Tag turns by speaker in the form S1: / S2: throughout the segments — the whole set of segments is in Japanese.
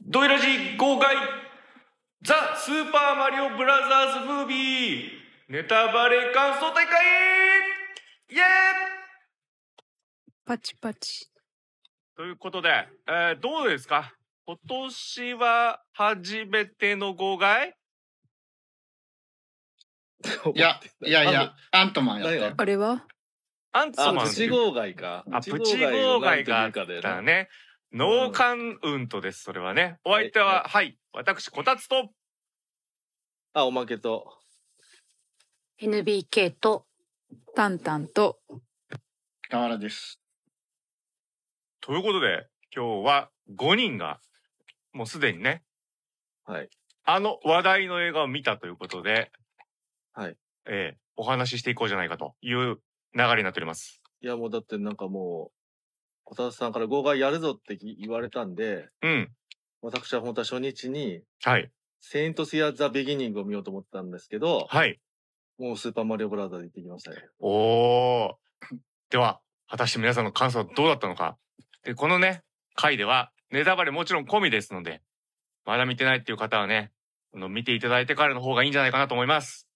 S1: ドイラジ公開ザ・スーパーマリオブラザーズムービーネタバレ感想大会イエーイ
S2: パチパチ。
S1: ということで、えーどうですか今年は初めての号外
S3: いや、いやいや、アントマンやっ
S2: あれは
S1: アンツ
S4: あ、
S1: マン
S4: プチ号外か。
S1: あプチ号外があった
S4: プチ号外の何という
S1: だ
S4: かでね。
S1: ね。ノーカンウントです、それはね。お相手は、はい、私、こたつと、
S4: あ、おまけと。
S5: NBK と
S2: タンタンと。
S3: た。河原です。
S1: ということで、今日は5人が、もうすでにね、
S4: はい。
S1: あの話題の映画を見たということで、
S4: はい。
S1: ええお話ししていこうじゃないかという流れになっております。
S4: いや、もうだってなんかもう、小田さんから号外やるぞってき言われたんで、
S1: うん。
S4: 私は本当は初日に、
S1: はい。
S4: セイントスやザ・ビギニングを見ようと思ったんですけど、
S1: はい。
S4: もうスーパーマリオブラザーズ行ってきましたね。
S1: おー。では、果たして皆さんの感想はどうだったのか。で、このね、回では、ネタバレもちろん込みですので、まだ見てないっていう方はね、あの見ていただいてからの方がいいんじゃないかなと思います。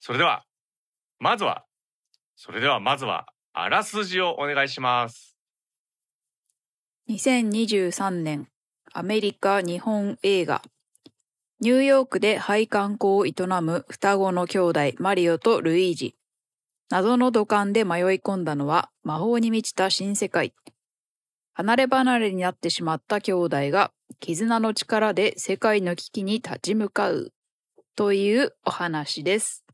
S1: それでは、まずは、それではまずは、あらすじをお願いします。
S2: 2023年、アメリカ日本映画。ニューヨークで配管工を営む双子の兄弟マリオとルイージ。謎の土管で迷い込んだのは魔法に満ちた新世界。離れ離れになってしまった兄弟が絆の力で世界の危機に立ち向かうというお話です。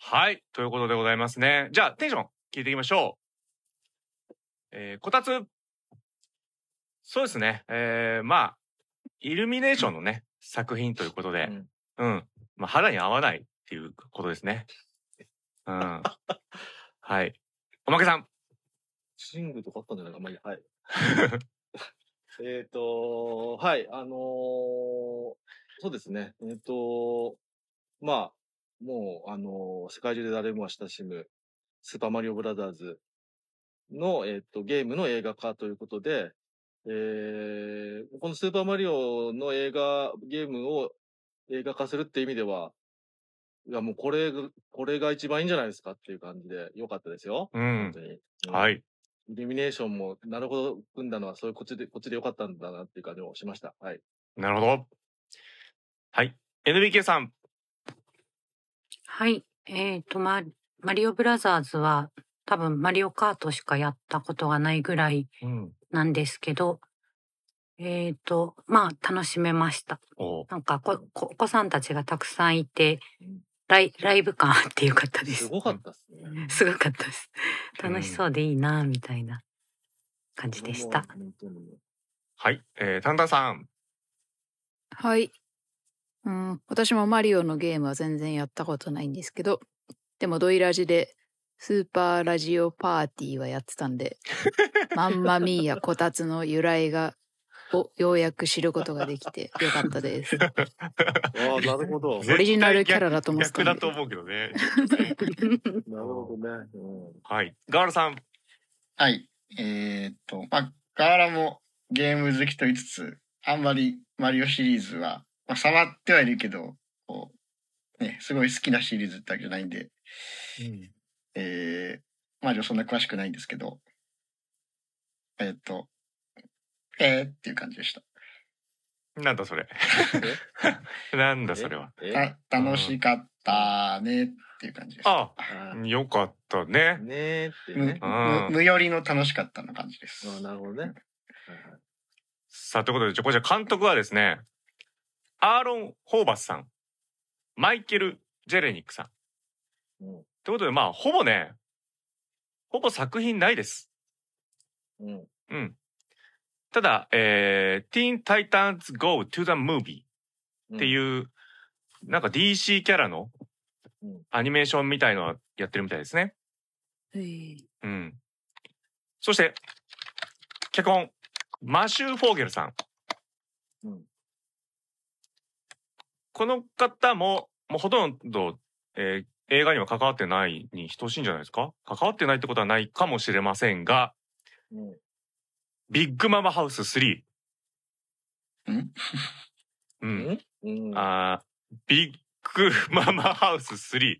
S1: はい、ということでございますね。じゃあ、テンション、聞いていきましょう。えー、こたつ。そうですね。えー、まあ、イルミネーションのね、作品ということで、うん、まあ、肌に合わないっていうことですね。うん。 はい。おまけさん。
S4: シングとかあったんじゃないか、まあいいや、 はい。えっと、はい、あのーそうですね、えっ、とまあ、もう、あのー世界中で誰もが親しむ、スーパーマリオブラザーズの、えっ、と、ゲームの映画化ということで、えーこのスーパーマリオの映画、ゲームを映画化するって意味では、いや、もうこれが、これが一番いいんじゃないですかっていう感じで、良かったですよ。
S1: う
S4: 本
S1: ん
S4: 当。に。。
S1: はいい。
S4: イルミネーションも、なるほど、組んだのは、そういうこっちで、こっちでよかったんだなっていう感じをしました。はい。
S1: なるほど。はい。NBK さん。
S5: はいえっ、とママリオブラザーズは多分マリオカートしかやったことがないぐらい
S1: うん。
S5: なんですけどえっ、とまあ楽しめました
S1: お
S5: なんかここお子さんたちがたくさんいてライライブ感あってよかったですす
S4: ごかったですね。
S5: すごかったです
S1: うん
S5: 楽しそうでいいなみたいな感じでした、
S4: もう本当に
S1: はい。えー、タンタンさん。
S2: はい。うん、私もマリオのゲームは全然やったことないんですけど、でもドイラジでスーパーラジオパーティーはやってた んで、まんまみーやこたつの由来が、をようやく知ることができてよかったです。
S4: ああ、なるほ ど。
S1: ぜ
S2: オリジナルキャラだと思って
S1: 逆
S2: たんで
S1: だと思うけどね。
S4: なるほどね。うん
S1: はい。ガールさん。
S3: はい。えーっと、まあ、河原もゲーム好きと言いつつ、あんまりマリオシリーズは、まあ、触ってはいるけど、こう、ね、すごい好きなシリーズってわけじゃないんで、えー、マリオそんな詳しくないんですけど、えーっと、えーっていう感じでした。
S1: なんだそれ。なんだそれは。
S4: え
S3: た楽しかったねっていう感じです。
S1: あ、
S4: あ
S1: よかった
S4: ー
S1: ね。
S4: ねえっていう
S3: む
S4: ね。
S1: うん
S3: む無よりの楽しかったの感じです。
S4: ああ、なるほどね。はいはい
S1: さあ、ということで、じゃあこちら監督はですね、アーロン・ホーバスさん、マイケル・ジェレニックさん。
S4: うん
S1: ということで、まあ、ほぼね、ほぼ作品ないです。
S4: うん。
S1: うん。ただ、えー、Teen Titans Go to the Movie っていうう、なんか DC キャラの
S4: うん
S1: アニメーションみたいのはやってるみたいですね。
S2: えー
S1: うん。そして、脚本、マシュー・フォーゲルさん。
S4: ん。うん。
S1: この方も、もうほとんど、えー映画には関わってないに等しいんじゃないですか関わってないってことはないかもしれませんが、
S4: うん。
S1: ビッグママハウス3、うん。
S4: うん。
S1: あービッグママハウス3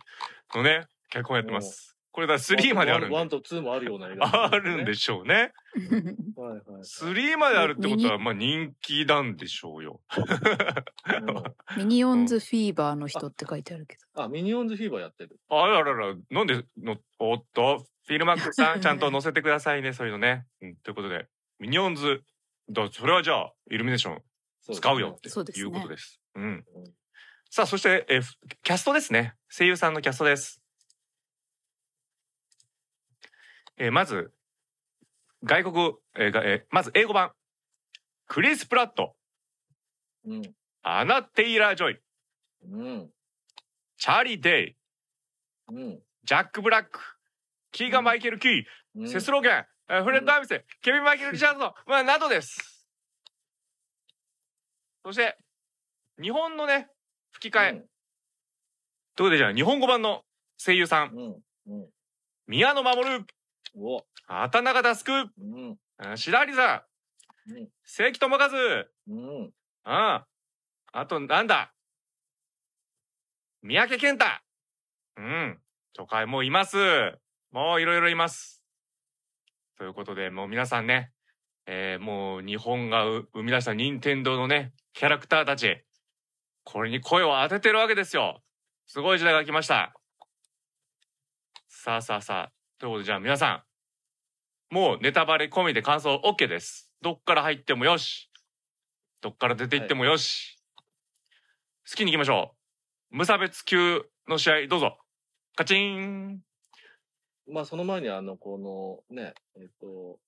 S1: のね、脚本やってます。これだ、3まであるん
S4: ワン
S1: で。
S4: とツーもあるような映画
S1: あるんで
S4: し
S1: しょうね。
S4: ょ。はいはいはい。
S1: 3まであるってことは、まあ人気なんでしょうよ。
S4: うん
S2: ミニオンズフィーバーの人って書いてあるけど。
S4: あ、ミニオンズフィーバーやってる。
S1: あららら、なんでの、おっと、フィルマックスさん、ちゃんと載せてくだ さいね、そういうのね。うん、ということで、ミニオンズ、だそれはじゃあ、イルミネーション
S4: そですね
S1: 使うよって
S2: そうです
S1: い
S2: ね
S1: うことです。うん
S4: うん。
S1: さあ、そして、えー、ふキャストですね。声優さんのキャストです。えーまず、外国、えーがえーまず英語版。クリス・プラット、
S4: うん。
S1: アナ・テイラー・ジョイ、
S4: うん。
S1: チャーリー・デイ、
S4: うん。
S1: ジャック・ブラック、キーガン・マイケル・キー、
S4: うん
S1: セスローゲン、えーフレッド・アーミス、ケビン・マイケル・リチャードソン、 まあ、などです。そして、日本のね、吹き替え。ということで、じゃあ、日本語版の声優さん、
S4: うん。うん。
S1: 宮野守、
S4: お
S1: 畑中タスク、
S4: うん。
S1: うん白リザ
S4: うん、
S1: 関智和、うん、
S4: うん。
S1: あと、なんだ、三宅健太、うん、とか、もういます。もういろいろいます。ということで、もう皆さんね、えーもう日本がう生み出した任天堂のね、キャラクターたち、これに声を当ててるわけですよ。すごい時代が来ました。さあさあさあ、ということで、じゃあ皆さん、もうネタバレ込みで感想 OK です。どっから入ってもよし。どっから出ていってもよし。好きに行きましょう。無差別級の試合、どうぞ。カチン
S4: まあ、その前に、あの、この、ね、えっと、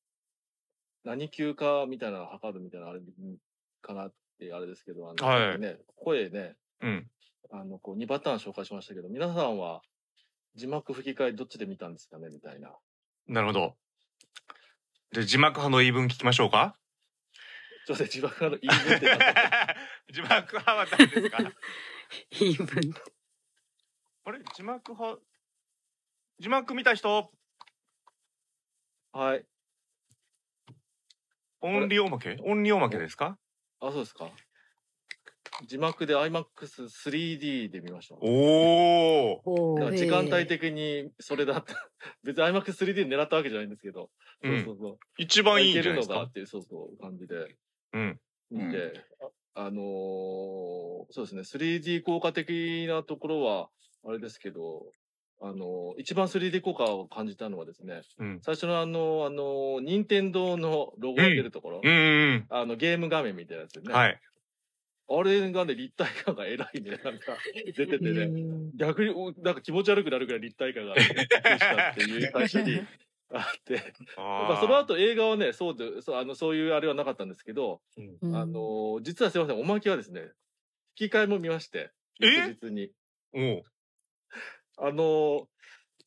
S4: 何級かみたいなのを測るみたいな、あれかなって、あれですけど、あの、
S1: はい
S4: さっきね、声ね、
S1: うん。
S4: あの、こう、2パターン紹介しましたけど、皆さんは、字幕吹き替えどっちで見たんですかねみたいな。
S1: なるほど。で、字幕派の言い分聞きましょうか
S4: ちょっと字幕の言い分ってなったけど
S1: 字幕派は誰 ですか
S5: 言い分。
S1: あれ字幕派字幕見た人
S4: はい。
S1: オンリーおまけオンリーおまけですか
S4: あ、そうですか。字幕で IMAX3D で見ました。
S1: おー
S5: お
S4: だ
S5: ー
S4: から時間帯的にそれだった。別に IMAX3D 狙ったわけじゃないんですけど。
S1: う。
S4: そうんそうそう。
S1: 一番いいん
S4: け
S1: じゃ
S4: る
S1: ないで
S4: の
S1: す
S4: が
S1: か
S4: っていう、そうそう、感じで
S1: うん。
S4: 見て。ああのーそうですね、3D 効果的なところは、あれですけど、あのー一番 3D 効果を感じたのはですね、
S1: うん。
S4: 最初のあのーあのー任天堂のロゴが出るところ、
S1: うんうん
S4: あの、ゲーム画面みたいなやつね。
S1: うん。はい。
S4: あれがね、立体感が偉いね、なんか、出ててね。
S5: うん
S4: 逆に、おなんか気持ち悪くなるぐらい立体感があってびっくりしたっていう最初にあって。まあ、その後映画はね、そうで、そう、あの、そういうあれはなかったんですけど、
S2: うん
S4: あのー、実はすいません、おまけはですね、吹き替えも見まして、
S1: え
S4: 翌日に。
S1: おう
S4: あのー、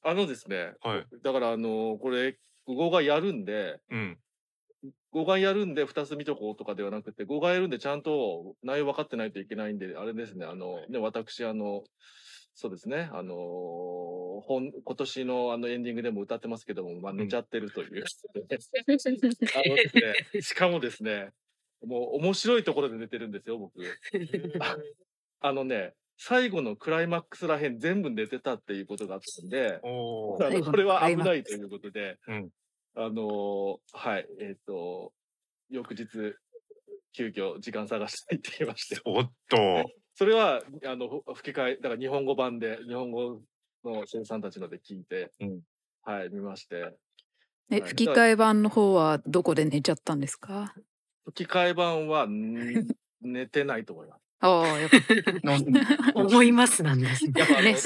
S4: あのですね、
S1: はい。
S4: だからあのー、これ、号外やるんで、
S1: うん。
S4: 号外やるんで二つ見とこうとかではなくて、号外やるんでちゃんと内容分かってないといけないんで、あれですね、あの、ね、私、あの、そうですね、あのー本、今年のあのエンディングでも歌ってますけども、まあ寝ちゃってるという。あのですね、しかもですね、もう面白いところで寝てるんですよ、僕。あのね、最後のクライマックスらへん全部寝てたっていうことがあったんで、
S1: お ー
S4: あの
S5: 最後の
S4: これは
S5: クラ
S4: 危
S5: イマックス
S4: ないということで、
S1: うん
S4: あのーはい、えっ、と、翌日、急遽時間探して行ってきまして、
S1: おっと。
S4: それは、あの、ふ吹き替え、だから日本語版で、日本語の生産たちので聞いて、
S1: うん
S4: はい、見まして、
S2: え、吹き替え版の方はどこで寝ちゃったんですか
S4: 吹き替え版は、 ん寝てないと思います。
S2: ああ、やっぱ
S5: 思いますなんですね。
S4: やっぱあの、
S2: ね
S4: ち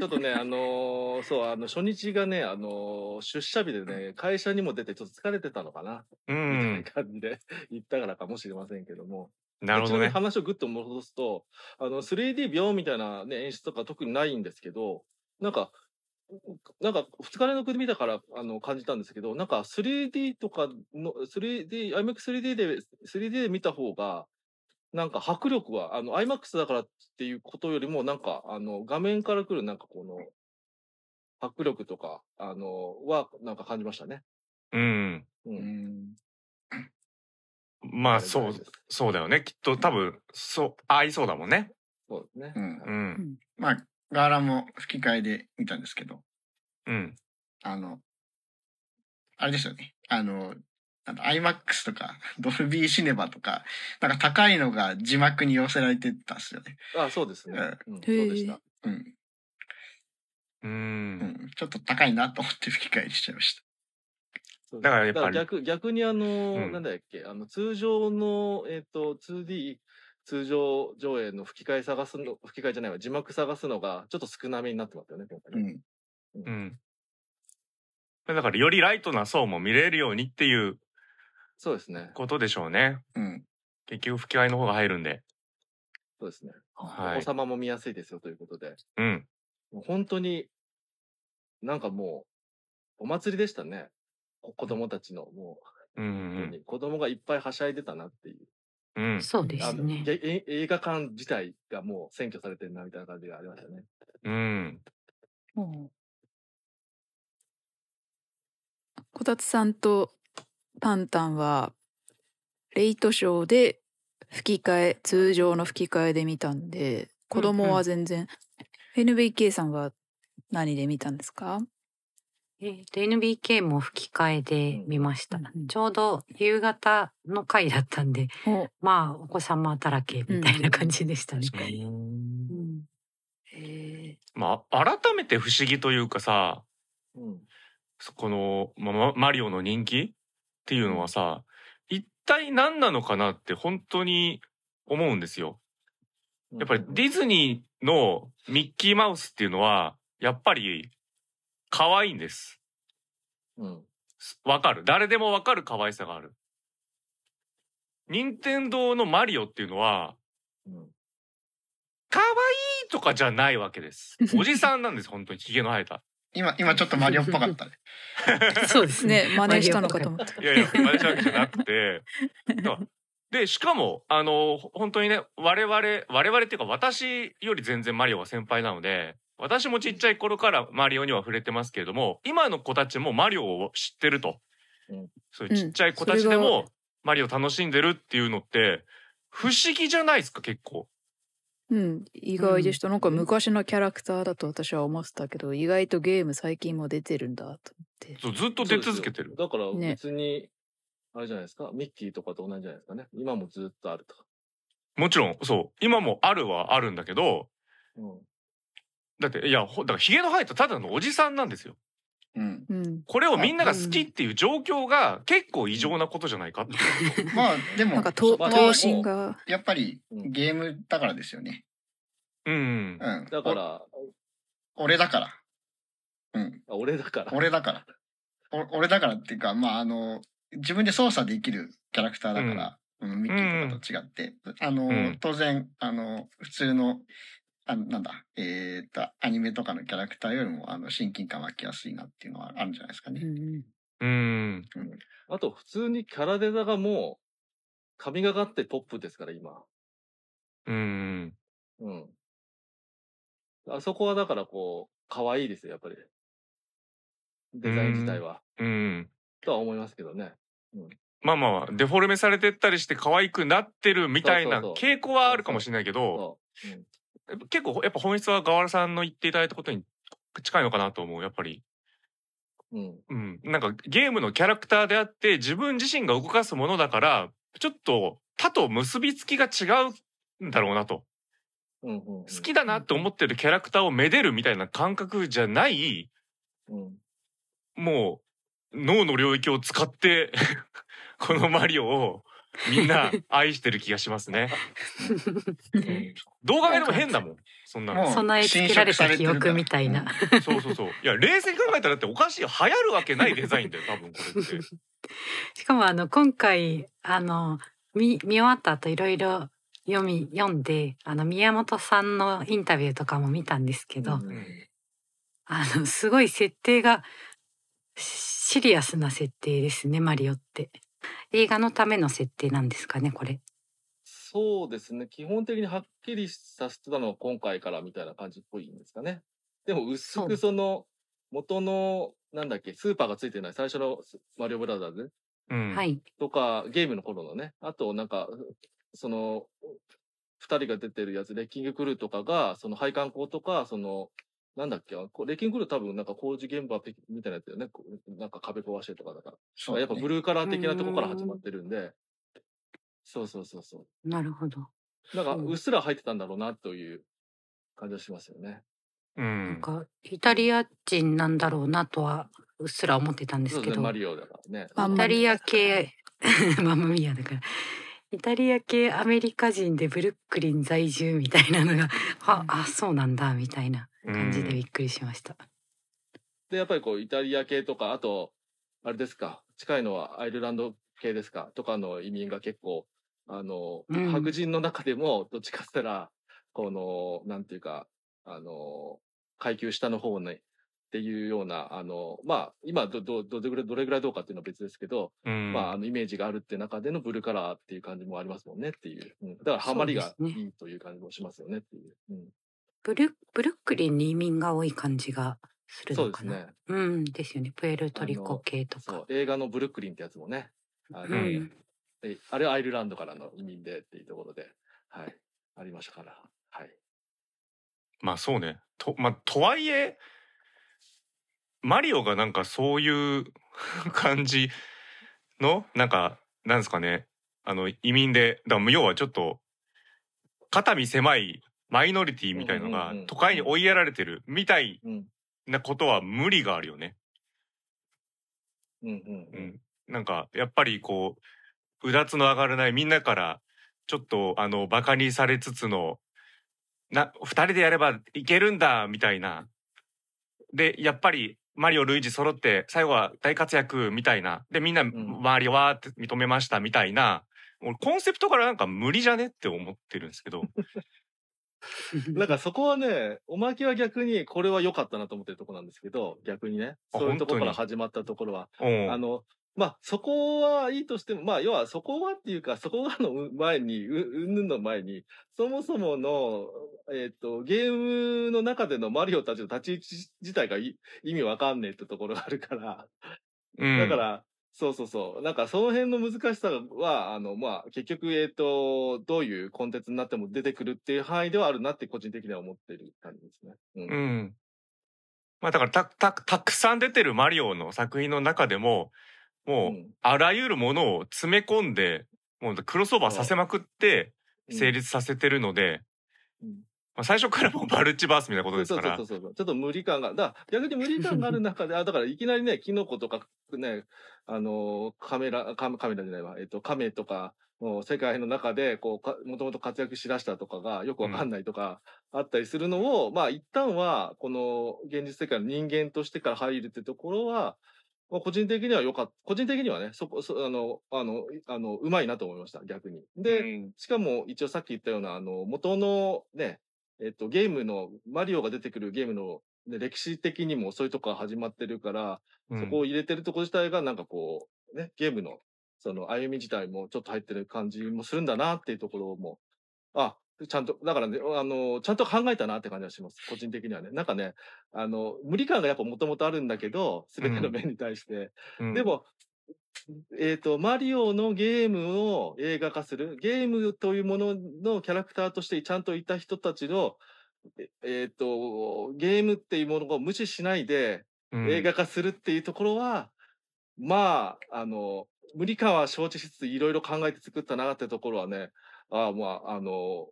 S4: ょっとね、あのーそう、あの、初日がね、あのー出社日でね、会社にも出てちょっと疲れてたのかな、
S1: う。
S4: みたいなん感じで行ったからかもしれませんけども。
S1: なるほど
S4: ちなみに
S1: ね。
S4: 話をぐっと戻すと、あの、3D 秒みたいなね、演出とか特にないんですけど、なんか、なんか、二日目の組だから、あの、感じたんですけど、なんか 3D とかの、3D、IMAX3D で、3D で見た方が、なんか迫力は、あの、IMAX だからっていうことよりも、なんか、あの、画面から来るなんかこの、迫力とか、あの、は、なんか感じましたね。
S1: うん。
S4: うん。
S1: まあそう
S4: れぐらいです
S1: そうだよねきっと多分そう合いそうだもんね
S4: そうですね。
S3: うん
S1: う
S4: はい
S1: ん
S3: まあ、柄も吹き替えで見たんですけど、
S1: うん
S3: あの、あれですよね。あの、なんか IMAX とか、 ドルビーシネマとか、なんか高いのが字幕に寄せられてたんですよね。
S4: あ、そうですね。うん、そう
S2: へえ
S4: でした。
S3: うん。
S1: う
S3: うんん。ちょっと高いなと思って吹き替えにしちゃいました。
S4: そうです
S1: だからやっぱり
S4: 逆逆にあの、
S1: うん
S4: なんだっけ、あの通常のえっ、と 2D 通常上映の吹き替え探すの吹き替えじゃないわ字幕探すのがちょっと少なめになってますよね今回
S3: う
S4: ね。
S3: ん。
S1: うんだからよりライトな層も見れるようにっていう
S4: そうですね。
S1: ことでしょうね
S3: うん。
S1: 結局吹き替えの方が入るんで
S4: そうですね。
S1: は
S4: お
S1: い
S4: 子様も見やすいですよということで、
S1: うん
S4: もう本当になんかもうお祭りでしたね。こ子供たちのも
S1: う
S4: う、本当
S1: ん
S4: に子供がいっぱいはしゃいでたなっていう。
S1: うんうん
S5: そうで
S4: あ
S5: す
S4: の
S5: ね。
S4: げえ映画館自体がもう占拠されてるなみたいな感じがありましたね。
S1: うん
S5: うん
S2: こたつさんとタンタンはレイトショーで吹き替え通常の吹き替えで見たんで子供は全然、NBK さんは何で見たんですか
S5: えっと NBK も吹き替えで見ました、
S2: うん
S5: ちょうど夕方の回だったんで
S2: お
S5: まあお子様だらけみたいな感じでしたね。うん え
S1: まあ改めて不思議というかさ
S4: うん。
S1: そこの、ままマリオの人気っていうのはさ一体何なのかなって本当に思うんですよ。やっぱりディズニーのミッキーマウスっていうのはやっぱり可愛いんです。
S4: うん。
S1: わかる誰でもわかる可愛さがある。任天堂のマリオっていうのは
S4: うん。
S1: 可愛いとかじゃないわけです。おじさんなんです本当にひげの生えた。
S3: 今、今ちょっとマリオっぽかったね。
S5: ーそうですね
S2: ね真似したのかと思った
S1: いやいや、真似したわけじゃなくて。そうで、しかも、あの、ほ本当にね、我々、我々っていうか私より全然マリオが先輩なので、私もちっちゃい頃からマリオには触れてますけれども、今の子たちもマリオを知ってると。
S4: うん
S1: そういうちっちゃい子たちで
S2: うんそれ
S1: も、マリオ楽しんでるっていうのって、不思議じゃないですか、結構。
S2: うん意外でした、なんか昔のキャラクターだと私は思ってたけど意外とゲーム最近も出てるんだと思って
S1: そうずっと出続けてる。
S4: だから
S2: ね
S4: 別に、あれじゃないですか、ミッキーとかと同じじゃないですかね。今もずっとあると。
S1: もちろん、そう。今もあるはあるんだけど、
S4: うん。
S1: だって、いや、ほだからヒゲの生えたただのおじさんなんですよ。
S3: うん。
S2: うん
S1: これをみんなが好きっていう状況が結構異常なことじゃないかって。
S3: まあ、でも
S2: なんか、と
S4: まあ
S2: 頭
S4: でも
S2: 身が
S3: やっぱり
S4: うん
S3: ゲームだからですよね。
S1: うん
S3: う。ん。
S4: だから、
S3: お。俺だから。うん。
S4: あ俺だ から。
S3: 俺だから。お俺だからっていうか、まあ、あの、自分で操作できるキャラクターだから、うんミッキーとかと違って、あの、
S1: うん
S3: 当然、あの、普通の、あのなんだ、えーっと、アニメとかのキャラクターよりも、あの、親近感湧きやすいなっていうのはあるんじゃないですか
S2: うん
S3: ね。
S2: うん
S1: うん。
S4: あと、普通にキャラデザがもう、神がかってポップですから、今。
S1: うん。
S4: うん。あそこはだからこう、可愛いですよ、やっぱり。デザイン自体は。
S1: うん。
S4: とは思いますけどね。
S1: まあまあ、デフォルメされてったりして可愛くなってるみたいな
S4: そうそうそ
S1: 傾向はあるかもしれないけど、
S4: そう。うん
S1: やっぱ結構やっぱ本質はガワラさんの言っていただいたことに近いのかなと思う、やっぱり。
S4: うん。
S1: うん。なんかゲームのキャラクターであって自分自身が動かすものだから、ちょっと他と結びつきが違うんだろうなと。
S4: うん。うん。好
S1: 好きだなって思ってるキャラクターをめでるみたいな感覚じゃない、
S4: うん。
S1: もう脳の領域を使って このマリオをみんな愛してる気がしますね。動画でも変だもん。そんなの。
S3: もう
S5: 備え付けられた記憶みたいな。
S1: そうそうそう。いや、冷静に考えたらだっておかしい。流行るわけないデザインだよ、多分これ って。
S5: しかもあの今回あの見見終わった後いろいろ読み読んであの宮本さんのインタビューとかも見たんですけど、
S4: うん
S5: あの すごい設定がシシリアスな設定ですねマリオって映画のための設定なんですかねこれ
S4: そうですね。基本的にはっきりさせてたのは今回からみたいな感じっぽいんですかね。でも薄
S5: そう
S4: くその元のなんだっけスーパーがついてない最初のスマリオブラザーズ
S1: うん。。
S5: はいい。
S4: とか、ゲームの頃のね、あとなんか、その、二人が出てるやつ、レッキングクルーとかが、その配管工とか、その、なんだっけ、こうレッキングクルー多分なんか工事現場的みたいなやつだよね。こうなんか壁壊してとかだから。
S3: そう
S4: や
S3: だ
S4: っぱ
S3: ね
S4: ブルーカラー的なとこから始まってるんで、そうそうそうそ
S5: なるほど。
S4: う。なんか、
S5: そう
S4: うっすら入ってたんだろうなという感じがしますよね。
S1: う
S5: なん
S1: ん。
S5: かイタリア人なんだろうなとはうっすら思ってたんで
S4: そ
S5: す
S4: うです
S5: け
S4: ね、
S5: ど。
S4: マリオだからね。
S2: あ
S5: イタリア系 ママミヤだからイタリア系アメリカ人でブルックリン在住みたいなのがああそうなんだみたいな感じでびっくりしました。
S4: で、やっぱりこう、イタリア系とか、あと、あれですか、近いのはアイルランド系ですか、とかの移民が結構、あの、
S5: うん
S4: 白人の中でも、どっちかって言ったら、この、なんていうか、あの、階級下の方ね、っていうような、あの、まあ、今ど、ど、どれぐらい、どれぐらいどうかっていうのは別ですけど、
S1: うん。
S4: まあ、あの、イメージがあるって中でのブルーカラーっていう感じもありますもんねっていう。うん、だから、ハマりが
S5: そう
S4: い
S5: ですね
S4: いという感じもしますよねっていう。うん、
S5: ブルブルックリンに移民が多い感じがする
S4: そう
S5: の
S4: で
S5: か
S4: す
S5: な。
S4: ね。
S5: うんですよね。プエルトリコ系と
S4: そ
S5: か
S4: う。、映画のブルックリンってやつもね、あ
S5: う
S4: の、
S5: ん、
S4: えあれはアイルランドからの移民でっていうところで、はい、ありましたから。はい。
S1: まあそうね。と、まあ、とはいえ、マリオがなんかそういう感じの、なんか、なんですかね。あの、移民で、だから要はちょっと、肩身狭いマイノリティみたいの
S4: うんう
S1: が
S4: んうんうん
S1: 都会に追いやられてるみたい
S4: うん。
S1: なことは無理があるよね。
S4: うんう
S1: うんん。なんか、やっぱりこう、うだつの上がらないみんなから、ちょっと、あの、馬鹿にされつつの、な、二人でやればいけるんだ、みたいな。で、やっぱり、マリオ、ルイージ揃って、最後は大活躍、みたいな。で、みんな、
S4: ん
S1: 周りは、って認めました、みたいな。俺、コンセプトからなんか無理じゃねって思ってるんですけ ど。
S4: うん。なんかそこはね、おまけは逆にこれは良かったなと思ってるところなんですけど、逆にね、
S1: あ
S4: そういうところから
S1: 本
S4: 始まったところは、
S1: うん。
S4: あの、まあ、そこはいいとしても、まあ、要はそこはっていうか、そこはの前に、う、うんぬんの前に、そもそもの、えっ、と、ゲームの中でのマリオたちの立ち位置自体がい意味わかんねえってところがあるから、
S1: うん、
S4: だから、そうそうそう。なんか、その辺の難しさは、あの、まあ、結局、えっ、と、どういうコンテンツになっても出てくるっていう範囲ではあるなって、個人的には思ってる感じですね。うん。
S1: うん。まあだからた、た、たくさん出てるマリオの作品の中でも、もう、
S4: うん
S1: あらゆるものを詰め込んで、もうクロスオーバーさせまくって成立させてるので、
S4: うん
S1: まあ、最初からもうマルチバースみたいなことですから。
S4: そうそうそうそう。ちょっと無理感が。だから逆に無理感がある中 で、あだからいきなりね、キノコとか、ね、あのー、カメラ、カメカメラじゃないわ、えっと、カメとか、もう世界の中で、こうか、もともと活躍しだしたとかが、よくわかんないとか、あったりするのを、まあ一旦は、この現実世界の人間としてから入るってところは、まあ個人的には良かった。個人的にはね、そこ、そあの、あの、あの、うまいなと思いました、逆に。で、
S1: うん
S4: しかも一応さっき言ったような、あの、元のね、えっと、ゲームの、マリオが出てくるゲームの、ね、歴史的にもそういうとこが始まってるから、
S1: うん
S4: そこを入れてるとこ自体がなんかこう、ね、ゲームの、その歩み自体もちょっと入ってる感じもするんだなっていうところも、あ、ちゃんと、だからね、あの、ちゃんと考えたなって感じがします。個人的にはね。なんかね、あの、無理感がやっぱもともとあるんだけど、すべての面に対して、
S1: うん
S4: でも、えっ、と、マリオのゲームを映画化する、ゲームというもののキャラクターとしてちゃんといた人たちの、ええっ、と、ゲームっていうものを無視しないで
S1: うん
S4: 映画化するっていうところは、まあ、あの、無理感は承知しつついろいろ考えて作ったなってところはね、ああ、まあ、あの、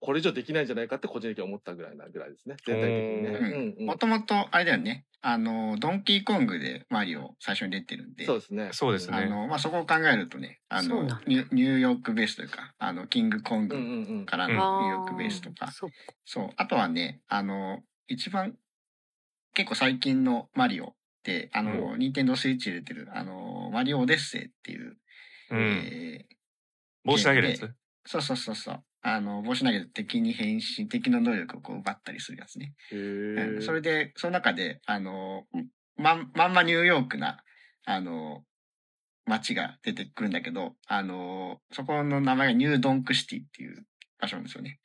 S4: これ以上できないんじゃないかって個人的に思ったぐらいなぐらいですね。全体的にね。
S1: お
S3: ー
S4: うんう
S3: も
S4: ん
S3: ともと、あれだよね。あの、ドンキーコングでマリオ最初に出てるんで。
S4: そうですね。
S1: そうですね
S3: あの、まあ、そこを考えるとね、あ
S5: そ
S3: の
S5: うなんだ、
S3: ニュニューヨークベースというか、あの、キングコン
S4: うんうん
S3: グ
S4: うん。
S3: からのニューヨークベースと
S5: あ
S3: か、
S5: そう
S3: そう。あとはね、あの、一番、結構最近のマリオって、あの、ニンテンドースイッチ入れてる、あの、マリオオデッセイっていう、
S1: うん、
S3: えー
S1: 帽子投げるやつ。
S3: そうそうそうそう。あの、帽子投げて敵に変身、敵の能力をこう奪ったりするやつね。
S4: へ
S3: うん
S4: ー
S3: それで、その中で、あの、まん、まんまニューヨークな、あの、街が出てくるんだけど、あの、そこの名前がニュードンクシティっていう場所なんですよね。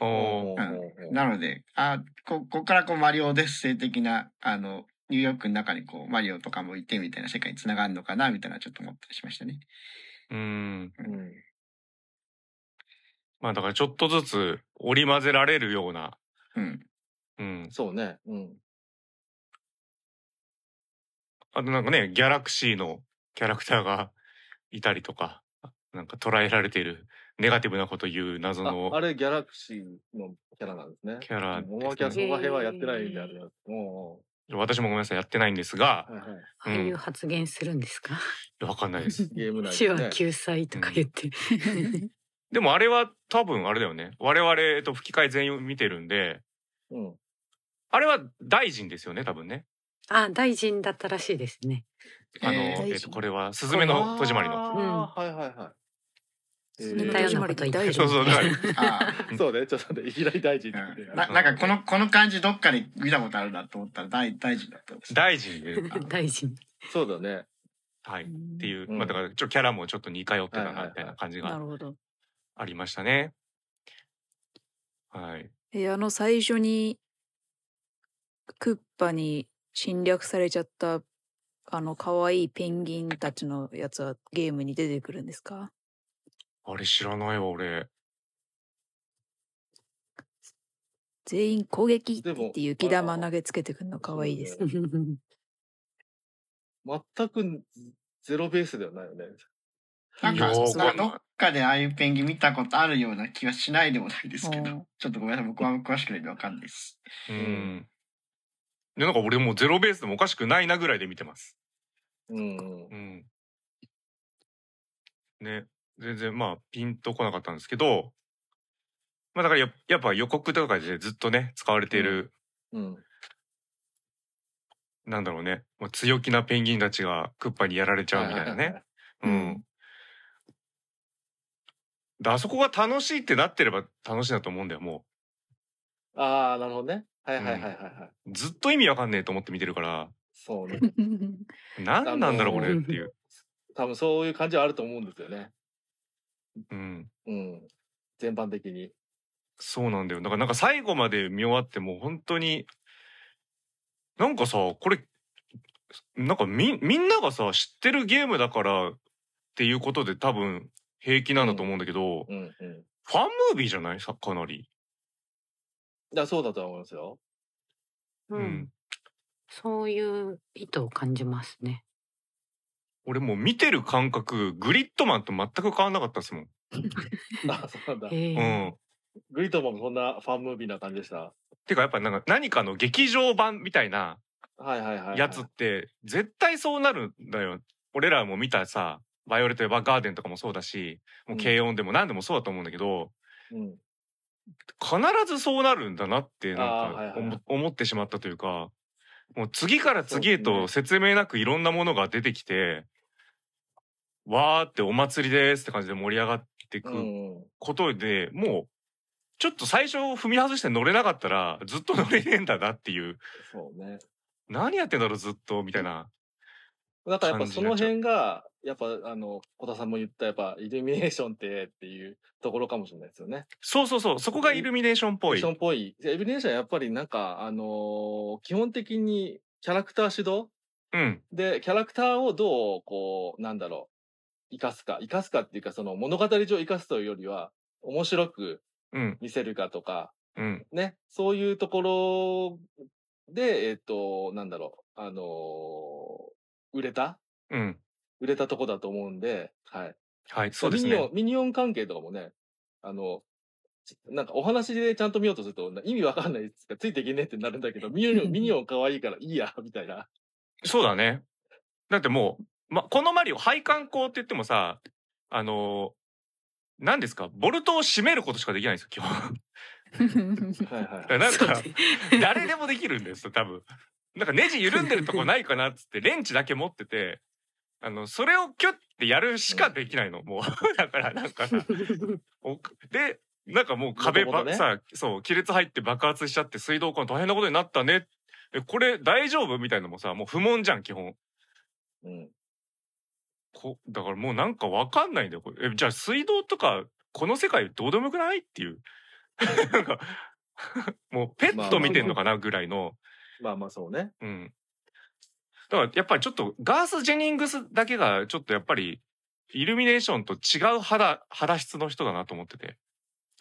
S1: おー
S4: おーおーおー
S3: なので、あ、こ、ここからこうマリオオデッセイ的な、あの、ニューヨークの中にこう、マリオとかもいてみたいな世界に繋がるのかな、みたいなちょっと思ったりしましたね。
S1: うん。
S4: うん。
S1: まあだからちょっとずつ織り交ぜられるような、
S3: うん。
S1: うん。
S4: そうね。うん。
S1: あとなんかね、ギャラクシーのキャラクターがいたりとか、なんか捉えられているネガティブなこと言う謎
S4: あ
S1: の
S4: あれ、ギャラクシーのキャラなんですね。
S1: キャラですね
S4: おまけはその辺はやってないみたいな。も
S1: 私もごめんなさい、やってないんですが
S4: う、、はいはい、
S5: ああいう発言するんですか、
S1: わかんないです。
S4: ゲーム内
S5: 手
S4: で、
S5: 話
S4: ね。
S5: 救済とか言って、
S1: でもあれは多分あれだよね。我々、えっと、吹き替え全員見てるんで、
S4: うん。
S1: あれは大臣ですよね、多分ね。
S5: あ大臣だったらしいですね
S1: あの、
S3: えー
S1: え
S2: 大臣
S1: っと、これは、スズメの戸締まりの。
S4: あーはいはいはい。
S2: そ
S5: 似
S2: ん
S5: た
S2: な
S5: よ
S2: 戸締
S5: うな
S2: ま
S5: こ
S2: り
S5: と
S2: に
S5: 言って
S2: 大
S5: る
S2: 丈
S1: そ
S2: 夫
S1: うそう、だから
S3: あ
S4: うんそうね、ちょっとね、いきなり大臣って言って
S3: あ。
S4: る
S3: な、なんかこの、この感じどっかで見たことあるなと思ったら大、大事だったんです。
S1: 大臣で、
S5: 大臣
S4: そうだね。
S1: はい、っ
S2: って
S1: いう、
S4: うん
S1: まあ、だから、ちょっとキャラもちょっと似通ってた
S4: はいは
S1: な、
S4: いはい
S1: みたいな感じ
S2: な
S1: が
S2: るほど。
S1: ありましたね。はい。
S2: え、あの最初にクッパに侵略されちゃったあの可愛いペンギンたちのやつはゲームに出てくるんですか
S1: あれ知らないわ、俺。
S2: 全員攻撃って
S4: でも
S2: 言って雪玉投げつけてくるの可愛いです。
S4: そうだね全くゼロベースではないよね。
S3: なんか、
S1: いやー
S3: なんかどっかでああいうペンギン見たことあるような気はしないでもないですけ
S2: うん
S3: ど、ちょっとごめんなさい、僕は詳しくないんでわかんないです。
S1: うん。で、なんか俺もうゼロベースでもおかしくないなぐらいで見てます。
S4: うん
S1: う。ん。ね、全然まあピンとこなかったんですけど、まあだからややっぱ予告とかでずっとね、使われている、
S4: うん。
S1: なんだろうね、もう強気なペンギンたちがクッパにやられちゃうみたいなね。う
S2: いはいはいうん
S1: ん。であそこが楽しいってなってれば楽しいなと思うんだよ、も
S4: ああ、なるほどね。はいはいはいはい。はい。
S1: う。ずっと意味わかんねえと思って見てるから、
S4: そうね。
S1: なんなんだろうこれっていう。
S4: 多分そういう感じはあると思うんですよね。
S1: うん。
S4: うん。全般的に。
S1: そうなんだよ。だからなんか最後まで見終わってもう本当に、なんかさ、これ、なんかみ、みんながさ、知ってるゲームだからっていうことで多分平気なんだと思うんだけど、
S4: うんうん。
S1: ファンムービーじゃないさ、かなり。
S4: いや、そうだと思いますよ。
S5: うん、そういう意図を感じますね
S1: 俺もう見てる感覚、グリッドマンと全く変わんなかったですもん。
S4: あ、そうなんだ。
S5: へえ
S1: うん。
S4: グリトマンもそんなファンムービーな感じでした。
S1: てかやっぱなんか何かの劇場版みたいな
S4: はいはいはいはい。
S1: やつって絶対そうなるんだよ。俺らも見たさ、バイオレット・エヴァーガーデンとかもそうだし、もう軽音でも何でもそうだと思うんだけど、
S4: うん。
S1: 必ずそうなるんだなってなん
S4: あーはい
S1: か
S4: はい
S1: 思,、ってしまったというか、もう次から次へ
S4: そう
S1: と
S4: です
S1: 説明なくいろんなものが出てきて、わーってお祭りですって感じで盛り上がっていうく
S4: ん。
S1: ことで、もう、ちょっと最初踏み外して乗れなかったらずっと乗れねえんだなっていう、
S4: そうね。
S1: 何やってんだろうずっとみたいな。
S4: だからやっぱその
S1: 感じ
S4: 辺が、やっぱあの、小田さんも言った、やっぱイルミネーションってっていうところかもしれないですよね。
S1: そうそうそう、そこがイルミネーションっぽ
S4: イ
S1: い
S4: ルミネーショ。ンっぽい。でイルミネーションはやっぱりなんか、あのー基本的にキャラクター主導
S1: うん。
S4: で、キャラクターをどう、こう、なんだろう、生かすか。生かすかっていうか、その物語上生かすというよりは、面白く
S1: うん。
S4: 見せるかとか、
S1: うん。
S4: ね、そういうところで、えっ、と、なんだろう、あのー売れた
S1: うん。
S4: 売れたとこだと思うんで、はい。
S1: はい、そうです
S4: ミニオ
S1: ね
S4: ン、。ミニオン関係とかもね、あの、ちなんかお話でちゃんと見ようとするとな意味わかんないですかついていけねえってなるんだけど、ミニオン、ミニオン可愛いからいいや、みたいな。
S1: そうだね。だってもう、ま、このマリオ、配管工って言ってもさ、あのー、何ですかボルトを締めることしかできないんですよ、基本。
S4: はいはいはい。
S1: なん
S5: そう
S1: か、
S5: ね
S1: 誰でもできるんですよ、多分。なんかネジ緩んでるとこないかなっつって、レンチだけ持ってて、あの、それをキュッてやるしかできないの、もう。 だから、なんかさ、おで、なんかもう壁ば、
S4: 元々ね
S1: さ、そう、亀裂入って爆発しちゃって水道管大変なことになったね。え、これ大丈夫みたいなのもさ、もう不問じゃん、基本。
S4: うん。
S1: こだからもうなんかわかんないんだよ。これえ、じゃあ水道とか、この世界どうでもよくないっていう。 なん か、もうペット見てんのかなぐらいの、
S4: まあまあそうね。
S1: うん。だからやっぱりちょっとガース・ジェニングスだけがちょっとやっぱりイルミネーションと違う肌肌質の人だなと思ってて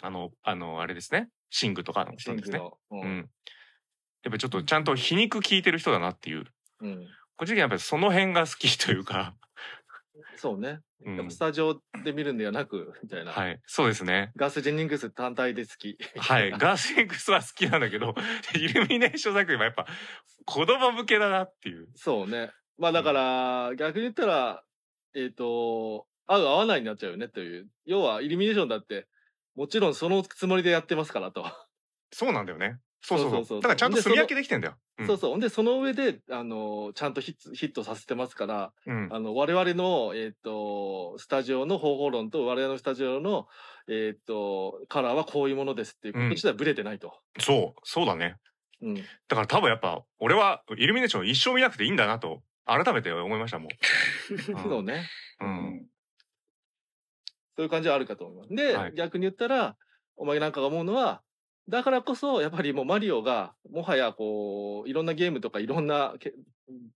S1: あのあのあれですねシングとかの
S4: シ
S1: 人
S4: ン
S1: です
S4: グ
S1: ね。
S4: の。う
S1: うん。やっぱちょっとちゃんと皮肉効いてる人だなっていう
S4: うん。
S1: 個人的にやっぱりその辺が好きという か、
S4: そうね。
S1: う
S4: やっ
S1: ん
S4: ぱス、タジオで見るんではなく、みたいな。
S1: はいそうですね
S4: ガース・ジェニングス単体で好き。
S1: はい。ガースエンクスは好きなんだけど、 イルミネーション作品はやっぱ子供向けだなっていう。
S4: そうね。まあだから、逆に言ったら、えっ、と、合う合わないになっちゃうよねという。要は、イルミネーションだって、もちろんそのつもりでやってますからと。
S1: そうなんだよね。そうそうそう。
S4: そうそうそう
S1: だからちゃんとすみ分けできてんだよ。うん
S4: そうそう。ほんで、その上で、あの、ちゃんとヒットヒットさせてますから、
S1: うん。
S4: あの、我々の、えっ、と、スタジオの方法論と、我々のスタジオの、えっ、と、カラーはこういうものですっていうこと自体はブレてないと。
S1: そう、そうだね。
S4: うん。
S1: だから多分やっぱ、俺はイルミネーション一生見なくていいんだなと、改めて思いました、も ん
S4: そうね。
S1: う。う。
S3: うん
S4: そういう感じはあるかと思います。で、
S1: はい
S4: 逆に言ったら、お前なんかが思うのは、だからこそ、やっぱりもうマリオが、もはやこう、いろんなゲームとかいろんなけ、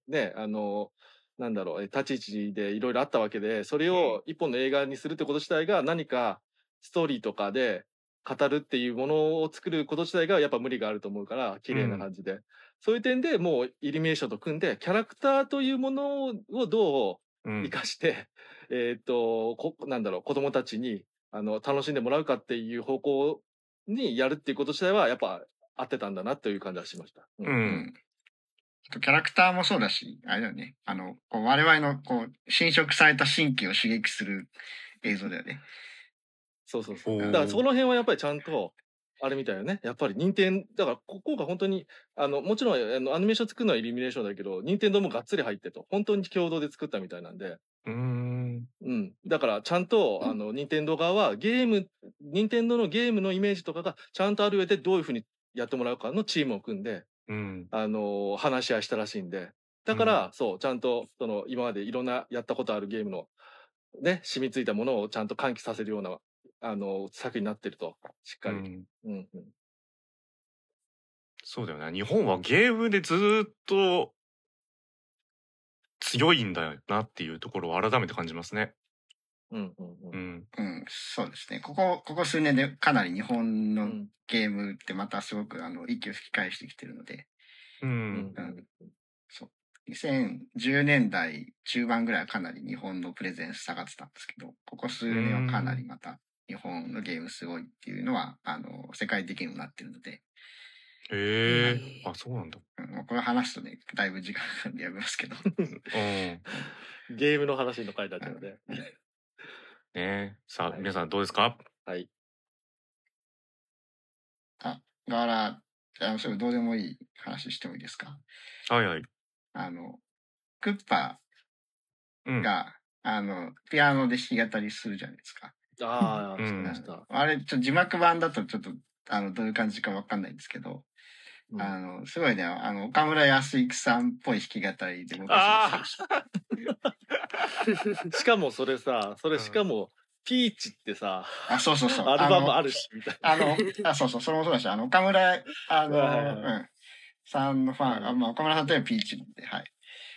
S4: ね、あの、なんだろう、え立ち位置でいろいろあったわけで、それを一本の映画にするってこと自体が何かストーリーとかで語るっていうものを作ること自体がやっぱ無理があると思うから、綺麗な感じで。そういう点でもうイルミネーションと組んで、キャラクターというものをどう
S1: うん
S4: 生。かして、 えーっとこなんだろう子供たちにあの楽しんでもらうかっていう方向にやるっていうこと自体はやっぱ合ってたんだなという感じはしました。うん
S1: う。
S3: うんんあとキャラクターもそうだし、あれだよね。あの、こう我々のこう侵食された神経を刺激する映像だよね。
S4: そうそうそ
S1: お
S4: う。
S1: ー
S4: だからそこの辺はやっぱりちゃんとあれみたいよね。やっぱり任天だからここが本当にあのもちろんあのアニメーション作るのはイルミネーションだけど、任天堂もがっつり入ってと本当に共同で作ったみたいなんで。
S1: うーん。
S4: うん、だからちゃんと、あの任天堂側はゲーム任天堂のゲームのイメージとかがちゃんとある上でどういうふうにやってもらうかのチームを組んで、
S1: うん。
S4: あの話し合いしたらしいんでだから、そうちゃんとその今までいろんなやったことあるゲームのね染みついたものをちゃんと喚起させるようなあの作品になってるとしっ
S1: う
S4: かり、うん
S1: ん
S4: うん
S1: そうだよね。日本はゲームでずーっと強いんだよなっていうところを改めて感じますね。
S4: うんうんう
S1: うんん。
S3: うん、そうですね。ここ、ここ数年でかなり日本
S4: う
S3: の
S4: ん
S3: ゲームってまたすごくあの、息を吹き返してきてるので、
S1: う
S4: うんん。
S3: 2010年代中盤ぐらいはかなり日本のプレゼンス下がってたんですけど、ここ数年はかなりまた日本のゲームすごいっていうのは、あの、世界的にもなってるので、
S1: へえ。あ、そうなんだ。
S3: うん、もうこれ話すとね、だいぶ時間かかるんでやめます けど。
S1: うん。
S4: ゲームの話の回だったので、
S1: ねえ。さあ、
S4: はい
S1: 皆さんどうですか
S4: はい
S3: だから、あの、それどうでもいい話してもいいですか
S1: はいはい。
S3: あの、クッパ
S1: うん。
S3: が、あの、ピアノで弾き語りするじゃないですか。
S4: ああ、
S1: うん
S4: そうでした、
S3: あれ、ちょ字幕版だとちょっと、あの、どういう感じかわかんないんですけど、
S4: うん
S3: あの、すごいね、あの、岡村康之さんっぽい弾き語りで僕
S1: あ
S3: は
S4: しかもそれさそれしかも、ピーチってさ
S3: あ、そうそうそう。
S4: アルバムあ
S3: る
S4: るしみたいな
S3: あの、 あ、そうそう、それもそうだし、あの、岡村、あの、
S4: はいはいは
S3: うん、さんのファン、あまあ、岡村さんといえばピーチ で、はい。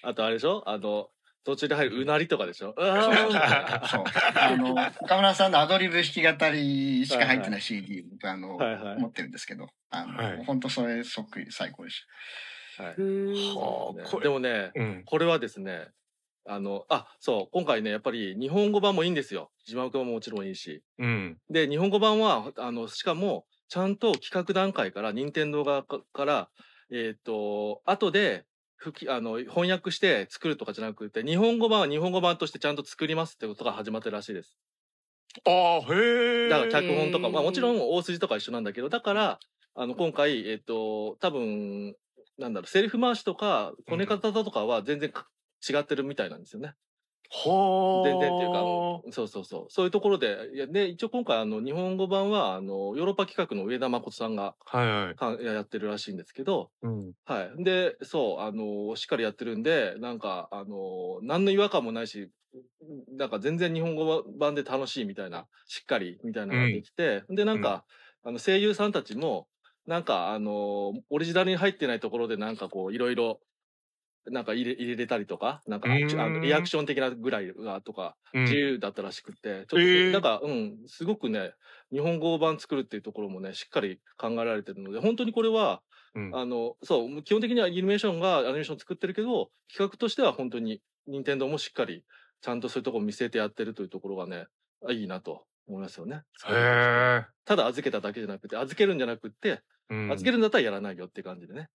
S4: あとあれでしょあの途中で入るうなりとかでしょうわーみたいな
S3: そう。あの、岡村さんのアドリブ弾き語りしか入ってない CD、僕、あの、
S4: はいはい
S3: 持ってるんですけど、あの、
S1: はい
S3: 本当それそっくり最高でし
S4: はい
S1: はあ、こ
S4: で
S1: れ。
S4: もね
S1: うん。
S4: これはですねあのあそう今回ねやっぱり日本語版もいいんですよ字幕版ももちろんいいし
S1: うん。
S4: で日本語版はあのしかもちゃんと企画段階から任天堂側かからえっ、と後で吹きあの翻訳して作るとかじゃなくて日本語版は日本語版としてちゃんと作りますってことが始まってるらしいです
S1: ああ、へえ。
S4: だから脚本とか、まあ
S5: へー
S4: もちろん大筋とか一緒なんだけど、だから、あの、今回、えっ、と、多分、なんだろう、セリフ回しとか、こね方とかは全然か違ってるみたいなんですよね。
S1: はあ。
S4: 全然っていうか、そうそうそう。そういうところで、いやで、一応今回、あの、日本語版は、あの、ヨーロッパ企画の上田誠さんが
S1: はいはい。
S4: かやってるらしいんですけど、
S1: うん。
S4: はい。で、そう、あの、しっかりやってるんで、なんか、あの、何の違和感もないし、なんか全然日本語版で楽しいみたいな、しっかりみたいなのができて、で、なんか、あの、声優さんたちも、なんか、あの、オリジナルに入ってないところで、なんかこう、いろいろ、なんか入れ入れれたりとか、なんかあ
S1: うーん
S4: のリアクション的なぐらいがとか、
S1: うん
S4: 自由だったらしくて、ちょっと、
S1: えー
S4: なんか、うん、すごくね、日本語版作るっていうところもね、しっかり考えられてるので、本当にこれは、
S1: うん
S4: あの、そう、基本的にはイルミネーションがアニメーション作ってるけど、企画としては本当に、任天堂もしっかり、ちゃんとそういうところ見せてやってるというところがね、あいいなと思いますよね。
S1: へ
S4: ただ預けただけじゃなくて、預けるんじゃなくて、
S1: え。うん
S4: 預けるんだったらやらないよっていう感じでね。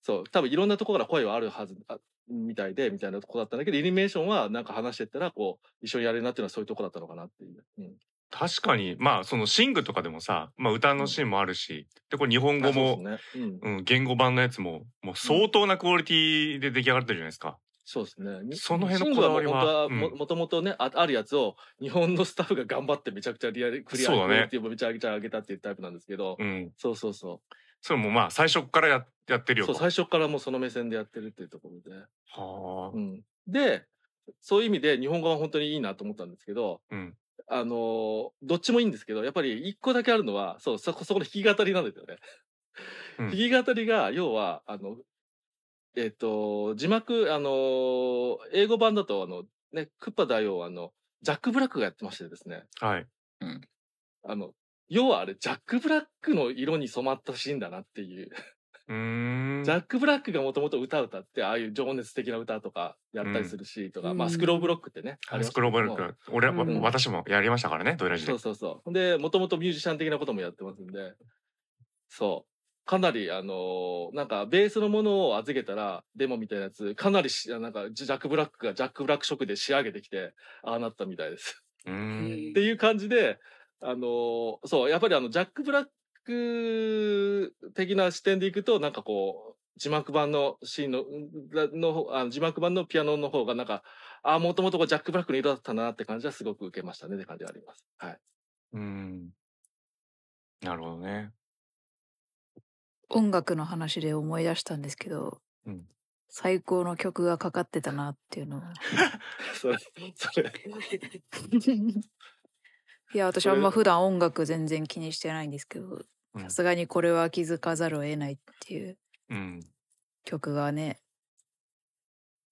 S4: そう、多分いろんなところから声はあるはず、あみたいで、みたいなとこだったんだけど、イルミネーションはなんか話してったら、こう、一緒にやれるなっていうのはそういうとこだったのかなっていう。うん、
S1: 確かに、まあ、そのシングとかでもさ、まあ、歌のシーンもあるし、で、これ日本語も、
S4: あそうですね。うん。
S1: うん、言語版のやつも、もう相当なクオリティで出来上がってるじゃないですか。
S4: そうですね。
S1: その辺のこだわりは
S4: シンゴ
S1: うん
S4: ももともとねあ、あるやつを、日本のスタッフが頑張ってめちゃくちゃリアル、クリア
S1: そうだね
S4: っていうめちゃくちゃ上げたっていうタイプなんですけど、
S1: うん。
S4: そうそうそ
S1: それもまあ、最初からややってるよ
S4: う。そ
S1: と。
S4: う、最初からもうその目線でやってるっていうところで。
S1: はあ
S4: う。ん、で、そういう意味で日本語は本当にいいなと思ったんですけど、
S1: うん
S4: あのーどっちもいいんですけど、やっぱり一個だけあるのは、そう、そこ、そこの弾き語りなんですよね。
S1: うん
S4: 弾き語りが、要は、あの、えっ、と、字幕、あのー英語版だと、あの、ね、クッパ大王は、あの、ジャック・ブラックがやってましてですね、
S1: はい。
S4: あの、要はあれ、ジャック・ブラックの色に染まったシーンだなっていう。
S1: うーん。
S4: ジャック・ブラックがもともと歌歌って、ああいう情熱的な歌とかやったりするし、とか、
S5: うん
S4: まあ、スクローブロックってね。ありまし
S1: ス
S4: たけ
S1: ク
S4: ど
S1: ロー
S4: も
S1: ブルク。俺、わ
S5: うん
S1: 私もやりましたからね、ドイラジで
S4: そう。そうそう。で、もともとミュージシャン的なこともやってますんで、そう。かなり、あのーなんか、ベースのものを預けたら、デモみたいなやつ、かなりし、なんか、ジャック・ブラックがジャック・ブラック色で仕上げてきて、ああなったみたいです。
S1: うーん。
S4: っていう感じで、あのーそう、やっぱりあの、ジャック・ブラック的な視点でいくと、なんかこう、字幕版のシーンの、んの方、あの字幕版のピアノの方がなんか、ああ、もともとこうジャック・ブラックの色だったなって感じはすごく受けましたねって感じはあります。はい。
S1: うん。なるほどね。
S2: 音楽の話で思い出したんですけど、
S1: うん
S2: 最高の曲がかかってたなっていうのを
S4: それ、それ、
S2: いや私
S4: それ
S2: あんま普段音楽全然気にしてないんですけど
S1: うん
S2: さすがにこれは気づかざるを得ないっていう
S1: うん。
S2: 曲がね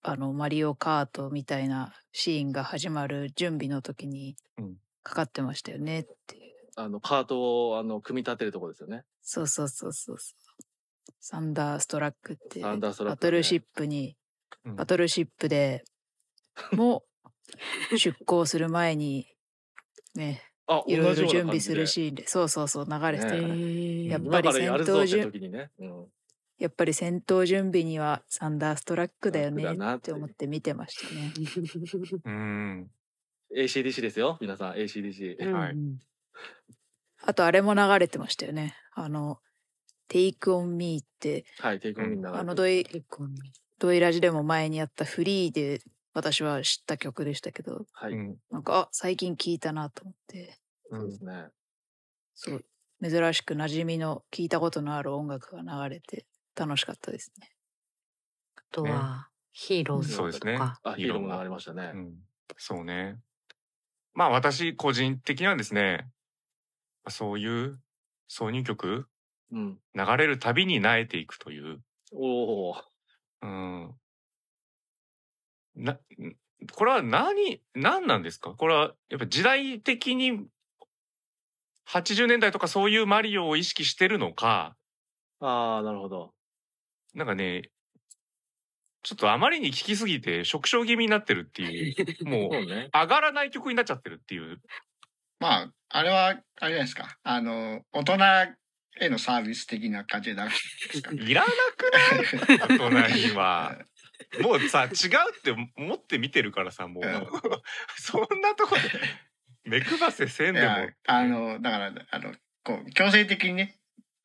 S2: あの「マリオカート」みたいなシーンが始まる準備の時に
S1: うん
S2: かかってましたよねっていう、
S4: あの、カートを、あの、組み立てるとこですよね。
S2: そうそうそうそうそうサンダーストラックっていう
S4: サンダーストラ
S2: バ
S4: ックね
S2: トルシップに
S1: うん
S2: バトルシップでも出航する前に ね
S4: あ、
S2: いろいろ準備
S4: 感じです
S2: るシーンでそうそうそう流れてたから、や
S5: や
S2: っ
S5: っ
S2: ぱ
S5: ぱ
S4: 今から
S2: り
S4: やる
S2: 戦闘
S4: ぞって
S2: 準
S4: 時にね。うん。
S2: やっぱり戦闘準備にはサンダーストラックだよね
S4: サンダーストラックだな
S2: って思
S4: って
S2: って見てましたね。
S1: うん。
S4: ACDC ですよ。皆さん、ACDC。
S1: はい
S2: あとあれも流れてましたよね。あの、Take on Me って、
S4: はい、テイクオンみんなが。
S2: あのドイ、
S5: 結構ね
S2: ドイラジでも前にやったフリーで私は知った曲でしたけど、
S4: は
S1: う
S4: い。
S1: ん
S2: なんか、あ、最近聞いたなと思って、
S4: そうですね。
S2: そう、珍しく馴染みの聞いたことのある音楽が流れて楽しかったですね。
S5: あとはヒーローズ
S1: そうですね
S5: とか
S4: あ、ヒーローも流れましたね
S1: う。ん。そうね。まあ私個人的にはですね、そういう挿入曲
S4: うん。
S1: 流れるたびに慣れていくという、
S4: お お。
S1: うん。な、これは何、何なんですかこれはやっぱ時代的に80年代とかそういうマリオを意識してるのか、
S4: ああ、なるほど。
S1: なんかね、ちょっとあまりに聞きすぎて、食傷気味になってるっていう、も
S4: そう うね。
S1: 上がらない曲になっちゃってるっていう。
S3: まあ、あれは、あれじゃないですか。あの、大人へのサービス的な感じでなくですかね。
S1: いらなくない大人には。もうさ、違うって思って見てるからさ、もう
S3: うん。
S1: そんなとこで、目くばせせんで
S3: い
S1: も。
S3: や、あの、だから、あの、こう、強制的にね、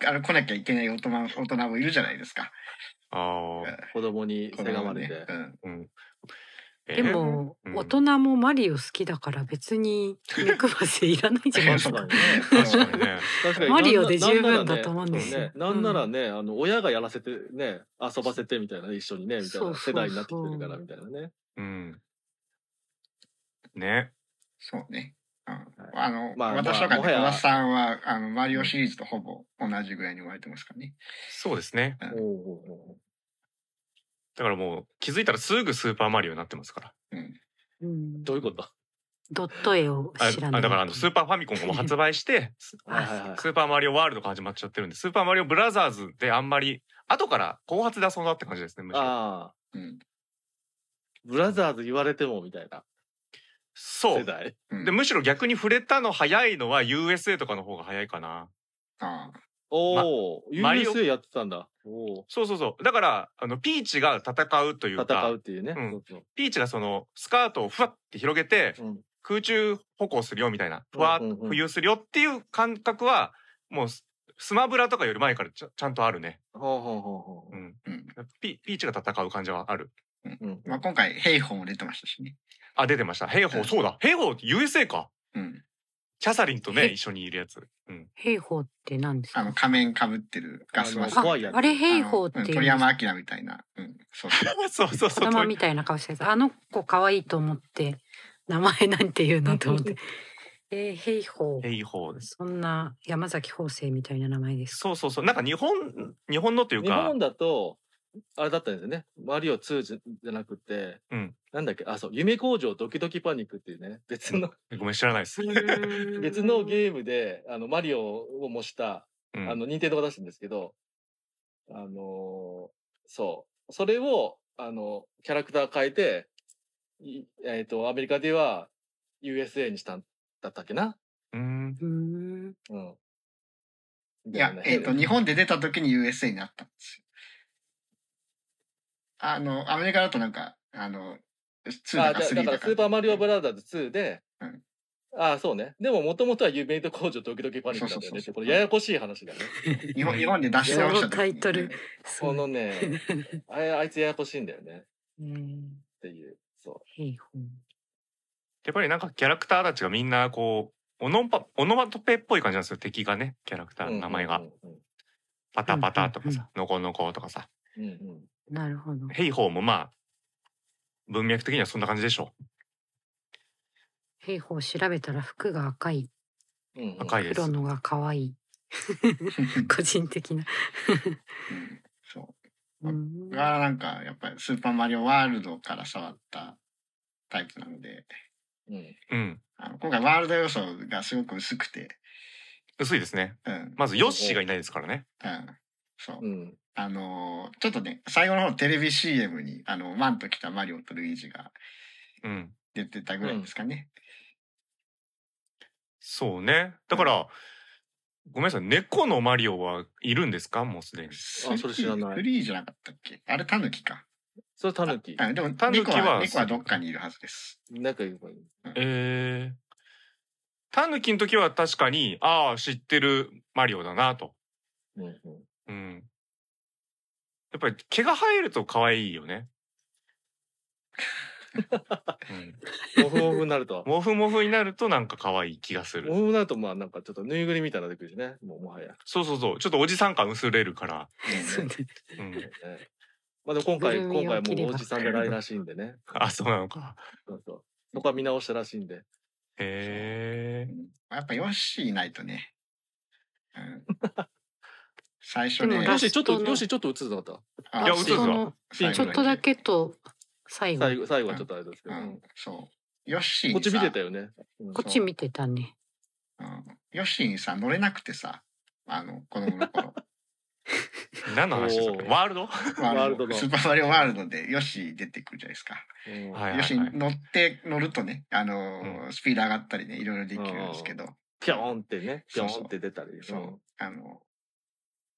S3: あの、来なきゃいけない大人、大人もいるじゃないですか。
S1: ああ。
S4: 子供にせがまれ
S3: ね
S4: て。。
S3: うん。
S1: うん。
S5: でも、
S1: えー
S5: 大人もマリオ好きだから別に目くばせいらないじゃないで す
S4: 確か
S5: か
S4: に。ね。
S1: うん確かにね。
S4: 確かに
S5: マリオ
S4: なんな
S5: で十分
S4: なんなら
S5: だと思うんですよ
S4: ね。なんならね、あの、親がやらせてね、遊ばせてみたいなね、一緒にね、みたい
S5: そう
S4: な
S5: そうそ
S4: 世
S5: う
S4: 代になってきてるから、みたいなね。
S1: うん。ね。
S3: そうね。うん
S4: はい
S3: あの、
S4: まあ
S3: 私とかね、
S4: まあもは
S3: 小
S4: や
S3: 田さんは、あの、マリオシリーズとほぼ同じぐらいに生まれてますからね。
S1: そうですね。
S3: うん
S4: おうおうおう
S1: だからもう気づいたらすぐスーパーマリオになってますから。
S5: うん
S4: どういうこと
S5: ドット絵を
S1: あ
S5: 知らな
S1: あ
S5: い。
S1: だからあのスーパーファミコンがもう発売 して、ス
S4: はいはいはい
S1: スーパーマリオワールドが始まっちゃってるんで、スーパーマリオブラザーズであんまり、後から後発で遊んだって感じですね、むしろ。
S4: ああ、
S3: うん
S4: ブラザーズ言われてもみたいな
S1: そ
S4: 世
S1: う。
S4: 代。
S3: うん
S1: で、むしろ逆に触れたの早いのは USA とかの方が早いかな。
S3: ああ
S4: おお、
S1: マリオ
S4: USA やってたんだ。おお、
S1: そうそうそう。だから、あの、ピーチが戦うという
S4: 戦
S1: か
S4: うっ、ていうね。
S1: うん
S4: そうそう
S1: ピーチがその、スカートをふわって広げて、
S4: うん
S1: 空中歩行するよみたいな、ふわっ
S4: うんう
S1: と
S4: んうん
S1: 浮遊するよっていう感覚は、もうス、スマブラとかより前からちゃちゃんとあるね。
S4: ほうほうほうほ
S1: うん。
S3: うん
S1: ピピーチが戦う感じはある。
S4: う。うん。
S3: まあ、今回、兵法も出てましたしね。
S1: あ、出てました。兵
S3: う
S1: 法、
S3: ん
S1: そうだ。兵法って USA か。
S3: うん。
S1: キャサリンと
S5: え
S1: ね、一緒にいるやつ。うん。
S5: 兵法って何です
S3: あ
S5: か
S3: の、仮面被ってるガスマスク。
S5: あ
S4: 怖いやつ
S5: あれ兵法っ
S3: あの
S5: て
S3: うん
S5: い
S3: 鳥
S5: う
S3: 山明みたいな。うん。そう そ
S1: そう
S3: う。
S1: そう
S5: 子
S1: そう。
S5: 供みたいな顔してるやつあの子可愛いと思って名前なんて言うのと思ってえー、兵法
S1: 兵法です。
S5: そんな山崎邦生みたいな名前です
S1: そうそうそう。なんか日本、日本のという
S4: 日
S1: か
S4: 本、だと、あれだったんですよね。マリオ2じゃじゃなくて、
S1: うん
S4: なんだっけ、あ、そう、夢工場ドキドキパニックっていう ね、別の、
S1: ごめん、知らないです。
S4: 別のゲームで、あの、マリオを模した、
S1: うん
S4: あの、任天堂が出してるんですけど、あのーそう。それを、あの、キャラクター変えて、いえっ、と、アメリカでは USA にしたんだったっけな
S1: うん。
S5: うーん
S4: うん。
S3: いや、えっ、と、日本で出た時に USA になったんですよ。あの、アメリカだとなんか、あの、2
S4: あ
S3: だ
S4: だ
S3: か
S4: だ
S3: 3
S4: から
S3: だ
S4: ス
S3: か。
S4: ーパーマリオブラザーズ2で、
S3: うん
S4: ああ、そうね。でももともとはユメイト工場ドキドキパニックなんだよねって。
S3: そうそうそうそう
S4: これややこしい話だね。
S3: 日本日本で出し直した時に
S5: タ イトル。
S4: このね、あれあいつややこしいんだよね。っ
S5: うん
S4: ていう。そ
S5: 兵法
S1: やっぱりなんかキャラクターたちがみんなこう、オノパオノマトペっぽい感じなんですよ、敵がね、キャラク
S4: う
S1: タ。ーの名前が。
S4: うんうん
S1: パタパタとかさ、ノコノコとかさ。
S4: うんうん。うん
S5: なるほど
S1: 兵法もまあ、文脈的にはそんな感じでしょ
S5: 兵法を調べたら服が赤い
S4: うんうんうん
S1: う。赤いです
S5: 黒。のが可愛い個人的な
S3: うんそううんう。がなんか、やっぱりスーパーマリオワールドから触ったタイプなので、
S4: うん
S1: うん。
S3: あの今回ワールド要素がすごく薄くて、
S1: 薄いですね。
S3: うん、うん、
S1: まずヨッシーがいないですからね。
S3: そう。
S4: うん。
S3: あのーちょっとね、最後の方テレビ CM に、あの、マンと来たマリオとルイージが
S1: うん。
S3: 出てたぐらいですかね。
S1: そうね。だから、ごめんなさい、猫のマリオはいるんですかもうすでに。
S3: スリー
S4: それ知らない
S3: フリーじゃなかったっけあれタヌキか。
S4: それタヌキ。
S3: あでも、
S1: タヌキ
S3: 猫は、
S1: は
S3: 猫はどっかにいるは ずです。
S4: なんか言う声
S1: えー。タヌキの時は確かに、ああ、知ってるマリオだなと。
S4: うんうん。
S1: うん。やっぱり毛が生えると可愛いよ ね。うん
S4: モフモフになると。
S1: モフモフになるとなんか可愛い気がす
S4: モフモ
S1: る。
S4: フになると、まあなんかちょっとぬいぐるみみたいになってくるしね。もうもはや。
S1: そうそうそう。ちょっとおじさん感薄れるから。
S5: そうね
S1: うん。
S4: ねまあでも今回、
S5: ぬいぐるみを
S4: 今回
S5: 切れ
S4: もう
S5: ば
S4: おじさんじゃないらしいんでね。
S1: あ、そうなのか。
S4: そうそう。そこは見直したらしいんで。
S1: へえ。
S3: やっぱヨッシーいないとね。うん、最初
S5: で
S3: ね
S5: も。
S4: よ
S5: ラス
S4: し、ちょっと、
S5: ラストの
S4: よし、ちょっと映ってなかった。
S3: あ
S1: いや
S3: そう
S1: 嘘だ
S5: その
S3: 最後
S5: ちょっとだけと最後
S4: 最後、最後はちょっとあれですけ
S3: う
S4: ど。
S3: ん、そう。ヨッシー
S4: こっ
S3: に
S4: ち
S3: さ
S4: 見てたよね。うん
S5: こっち見てたね
S3: うん、ヨッシーにさ、乗れなくてさ、あの、子供の頃。
S1: 何の話ですか
S4: おー
S1: ワールド
S4: ワールドの
S3: スーパーマリオワールドでヨッシー出てくるじゃないですか。
S4: うん
S1: はい
S3: ヨッシーに乗って、乗るとね、あのー、スピード上がったりね、いろいろできるんですけど、
S4: ピョーンってね、ピョ
S3: そうそ
S4: ーン
S3: う
S4: って出たり。
S3: そう
S4: うん
S3: あの、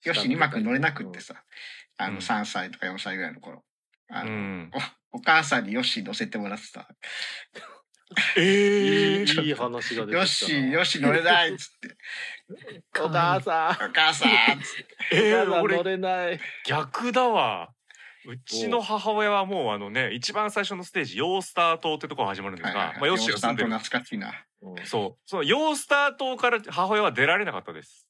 S3: ヨッシーにうまく乗れなくってさ、あ
S1: うん
S3: の、3歳とか4歳ぐらいの頃、あ
S1: う
S3: の、
S1: ん。
S3: おお母さんにヨッシー乗せてもらってた。
S1: え
S4: いいいい話が出てきたな。
S3: ヨッシー、ヨッシー乗れないっつって、
S5: 可
S4: お
S5: 愛い
S4: 母さ
S3: お母さんっつって。
S4: ん。
S1: えー、
S4: お母さん乗
S1: 俺
S4: れない。
S1: 逆だわ。うちの母親はもうあのね、一番最初のステージ、ヨースター島ってとこが始まるんですが、まあヨッシーが住んでる
S3: ヨ。スターと懐かしいな。
S4: うん
S1: そう。そのヨースター島から母親は出られなかった です。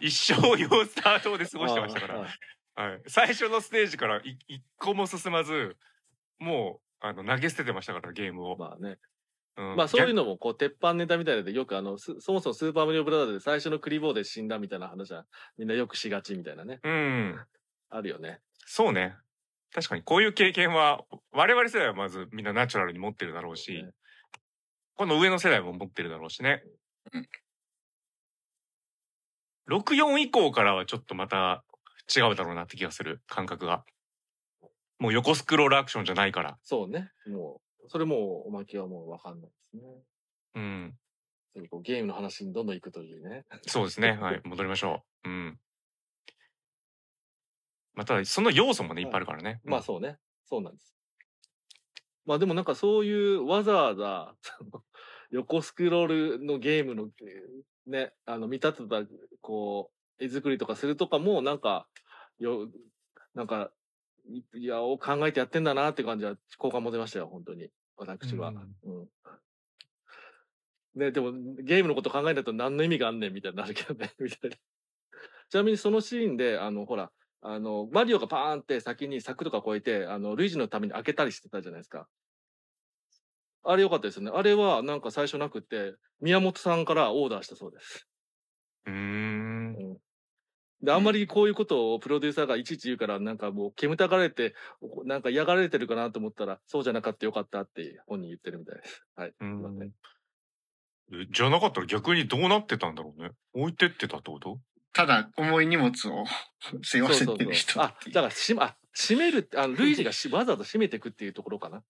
S1: 一生ヨースター島で過ごしてましたから。
S4: あ
S1: はい、最初のステージからい一個も進まず、もうあの投げ捨ててましたから、ゲーム
S4: あ
S1: を。
S4: まあね。
S1: うん
S4: まあそういう
S1: 逆
S4: のも、こう、鉄板ネタみたいなので、よくあの、すそもそもスーパーマリオブラザーズで最初のクリボーで死んだみたいな話は、みんなよくしがちみたいなね。
S1: うん。
S4: あるよね。
S1: そうね。確かにこういう経験は我々世代はまずみんなナチュラルに持ってるだろうし、この上の世代も持ってるだろうしね。
S3: うん
S1: 64以降からはちょっとまた違うだろうなって気がする感覚が。もう横スクロールアクションじゃないから。
S4: そうね。もう、それもうおまけはもうわかんないですね。
S1: うん。
S4: そういうこうゲームの話にどんどん行くというね。
S1: そうです ね。はい。戻りましょう。うん。まあただその要素もね、いっぱいあるからね。
S4: まあそうね。そうなんです。まあでもなんかそういうわざわざ、 その横スクロールのゲームの、えーね、あの、見立てた、こう、絵作りとかするとかも、なんか、よ、なんか、いいや、を考えてやってんだなって感じは、好感持てましたよ、本当に。私は。うん。 ね、でも、ゲームのこと考えないと何の意味があんねんみたいになるけどね、 みたいな。ちなみにそのシーンで、あの、ほら、あの、マリオがパーンって先に柵とか越えて、あの、ルイージのために開けたりしてたじゃないですか。あれ良かったですよね。あれはなんか最初なくて、宮本さんからオーダーしたそうです。
S1: うん。うーん。
S4: で、あんまりこういうことをプロデューサーがいちいち言うから、なんかもう煙たがられて、なんか嫌がられてるかなと思ったら、そうじゃなかったよかったって本人言ってるみたいです。はい。
S1: う
S4: すいません
S1: んえじゃなかったら逆にどうなってたんだろうね。置いてってたってこと
S3: ただ重い荷物を背負わせてる人
S4: あ
S3: っ、てい
S4: だ
S3: う。
S4: からし、あ、閉めるって、あの、ルイージがしわざわざ閉めていくっていうところかな。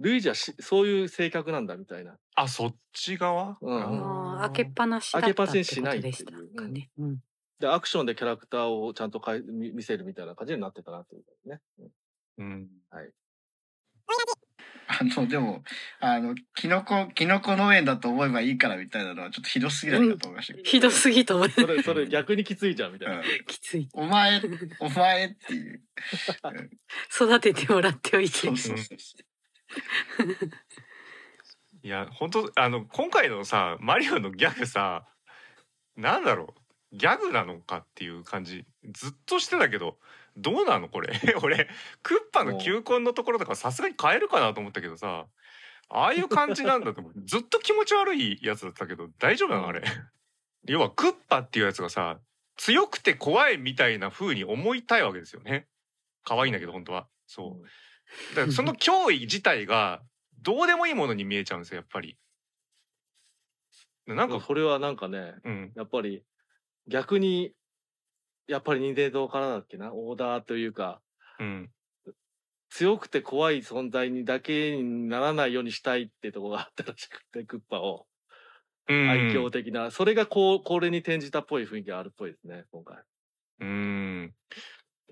S4: ルイージはし、そういう性格なんだみたいな。
S1: あ、そっち側
S4: うん
S5: もう開けっぱなしだったってことでしたかね。うん
S4: で、アクションでキャラクターをちゃんとかい見見せるみたいな感じになってたなっていうね。
S1: うん。
S3: あの、でも、あの、キノコ、キノコ農園だと思えばいいからみたいなのはちょっとひどすぎないかと思いましたけど。
S5: ひどすぎと思って
S4: そ れ、それ逆にきついじゃんみたいな。
S3: う
S5: きつい。
S3: んお前、お前っていう。うん
S5: 育ててもらっておいて
S3: そう。そうそうそう。
S1: いや、本当あの、今回のさ、マリオのギャグさ、なんだろう。ギャグなのかっていう感じ。ずっとしてたけど、どうなのこれ。 俺、クッパの球根のところとかさすがに変えるかなと思ったけどさ、ああいう感じなんだと思う。ずっと気持ち悪いやつだったけど、大丈夫なのあれ。 要はクッパっていうやつがさ、強くて怖いみたいな風に思いたいわけですよね。可愛いんだけど、本当は。そう。だからその脅威自体がどうでもいいものに見えちゃうんですよやっぱり。な
S4: なんんか
S1: か、
S4: それはなんかね、
S1: うん、
S4: やっぱり逆に、やっぱり二デ堂からだっけな、オーダーというか、
S1: うん、
S4: 強くて怖い存在にだけにならないようにしたいってとこがあったらしくて、クッパを。
S1: うん、
S4: 愛嬌的な、それがこう、これに転じたっぽい雰囲気があるっぽいですね、今回。
S1: うん、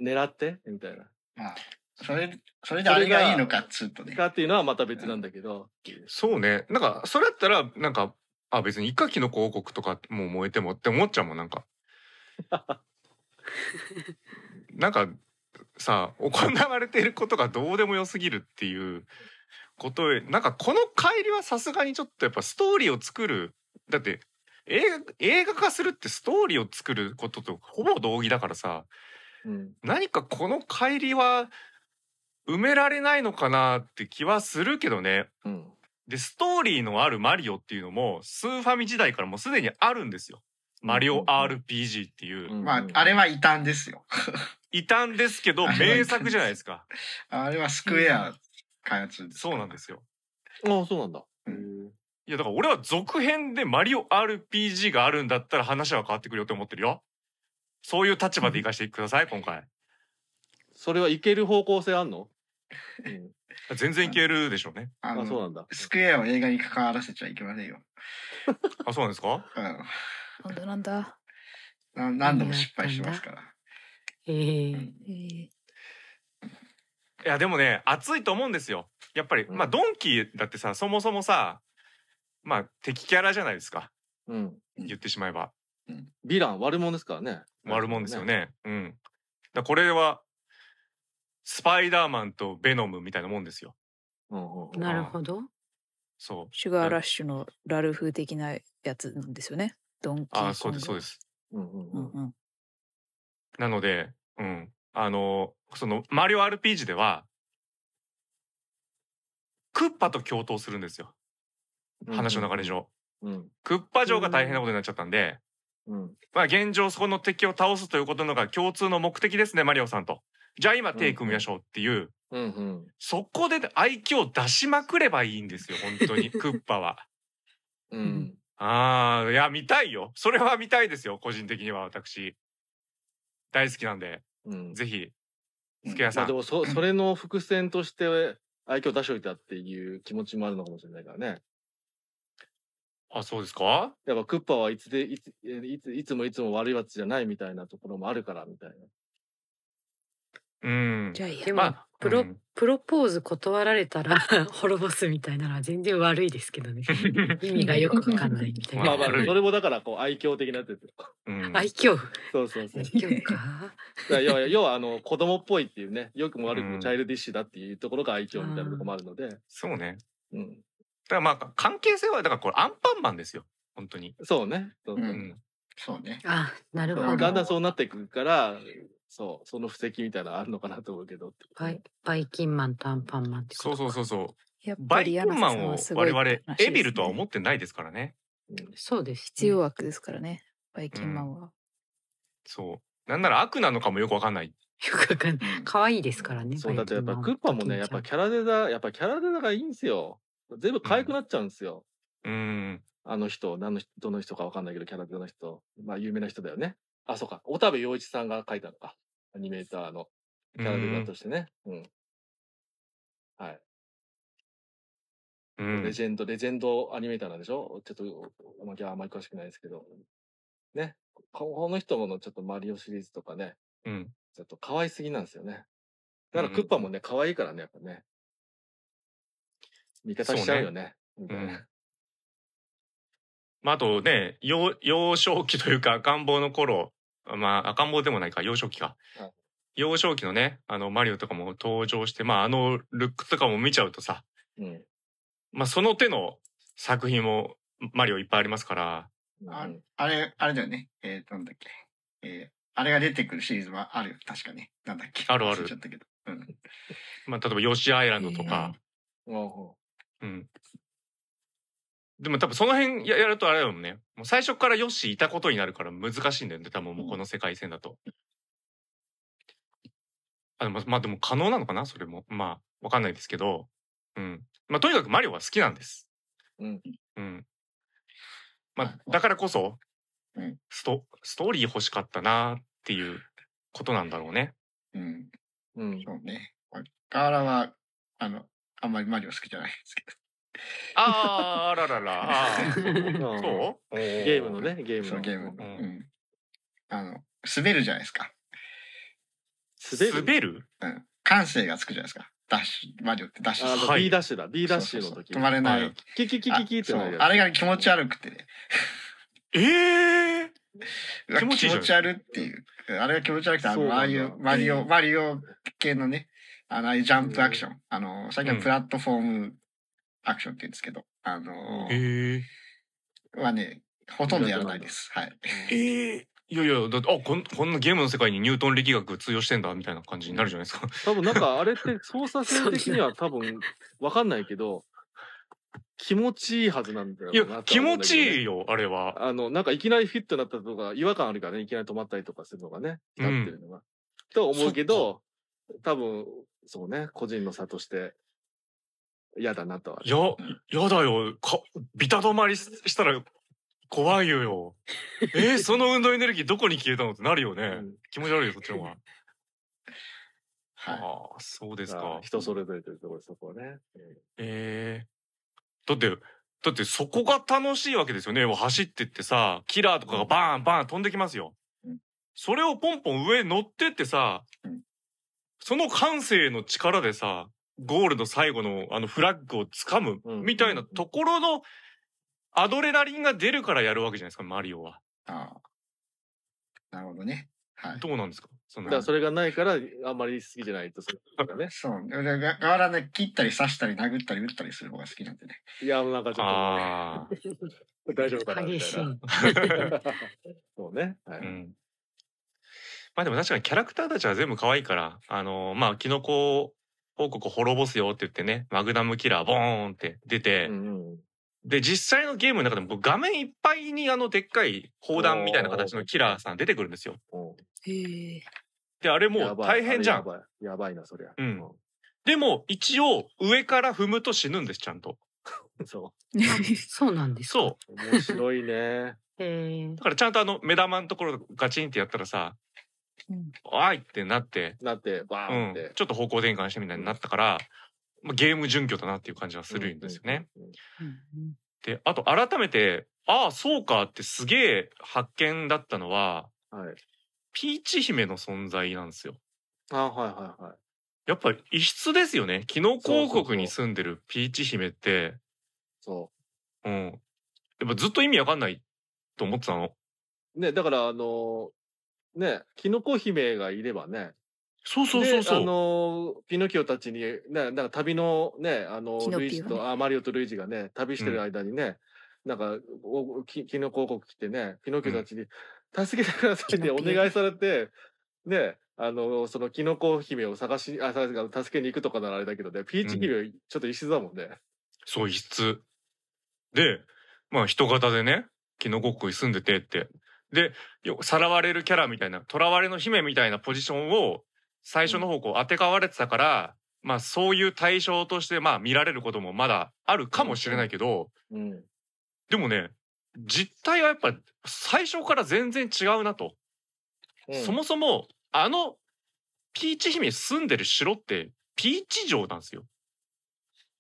S4: 狙ってみたいな。
S3: まあ、それ、それであれがいいのかっつうとね。
S4: かっていうのはまた別なんだけど。
S1: そうね。なんかそれだったらなんかあ別に一回キノコ王国とかもう燃えてもって思っちゃうもんなんか。なんかさ行われていることがどうでもよすぎるっていうことへなんかこの帰りはさすがにちょっとやっぱストーリーを作るだって映画映画化するってストーリーを作ることとほぼ同義だからさ
S4: うん。
S1: 何かこの帰りは埋められないのかなって気はするけどね
S4: うん。
S1: で、ストーリーのあるマリオっていうのも、スーファミ時代からもうすでにあるんですよ。マリ
S4: うんう
S1: オ
S4: んうん
S1: RPG っていう。
S3: まあ、あれ
S4: は、
S3: は異端ですよ。
S1: 異端ですけど、
S3: あれは
S1: 名作じゃないですか。
S3: あれはスクエア開発です。
S1: そうなんですよ。
S4: ああ、そうなんだ。
S3: う
S1: いや、だから俺は続編でマリオ RPG があるんだったら話は変わってくるよって思ってるよ。そういう立場で活かしてください、今回。
S4: それはいける方向性あんの、 うん、
S1: 全然いけるでしょうね。
S3: あ
S4: あ、そう
S3: の、
S4: なんだ。
S3: スクエアを映画に関わらせちゃいけませんよ。
S1: あ、そうなんですか
S3: うん
S2: なんだなんだ。
S3: な何度も失敗してますから。
S5: えー
S2: えー
S1: いやでもね熱いと思うんですよやっぱり、
S4: うん
S1: まあドンキーだってさそもそもさまあ敵キャラじゃないですか
S4: うん。
S1: 言ってしまえば
S4: ヴィラン、悪者ですからね。
S1: 悪者ですよ。ねうんだからこれはスパイダーマンとベノムみたいなもんですよ
S4: うんうんうん。
S5: なるほど。
S1: そう
S2: シュガーラッシュのラルフ的なやつなんですよね。ドンキーコング。
S1: あそうですそうです
S4: うんうん
S2: う
S4: うんん。
S2: うん。
S1: なのでうんあのそのマリオ RPG ではクッパと共闘するんですよ話の流れ上、
S4: うん。
S1: クッパ城が大変なことになっちゃったんで、
S4: うん。
S1: まあ、現状そこの敵を倒すということのが共通の目的ですねマリオさんとじゃあ今手組みましょうっていう、
S4: うんうん。
S1: そこで愛嬌出しまくればいいんですよ、本当 に、クッパは。
S4: うん。
S1: ああ、いや、見たいよ。それは見たいですよ、個人的には私。大好きなんで、
S4: うん。
S1: ぜひ、スケア
S4: ま
S1: さ
S4: あで
S1: ん。
S4: もそ、それの伏線として愛嬌出しといたっていう気持ちもあるのかもしれないからね。
S1: あ、そうですか
S4: やっぱクッパはいつで、いつ、えいつ、いつもいつも悪いやつじゃないみたいなところもあるから、みたいな。
S1: うん。
S5: じゃあ
S2: いや
S5: でも、
S1: まあ、
S5: プ
S1: う
S5: ロ
S1: ん
S5: プロポーズ断られたら 滅ぼすみたいなのは全然悪いですけどね意味がよくわかんないみたい
S1: ま
S4: ま
S1: あ
S4: あ
S5: な
S4: まあ、
S1: 悪い
S4: それもだから、こう、愛嬌的なやつですよ。
S1: うん
S5: 愛嬌
S4: そうそうそう。だ
S5: 愛
S4: か
S5: 嬌か ら
S4: 要は、要は、あの、子供っぽいっていうね、良くも悪くもチャイルディッシュだっていうところが愛嬌みたいなところもあるので、
S1: そうね。
S4: うん。
S1: だからまあ、関係性は、だからこれアンパンマンですよ、本当に。
S4: そうね。そうそ
S1: う。
S4: う
S3: うんそうね。
S5: あなる
S4: だ
S5: ほ
S4: んだ
S5: ど
S4: んそうなっていくから、そう、その布石みたいなのあるのかなと思うけど。
S5: バイバイキンマンとアンパンマンってこ
S1: そう
S5: と
S1: そうそうそう。
S2: やっ
S1: バ
S2: ぱ
S1: イ
S2: り
S1: キ
S2: 柳
S1: ン
S2: 瀬
S1: マ
S2: さ
S1: ン
S2: ん
S1: を
S2: はすご
S1: 我
S2: い
S1: 々エ
S2: 話ですね
S1: ビルとは思ってないですからね。
S4: うん
S5: そうです、ね、
S2: 必要枠ですからね、バイキンマンは。
S1: そう。なんなら悪なのかもよくわかんない。
S5: よくわかんない可愛いですからね
S4: そうだっ
S5: バイ
S4: て
S5: キ
S4: やっ
S5: ンマ
S4: ぱ
S5: ン
S4: クッパもねやっぱキャラデザやっぱキャラデザがいいんですよ全部可愛くなっちゃうんですよ、
S1: うん。
S4: あの人何の人どの人かわかんないけどキャラデザの人まあ有名な人だよねあそうか小田部陽一さんが描いたのかアニメーターのキャラデザとしてねうん、はい
S1: うん
S4: レジェンドレジェンドアニメーターなんでしょちょっとあまりあんまり詳しくないですけどねここの人ものちょっとマリオシリーズとかね
S1: うん。
S4: ちょっと可愛すぎなんですよね。だからクッパもね、可愛いからね、やっぱね。味方しちゃうよね。みたいな
S1: まあ、あとね、幼幼少期というか赤ん坊の頃、まあ赤ん坊でもないか、幼少期か
S4: はい。
S1: 幼少期のね、あのマリオとかも登場して、まああのルックとかも見ちゃうとさ、
S4: うん。
S1: まあその手の作品もマリオいっぱいありますから、
S3: あ
S4: うん
S3: あれ、あれだよね。えー、なんだっけ。えー、あれが出てくるシリーズはあるよ。確かね。なんだっけ。
S1: あるある
S3: 忘れちゃったけど。うん。
S1: まあ例えばヨシアイランドとか、
S4: うん
S1: うん。でも多分その辺ややるとあれだもんね。もう最初からヨッシーいたことになるから難しいんだよね。多分もうこの世界線だと。あでもまあでも可能なのかなそれも。まあわかんないですけど。うん。まあとにかくマリオは好きなんです。
S4: うん。
S1: うん。まあだからこそ、
S3: うん
S1: ストストーリー欲しかったなっていうことなんだろうね。
S3: うん。
S4: うん。
S3: そうね。ガーラは、あの、あんまりマリオ好きじゃないですけ
S1: あーあららら。 あー
S4: うん
S1: そう
S4: ゲームの。ね、ゲー
S3: ど、
S4: ム
S3: そ
S4: の。
S3: のゲームの。
S1: う
S3: うんん。あの、滑るじゃないですか。
S4: 滑る
S1: 滑る
S3: うん。感性がつくじゃないですか。ダッシュ、マリオってダッシュ
S4: あ
S3: する
S4: の、
S1: はい
S4: B ダッシュだ。B ダッシュの
S3: そうそう
S4: 時。
S3: そう止まれない
S1: はい
S4: キキキキキって
S3: あ
S4: なる
S3: そう
S4: やつ
S3: あれが気持ち悪くてね。
S1: ええー
S3: うわ
S1: 気
S3: 気
S1: 持
S3: 持
S1: ちいいじゃん
S3: ち悪いっていう。あれが気持ち悪くて、あ
S4: そう
S3: の、
S4: なんだ
S3: ああいう、マリ
S1: う
S3: オ、
S1: ん
S3: マリオ系のね、あの、ああいうジャンプアクション。あの、最近はプラットフォームアクションって言うんですけど、あの、
S1: ええ
S3: はね、ほとんどやらないです。はい。
S1: ええいやいや、だって、あ、こん、こんなゲームの世界にニュートン力学通用してんだ、みたいな感じになるじゃないですか。
S4: 多分なんかあれって操作性的には多分わかんないけど、気持ちいいはずなんだよ
S1: い
S4: な
S1: や
S4: とは思うんだ、け
S1: 気
S4: どね
S1: 持ちいいよ、あれは。
S4: あの、なんかいきなりフィットになったとか、違和感あるからね、いきなり止まったりとかするのがね、
S1: うん
S4: なってるのが。と思うけど、多分、そうね、個人の差として、嫌だなとは。
S1: いや、やだよ。か、ビタ止まりししたら、怖いよ。えー、その運動エネルギーどこに消えたのってなるよ
S4: う
S1: ね。
S4: ん
S1: 気持ち悪いよ、そっちの方 が。あ
S3: はい。
S1: あ、そうです
S4: ま
S1: か
S4: あ。人それぞれというところで、そこはね。うん
S1: ええだって、だってそこが楽しいわけですよね。走ってってさ、キラーとかがバーンバーン飛んできますよ
S3: うん。
S1: それをポンポン上に乗ってってさ
S3: うん、
S1: その感性の力でさ、ゴールの最後のあのフラッグを掴む
S4: うん
S1: みたいなところのアドレナリンが出るからやるわけじゃないですか、マリオは。
S3: ああ。なるほどね。はい。
S1: どうなんですかその
S4: だからそれがないから、あんまり好きじゃないと、そういうことが ね。
S3: そう。俺が、ガーラね、切ったり刺したり殴ったり打ったりする方が好きなんでね。
S4: いや、もうなんかちょっ
S1: ああ。
S4: と、大丈夫かなみ
S5: 激
S4: た
S5: し
S4: いな。
S5: い
S4: そうね。は
S1: う
S4: い。
S1: んまあでも確かにキャラクターたちは全部可愛いから、あのーまあキノコ王国滅ぼすよって言ってね、マグナムキラーボーンって出て、
S4: うんうん
S1: で、実際のゲームの中でもこう画面いっぱいにあのでっかい砲弾みたいな形のキラーさん出てくるんですよ。
S4: うん
S2: へえ
S1: で、あれも
S4: や
S1: う
S4: ばい
S1: 大変じゃ
S4: あ
S1: ん。
S4: れやばい。やばいな、そりゃ。
S1: うんでも、一応、上から踏むと死ぬんです、ちゃんと。
S4: うんそ
S5: そうなんですか。
S1: そう。
S4: う。面白いね。
S5: えー
S1: だからちゃんとあの、目玉のところガチンってやったらさ、
S2: うん
S1: あいってなって、
S4: だって、バ
S1: う
S4: ーンっ
S1: ん
S4: て。、
S1: ちょっと方向転換してみたいになったから、まあ、ゲーム準拠だなっていう感じはするんですよね。
S4: うん。うん
S5: うん
S1: で、あと改めて、ああ、そうかってすげえ発見だったのは、
S4: うんはい。
S1: ピーチ姫の存在なんですよ。
S4: あ、はいはいはい。
S1: やっぱり異質ですよね。機能広告に住んでるピーチ姫って、
S4: そ
S1: うん。やっぱずっと意味わかんないと思ってたの。
S4: う。ね、だから、あのー、ね、キノコ姫がいればね。
S1: そうそうそうそ
S4: であ
S1: う。
S4: のー、ピノキオたちに、ね、なんか旅のね、あの
S2: キノピオ
S4: ー、
S2: ね
S4: ルイージと、あ、マリオとルイージがね、旅してる間にね、なんか、おきキノコ王国来てね、ピノキオたちに、助けてくださいって
S2: キノ
S4: お
S2: ピオ
S4: 願いされて、ね、あのー、そのキノコ姫を探し、あ、探す助けに行くとかならあれだけどね、ピーチ姫、ちょっと異質だもんね。
S1: そう、異質。で、まあ人型でね、キノコっこに住んでてって。で、よさらわれるキャラみたいな、囚われの姫みたいなポジションを最初の方こう当てかわれてたから、まあそういう対象としてまあ見られることもまだあるかもしれないけど、
S4: うん。
S1: でもね、実態はやっぱ最初から全然違うなと。そもそも、あの、ピーチ姫住んでる城って、ピーチ城なんですよ。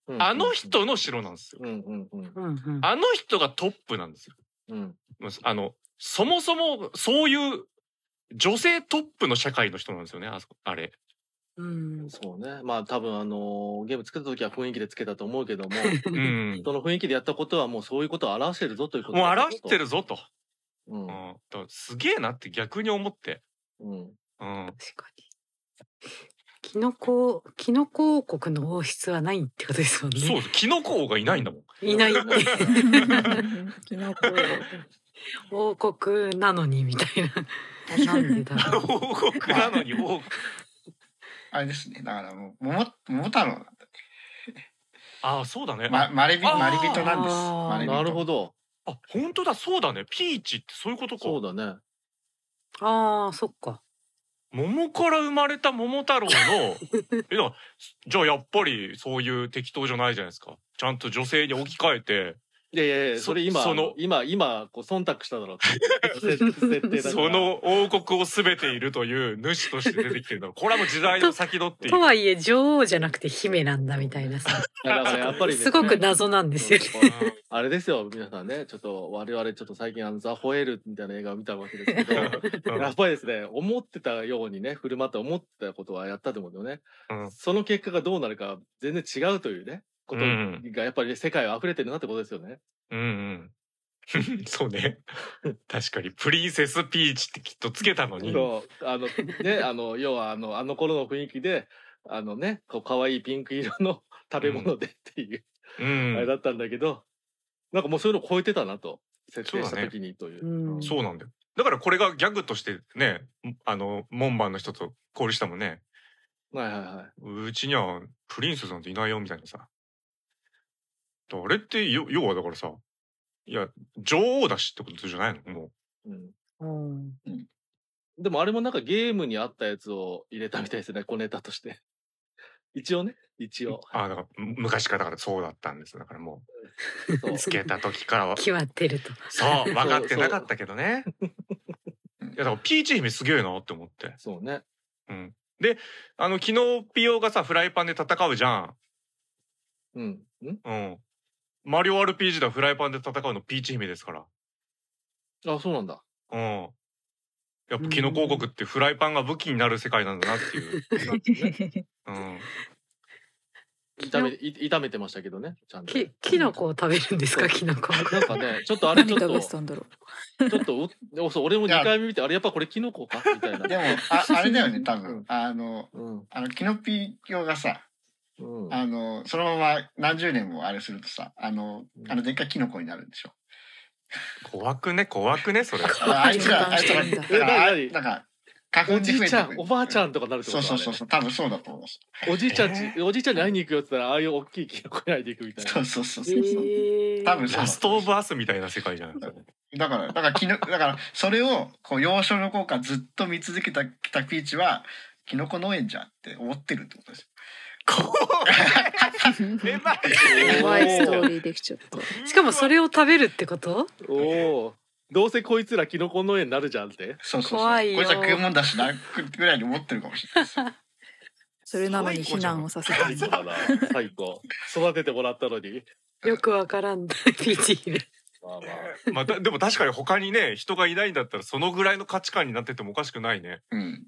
S4: うん
S1: あの、人の城なんですよ。
S4: うんうんうん。
S5: うんうん。
S1: あの人がトップなんですよ。
S4: うん。
S1: もうあの、そもそも、そういう、女性トップの社会の人なんですよね、あそこ、あれ。
S5: うん。
S4: そうね。まあ多分あのーゲーム作った時は雰囲気でつけたと思うけども、
S1: うん。
S4: その雰囲気でやったことはもうそういうことを表してるぞということ
S1: もう
S4: だ
S1: 表してるぞと。
S4: う
S1: うんん。だからすげえなって逆に思って。
S4: うん。
S1: うん。
S5: 確かに。 キノコ、 キノコ王国の王室はないってことですもんね。
S1: そう、キノコ王がいないんだもん。
S5: いないって
S2: キノコ
S5: 王国なのにみたいな。なんでだろう。
S1: 王国な のに王国。
S3: あれですね。だからもう、桃、桃太郎なんだ。
S1: ああ、そうだね。
S3: ま、まれび、
S1: あー
S3: まれびとなんです。
S5: あー
S3: まれびと
S4: なるほど。
S1: あ、本当だ、そうだね。ピーチってそういうことか。
S4: そうだね。
S5: ああ、そっか。
S1: 桃から生まれた桃太郎の えだからじゃあやっぱりそういう適当じゃないじゃないですかちゃんと女性に置き換えて
S4: いやいやいや、
S1: そ
S4: それ今、
S1: そ
S4: そ
S1: の
S4: の今、今、こう、忖度しただろう。設定だか ら。
S1: そ、の王国を全ているという主として出てきてるのこれはもう時代の先取ってい
S5: と
S1: う
S5: はいえ女王じゃなくて姫なんだみたいなさ。
S4: だからやっぱりね、
S5: すごく謎なんですよね。
S4: うんあれですよ、皆さんね。ちょっと、我々ちょっと最近、あの、ザ・ホエールみたいな映画を見たわけですけど、
S1: うん
S4: やっぱりですね、思ってたようにね、振る舞って思ってたことはやったと思うんだよね。
S1: うん
S4: その結果がどうなるか全然違うというね、こと
S1: うん
S4: がやっぱり世界を溢れてるなってことですよね。
S1: うんうんそうね確かにプリンセスピーチってきっとつけたのに
S4: そう、あの、ね、あの、要はあの、あの頃の雰囲気で、あのね、こう、可愛いピンク色の食べ物で っていう、
S1: う
S4: あれ
S1: ん
S4: だったんだけど、なんかもうそういうの超えてたなと、設定
S1: そ
S4: し
S1: う
S4: た
S1: だね
S4: 時にという。
S5: うん
S1: そうなんだよだからこれがギャグとしてねあの門番の人と交流したもんね
S4: はいはいは
S1: うちにはプリンセスなんていないよみたいなさ。あれってよ要はだからさ、いや、女王だしってことじゃないのも
S4: い。うん
S5: うん。
S4: でもあれもなんかゲームにあったやつを入れたみたいですね、小ネタとして。 一応ね、一
S1: う。
S4: 応。
S1: あだからむ昔からだからそうだったんです。だからも
S4: そう
S1: う、つけた時からは
S5: 決まってると。
S1: そう、分かってなかったけどね。いや、だからピーチ姫すげえなって思って。
S4: そうね。
S1: うん。で、あの、昨日ピオがさ、フライパンで戦うじゃ
S4: うん。ん
S1: ん。うん。マリオ RPG だフライパンで戦うのピーチ姫ですから。
S4: あ、そうなんだ。
S1: うん。やっぱキノコ王国ってフライパンが武器になる世界なんだなっていう。うん。
S5: キ
S4: 炒
S5: ノ
S4: め、い炒めてましたけどね、ちゃんとね。
S5: きキノコを食べるんですかキノコ。
S4: なんかね、ちょっとあれち
S2: 何
S4: ょ
S2: 食べ
S4: っと、
S2: て
S4: ち
S2: たんだろ
S4: ょっとおおそう、俺も2回目見て、あれやっぱこれキノコかみ たいな。
S3: でも、 あ、あれだよね、多分。あの、
S4: うん。
S3: あの、キノピオがさ、
S4: うん。
S3: あの、そのまま何十年もあれするとさ、あの、あの、でっかいキノコになるんで しょ。
S1: 怖くね、怖くね、それ。
S3: ああいつら、あ
S2: 怖い
S3: いつら、
S2: 怖い
S3: だから、
S4: え何何
S3: なんか、
S4: おじいちゃん、おばあちゃ
S3: ん
S4: んとかなるってこ
S3: そう
S4: と
S3: そうそうそう、多分そうだと思います。
S4: あれおじいちゃんち、おじいちゃんに会いに行くよって言ったら、ああいう大きいキノコに会いに行くみたい な
S3: そ。うそうそうそう。
S5: えー
S3: 多分そう
S1: ラストオブアスみたいな世界じゃない ですか。
S3: だから、だから、き の、だから、それを、こう、幼少の効果ずっと見続けた、きたピーチは、キノコ農園じゃんって思ってるってことです。
S1: こ れま い
S2: 怖いストーリーできちゃ った。
S5: しかもそれを食べるってこと
S4: おお。どうせこいつらキノコ農園になるじゃんって。
S3: そうそうそう。
S5: 怖いよ
S3: こいつは食うもんだしな、ぐらいに思ってるかもしれないです。
S2: それなのに避難をさせた
S4: 最
S2: ん
S4: 高
S2: だ。
S4: だな。最高。育ててもらったのに。
S5: よくわからん PG で。
S4: まあまあ。
S1: まあ、だでも確かに他にね人がいないんだったらそのぐらいの価値観になっててもおかしくないね。
S3: うん。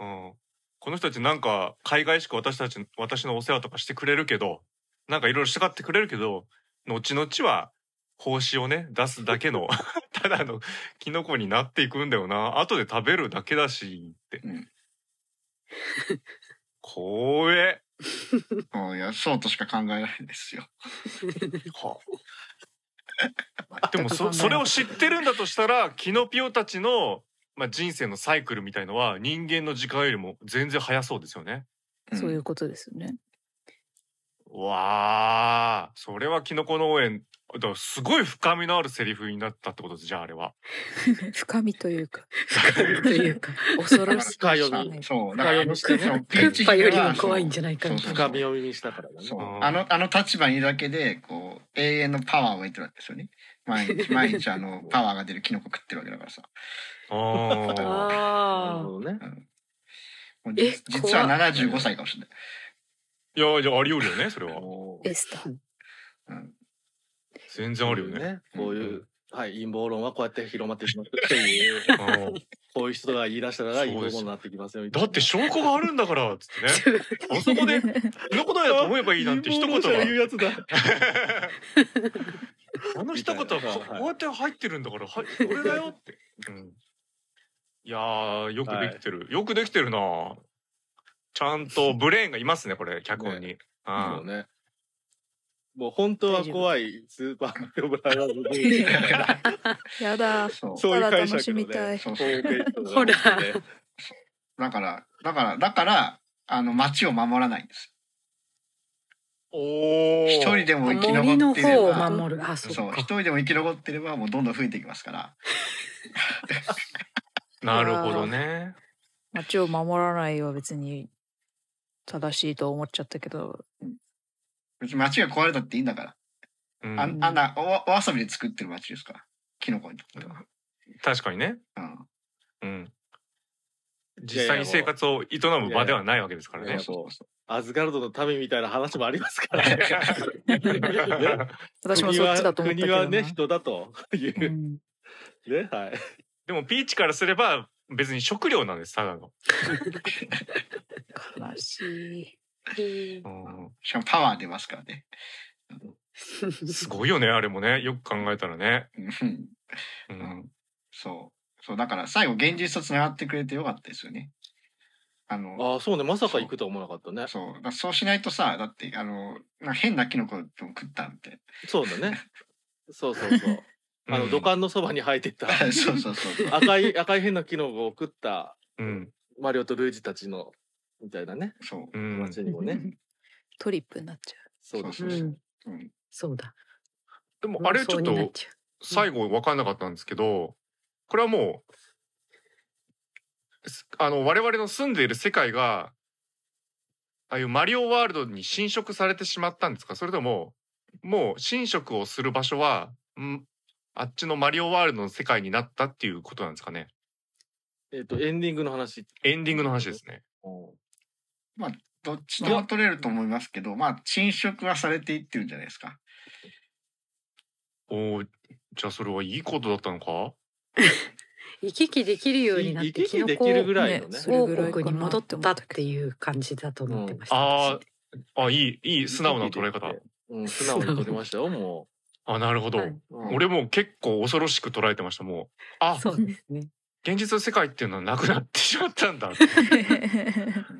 S1: うん、この人たちなんか海外しく私たち私のお世話とかしてくれるけどなんかいろいろ従ってくれるけど後々は奉仕をね出すだけの ただのキノコになっていくんだよな後で食べるだけだしって。
S3: うん
S1: 怖え。
S3: そういや、そうとしか考えないんですよ。
S1: はあでもそそれを知ってるんだとしたらキノピオたちの、まあ、人生のサイクルみたいのは人間の時間よりも全然早そうですよね。
S3: ん
S2: そういうことですよね。
S1: わあそれはキノコ農園だからすごい深みのあるセリフになったってことですじゃああれは。
S2: 深みというか、
S5: というか。
S2: 恐ろし
S4: 深
S2: さし
S4: 読
S2: か
S4: み
S2: ない。
S3: そう、だから、
S4: 深読みしてね
S3: そう
S5: クッパより
S3: ピーチ姫
S5: も
S3: は
S5: 怖いんじゃないか
S3: そう
S5: み
S3: そ
S5: た
S3: う
S5: い
S3: そう
S5: な。
S4: 深みを耳にしたからね。
S3: そううんあのあの立場にいるだけでこう永遠のパワーを得てるわけですよね毎日毎日あのパワーが出るキノコ食ってるわけだからさ
S1: あー
S4: なる
S5: あ
S4: ほどね。
S3: もう
S5: え
S3: じ実は
S5: 怖
S3: 75歳かもしれない
S1: いやいやあり得るよねそれは
S4: おー
S2: エスター。
S1: 全然あるよね。。
S4: こういう、はい、陰謀論はこうやって広まってしまったっていう、
S1: うん
S4: こういう人が言い出したら
S1: そうです
S4: 陰謀論になってきますよみたい
S1: だ
S4: な。
S1: って証拠があるんだからつってね
S5: あ。
S1: あそこでキノコ農園だと思えばいいなんて一言
S4: 陰謀論者が言う
S1: が
S4: やつだ。
S1: あの一言はこ
S4: みたいなはい
S1: こうやって入ってるんだから、はい、俺だよって。うん、いやー、よくできてる、よくできてるな。ちゃんとブレーンがいますね、これ、脚本に。あ
S4: そうね。もう本当は怖いスーパーマリオブラザーズムービーだから、
S2: やだ。
S3: そう
S4: そういう
S2: ただ
S4: 解
S2: 楽し
S4: 釈
S2: み
S4: の
S2: た
S4: ね
S2: い。
S3: そ う
S4: こう
S3: そう
S4: いう解釈のね
S5: ほら
S3: だからだからだからあの町を守らないんです
S1: おお。
S3: 一人でも
S5: あ。
S3: 生き
S5: 森
S3: 残
S5: の
S3: っていれ
S5: 方を
S3: ば
S5: 守る。あ、そ
S3: そう
S5: う
S3: 一
S5: か。
S3: 人でも生き残ってればもうどんどん増えていきますから
S1: なるほどね。
S2: 街を守らないは別に正しいと思っちゃったけど、
S3: 別に町が壊れたっていいんだから、
S1: うん
S3: あん、あんなおお遊びで作ってる町ですからキノコにとっては、
S1: 確かにね。
S3: うん、
S1: うん。実際に生活を営む場ではないわけですから
S4: いや
S1: ね
S4: いや。アズガルドの民みたいな話もありますか ら。ね
S2: 私もそっちだと思ったけ
S4: 国
S2: どな。
S4: は国はね、人だというう。
S2: ん
S4: ね、はい。
S1: でもピーチからすれば別に食料なんですただの。
S2: 悲し
S1: うん
S3: しかもパワー出ますからね
S1: すごいよねあれもねよく考えたらね。
S3: うん
S1: う
S3: うんんそう。そう、だから最後現実と繋がってくれてよかったですよね。あの、
S4: ああ、そうね。まさか行くとは思わなかったね。
S3: そう、だからそうしないとさ、だって、あの、なんか変なキノコでも食ったみたい
S4: そうだね。そうそうそう。あの、土管のそばに生え てた
S3: な。 そうそうそう。
S4: 赤い、赤い変なキノコを食った
S1: うん
S4: マリオとルイージたちの、みたいなね。
S3: そ
S1: う
S3: う。
S1: ん
S4: 街
S2: い。
S4: にもね。
S2: トリップになっちゃ
S4: そうだね
S3: そううそ
S5: ん。
S3: うん。
S5: そうだ。
S1: でもあれちょっ
S5: 妄想にな
S1: と
S5: ちゃ
S1: 最後分かんなかったんですけどこれはもうすあの我々の住んでいる世界がああいうマリオワールドに侵食されてしまったんですかそれとももう侵食をする場所はんあっちのマリオワールドの世界になったっていうことなんですかね
S4: えっと、エンディングの話。
S1: エンディングの話ですね。
S3: どっちとも取れると思いますけど、まあ、侵食はされていってるんじゃないですか。
S1: おーじゃあそれはいいことだったのか
S5: 行き来できるようになっ
S4: 行
S5: て
S4: き
S5: キ
S4: 来
S5: ノ
S4: で
S5: コ
S4: きる
S5: 王
S4: ぐらいの
S2: ね
S4: ね
S2: そ。れぐらいかな
S5: 国に戻ったっていう感じだと思ってました。
S1: あ
S5: 私
S1: あいいいい素直な捉え方。
S4: うん、素直に取りましたよ、も
S1: あなるほど、
S5: はい
S4: うん
S1: 俺もう結構恐ろしく捉えてましたもうあ
S5: そうですね。
S1: 現実の世界っていうのはなくなってし まったんだ
S2: う。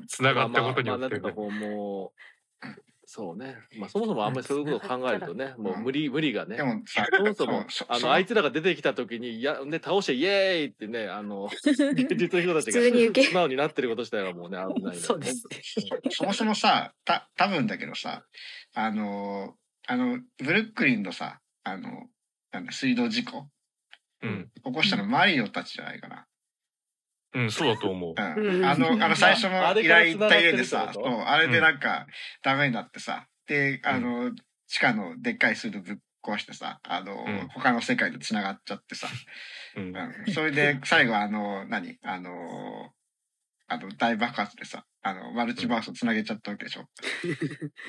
S1: つながったことによ
S4: まあまあまあ
S1: って
S4: なん
S1: ね
S4: かこうもう、そうね。まあそもそもあんまりそういうことを考えるとね、
S3: なが
S4: も
S3: ら
S4: う無理、無理がね
S3: で。も、
S4: そもそも、
S3: そう
S4: あ
S3: そ
S4: の、あいつらが出てきた時に、いや、ね、倒してイエーイってね、あの、現実の人たちが
S6: 普通に受け
S4: 素直になってること自体はもうね、危ないね。
S5: そうですね。
S3: そもそもさ、た、多分だけどさ、あのー、あの、ブルックリンのさ、あの、なんだ、水道事故
S1: うん。
S3: 起こしたのマリオたちじゃないかな。
S1: うん、そうだと思う。
S3: う。
S5: うんん
S3: あの、あの、最初の
S4: ああれ
S3: 依
S4: から
S3: 頼行った家で
S4: 繋がっ、
S3: さ
S4: て
S3: そ
S4: る
S3: う
S4: ってこと
S3: あれでなんか、ダメになってさ、で、あの、地下のでっかい水道ぶっ壊してさ、あの、
S1: うん
S3: 他の世界と繋がっちゃってさ、
S1: うん。
S3: うんそれで最後あの何あのあの大爆発でさあのマルチバースをつなげちゃったわけでしょ、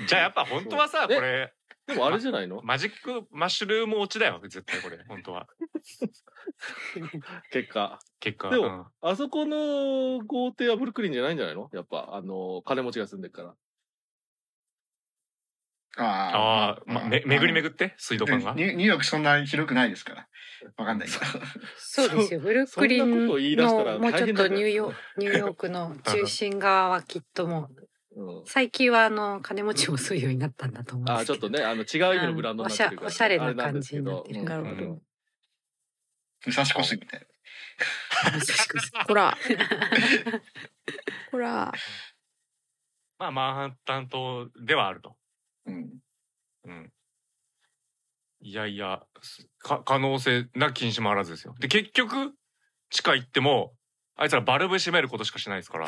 S1: じゃあやっぱ本当はさ、こ
S4: そう
S1: れ、
S4: でもあれじゃないの
S1: マジックマッシュルーム落ちだよ、絶対こ れ。本当は。
S4: 結果。
S1: 結果。
S4: でも
S1: うん
S4: あそこの豪邸はブルックリンじゃないんじゃないのやっぱ、あの、金持ちが住んでるから。
S1: ああ、ま、め、巡り巡って、水道管が
S3: ニ。ュニューヨークそんな広くないですからわかんないけど
S5: そうですよ。ブルックリ
S4: そんな
S5: ン
S4: こ
S5: の
S4: と言い出したら
S5: もうち
S4: 大
S5: ょっ
S4: 変だか
S5: と
S4: ら
S5: ニュー ヨニューヨークの中心側はきっともう
S4: うん。
S5: 最近はあの金持ちもそういうようになったんだと思うん
S4: あ
S5: で
S4: ー
S5: す
S4: ち
S5: け
S4: ょっ
S5: ど。
S4: とね、あの、違う意味のブランドになってるから、
S5: うんおしゃおしゃれな
S4: あんですけど
S5: 感じに
S2: なってる
S4: うん
S2: な
S1: るほど
S3: 武蔵小杉みたい
S5: まさしくそ
S2: ほら。 ほら。
S1: まあ、マンハッタン島ではあると。
S3: な、うん、
S1: うん。いやいや、すか可能性なきにしもあらずですよ。で、結局、地下行っても、あいつらバルブ閉めることしかしないです から。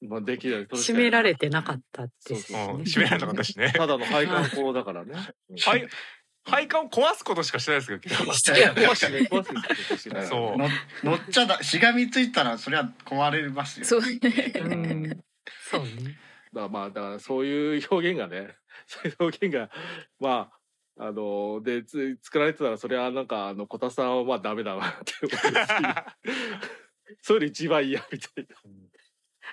S4: まあ、できない。
S5: う閉められ
S4: て。
S5: てなかったです
S1: うん
S5: よね。
S1: 閉められなかったしね。
S4: ただの配管工だからね。うん
S1: はい、配管を壊すことしかしてないですけど、結
S3: いや
S4: 壊してね壊すことしてない
S1: そう
S3: の乗っちゃだしがみついたらそりゃ壊れますよ
S2: そう。
S5: うんそうね。
S4: だからまあだからそういう表現がね そういう表現がまああのでつ作られてたらそれはなんかあの小田さんはまあダメだなって思う しそれより一番嫌みたい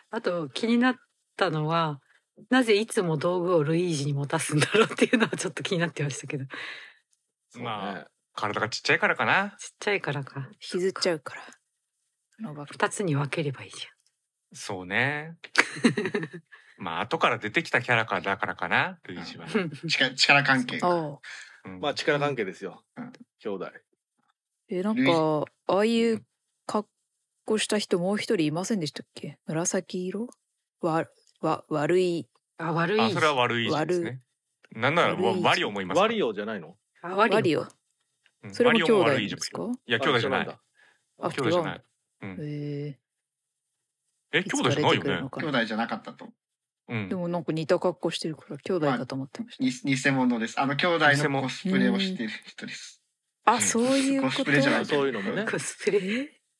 S5: あと気になったのはなぜいつも道具をルイージに持たすんだろうっていうのはちょっと気になってましたけどち
S4: な、
S5: っ
S1: まあ
S4: そうね
S1: 体がちっちゃいからかな。
S5: ちゃいからか
S2: 引きずっちゃうから。のが
S5: 二つに分ければいいじ
S1: そうね。まあ、後から出てきたキャラかだからかな、という一番。
S5: ゃん。
S3: 力力関係が
S2: ああ。
S1: うん
S4: まあ力関係ですよ、
S3: うん
S4: 兄弟
S2: え、なんか、ああいう格好した人もう一人いませんでしたっけ紫色わ、わ、悪い。
S5: あ悪い
S1: あ、それは悪いですね。なんなら、わ
S2: 悪い
S1: ワリオもいますから。
S4: ワリオじゃないの
S5: あ悪い
S2: ワリオ。
S1: うん
S2: それも兄弟
S1: ワ
S2: な
S1: リオも
S2: ん
S1: 悪い
S2: ですか
S1: いや、兄弟じゃない
S4: あ違うん。だ
S2: あ、
S1: 兄弟じゃない。
S2: 違う。え
S1: え、兄弟じゃないよね。
S3: 兄弟じゃなかったと
S1: うん
S2: で。もなんか似た格好してるから兄弟だと思ってました。
S3: に偽物ですあの兄弟のコスプレをしてる人です
S2: あ、そういう
S3: コ
S2: こ
S3: ス
S2: と
S3: プレじゃない
S4: そういうのもね
S5: コスプレ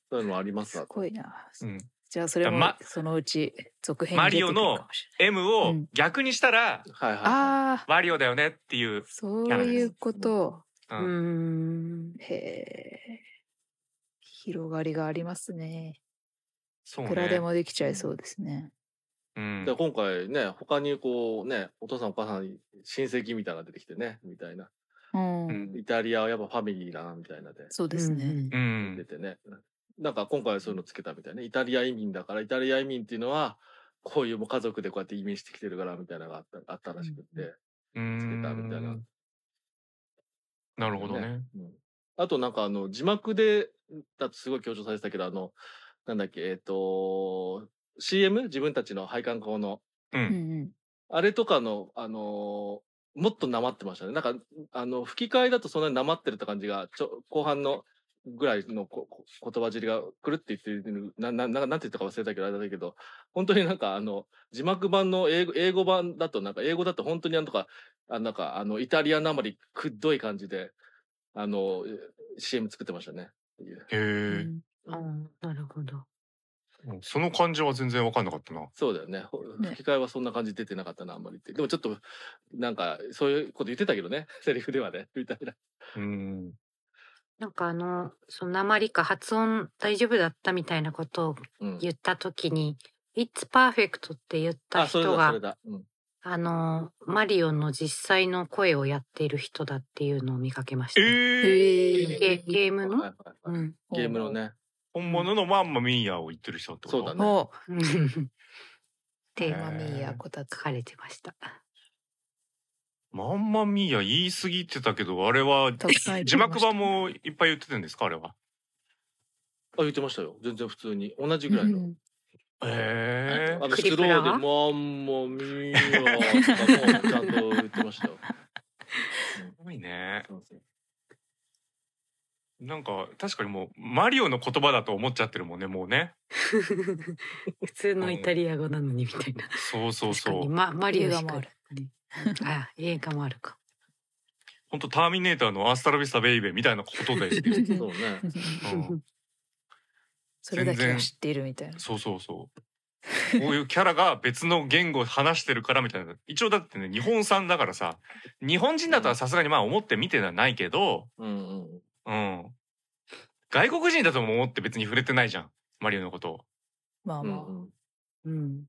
S4: そういうのもあります
S2: す
S4: わ
S2: ごいな。
S1: うん
S2: じゃあそれも
S1: ま
S2: そのうち続編に出てくるかもし
S1: M
S2: う
S1: を
S2: ん
S1: 逆にしたら、
S4: はいはい
S2: れない。ああ、
S1: ワリオだよねっていう。
S2: そういうこと。
S1: う
S5: うんん
S2: へえ。広がりがありますね。
S1: そう
S2: い
S1: ね。
S2: くらでもできちゃいそうですね。
S1: うん
S4: で今回ね他にこうねお父さんお母さん親戚みたいなのが出てきてねみたいな
S2: うん、
S1: うん
S4: イタリアはやっぱファミリーだなみたいなで
S2: そうですね。
S1: う
S4: 出
S1: ん。
S4: てね、なんか今回はそういうのつけたみたいねイタリア移民だからイタリア移民っていうのはこういうもう家族でこうやって移民してきてるからみたいなのがあったあったらしくって、
S1: う
S4: つけたみたいな、
S1: ん。なるほどね。
S4: うんあとなんかあの字幕でだとすごい強調されてたけどあのなんだっけえっ、と CM 自分たちの配管工の
S1: う
S2: うん
S1: ん。
S2: うん。
S4: あれとかのあのーもっとなまってましたねなんかあの吹き替えだとそんなになまってるって感じがちょ後半のぐらいのここ言葉尻がくるって言ってるななななんて言ったか忘れたけどあれだけど本当になんかあの字幕版の英語英語版だとなんか英語だと本当になんとかあなんかあのイタリアなまりくどい感じであのえ CM 作ってましたね。
S1: へえ。
S5: うんなるほど
S1: その感じは全然わかんなかったな。
S4: そうだよね。ほ
S2: ね
S4: 吹き替えはそんな感じ出てなかったな、あんまりって。でもちょっと、なんか、そういうこと言ってたけどね。セリフではね。みたいな。
S1: うん。
S5: なんかあのその鉛か発音大丈夫だったみたいなことを
S4: うん。
S5: 言った時に「It's perfect」って言った
S4: あ、それだ、
S5: 人
S4: そ
S5: が
S4: れだ。うん。
S5: あのマリオの実際の声をやっている人だっていうのを見かけました、
S1: ええ。
S2: へえ。
S5: ゲゲー
S4: は
S5: ム
S4: いはい
S5: の、
S4: は
S5: う
S4: い
S5: ん、
S4: ゲームのね。
S1: 本物のマンマミーヤを言ってる人ってこと
S4: そうだね
S2: お、
S5: っ
S2: テ
S5: て
S2: ーマミーやこたつ
S5: 書。かれてました。
S1: マンマミーヤ言い過ぎてたけど、あれは
S2: たくさん言 って
S1: 字
S2: ました
S1: 幕版もいっぱい言ってるんですかあれは。
S4: あ、言ってましたよ。全然普通に。同じぐらいの。
S5: うん
S1: え
S4: あの、
S5: ク
S4: ス
S5: リ
S4: ロー
S5: プ
S4: で、
S5: ラ
S4: まんまみーやとかも、ちゃんと言ってましたよ。
S1: すごいね。
S4: そうそう
S1: なんか確かにもうマリオの言葉だと思っちゃってるもんね、もうね。
S5: 普通のイタリア語なのにみたいな。
S1: そうそう
S5: 確か
S1: そ
S5: に
S1: う。
S5: まマリオし
S2: 映画
S5: か
S2: もある
S5: あ、映画もあるか。
S1: 本当ターミネーターのアスタラビスタベイベーみたいなことです よ。
S2: うん
S4: そうね。
S1: うん
S2: それだけは知っているみたいな。
S1: そうそう そう。こういうキャラが別の言語を話してるからみたいな。一応だってね、日本産だからさ、日本人だとはさすがにまあ思って見てはないけど、
S4: うんうん。
S1: うん。外国人だとも思って別に触れてないじゃん。マリオのことを。
S2: まあ
S4: う
S2: まあ
S4: んう。ん
S5: うん。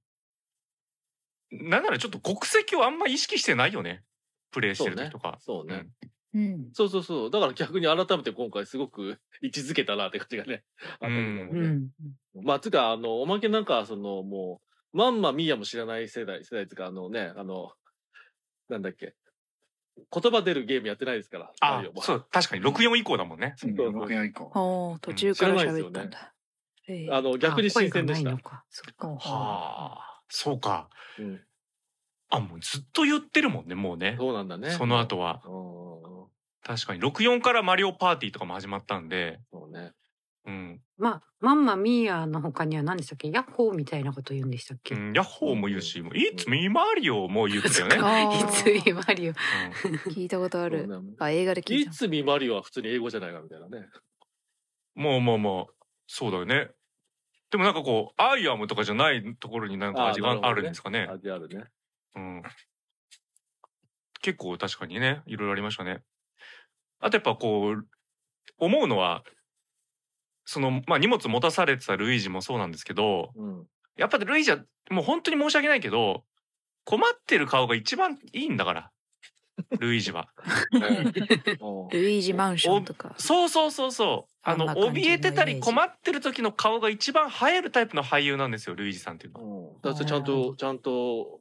S1: なんならちょっと国籍をあんま意識してないよね。プレイしてる時とか。
S4: そうね。
S2: うん。
S4: そうそうそう。だから逆に改めて今回すごく位置づけたなって感じがね。あったけども
S5: う
S4: ね。
S5: ん。
S4: まあ、つうか、あの、おまけなんか、その、もう、まんまみーやも知らない世代、世代つうか、あのね、あの、なんだっけ。言葉出るゲームやってないですから。
S1: あ
S4: マリオ、も
S1: そう、確かに64以降だもんね。
S3: そうね、
S4: そうそう
S3: 僕や以降。
S2: おー途中から喋ったんだ。ええ
S4: あの、逆に新鮮でした
S5: あ声がないの。かそっか
S2: ほうほう
S1: はあ、そうか。
S4: うん
S1: あ、もうずっと言ってるもんね、もうね。
S4: そうなんだね。
S1: その後は。
S4: うんうんうん。
S1: 確かに。64からマリオパーティーとかも始まったんで。
S4: そうね。
S1: うん。
S5: まあ、マンマミーヤの他には何でしたっけヤッホーみたいなこと言うんでしたっ
S1: う
S5: け、
S1: ん、ヤッホーも言うし、もういつミマリオも言ってたよね。
S5: そっ
S1: う
S5: か
S2: あー
S5: いつ言われよ。
S1: ん
S2: 聞いたことあ
S4: そうね
S2: る。あ、映画で聞い
S4: い
S2: た。
S4: つ見マリオは普通に英語じゃないかみたいなね。
S1: もうもうもう、そうだよね。でもなんかこう、アイアムとかじゃないところになんか味
S4: あな
S1: が
S4: るほどね
S1: あるんですかね。
S4: 味あるね。
S1: うん。結構確かにね、いろいろありましたね。あとやっぱこう、思うのは、その、まあ荷物持たされてたルイージもそうなんですけど、
S4: うん。
S1: やっぱルイージはもう本当に申し訳ないけど、困ってる顔が一番いいんだから、ルイージは。
S4: おう
S2: ルイージマンションとか。
S1: そうそうそうそう。あの、
S2: あんな感じのイメージ
S1: 怯えてたり困ってる時の顔が一番映えるタイプの俳優なんですよ、ルイージさんっていうのは。
S4: おうだってちゃんと、ちゃんと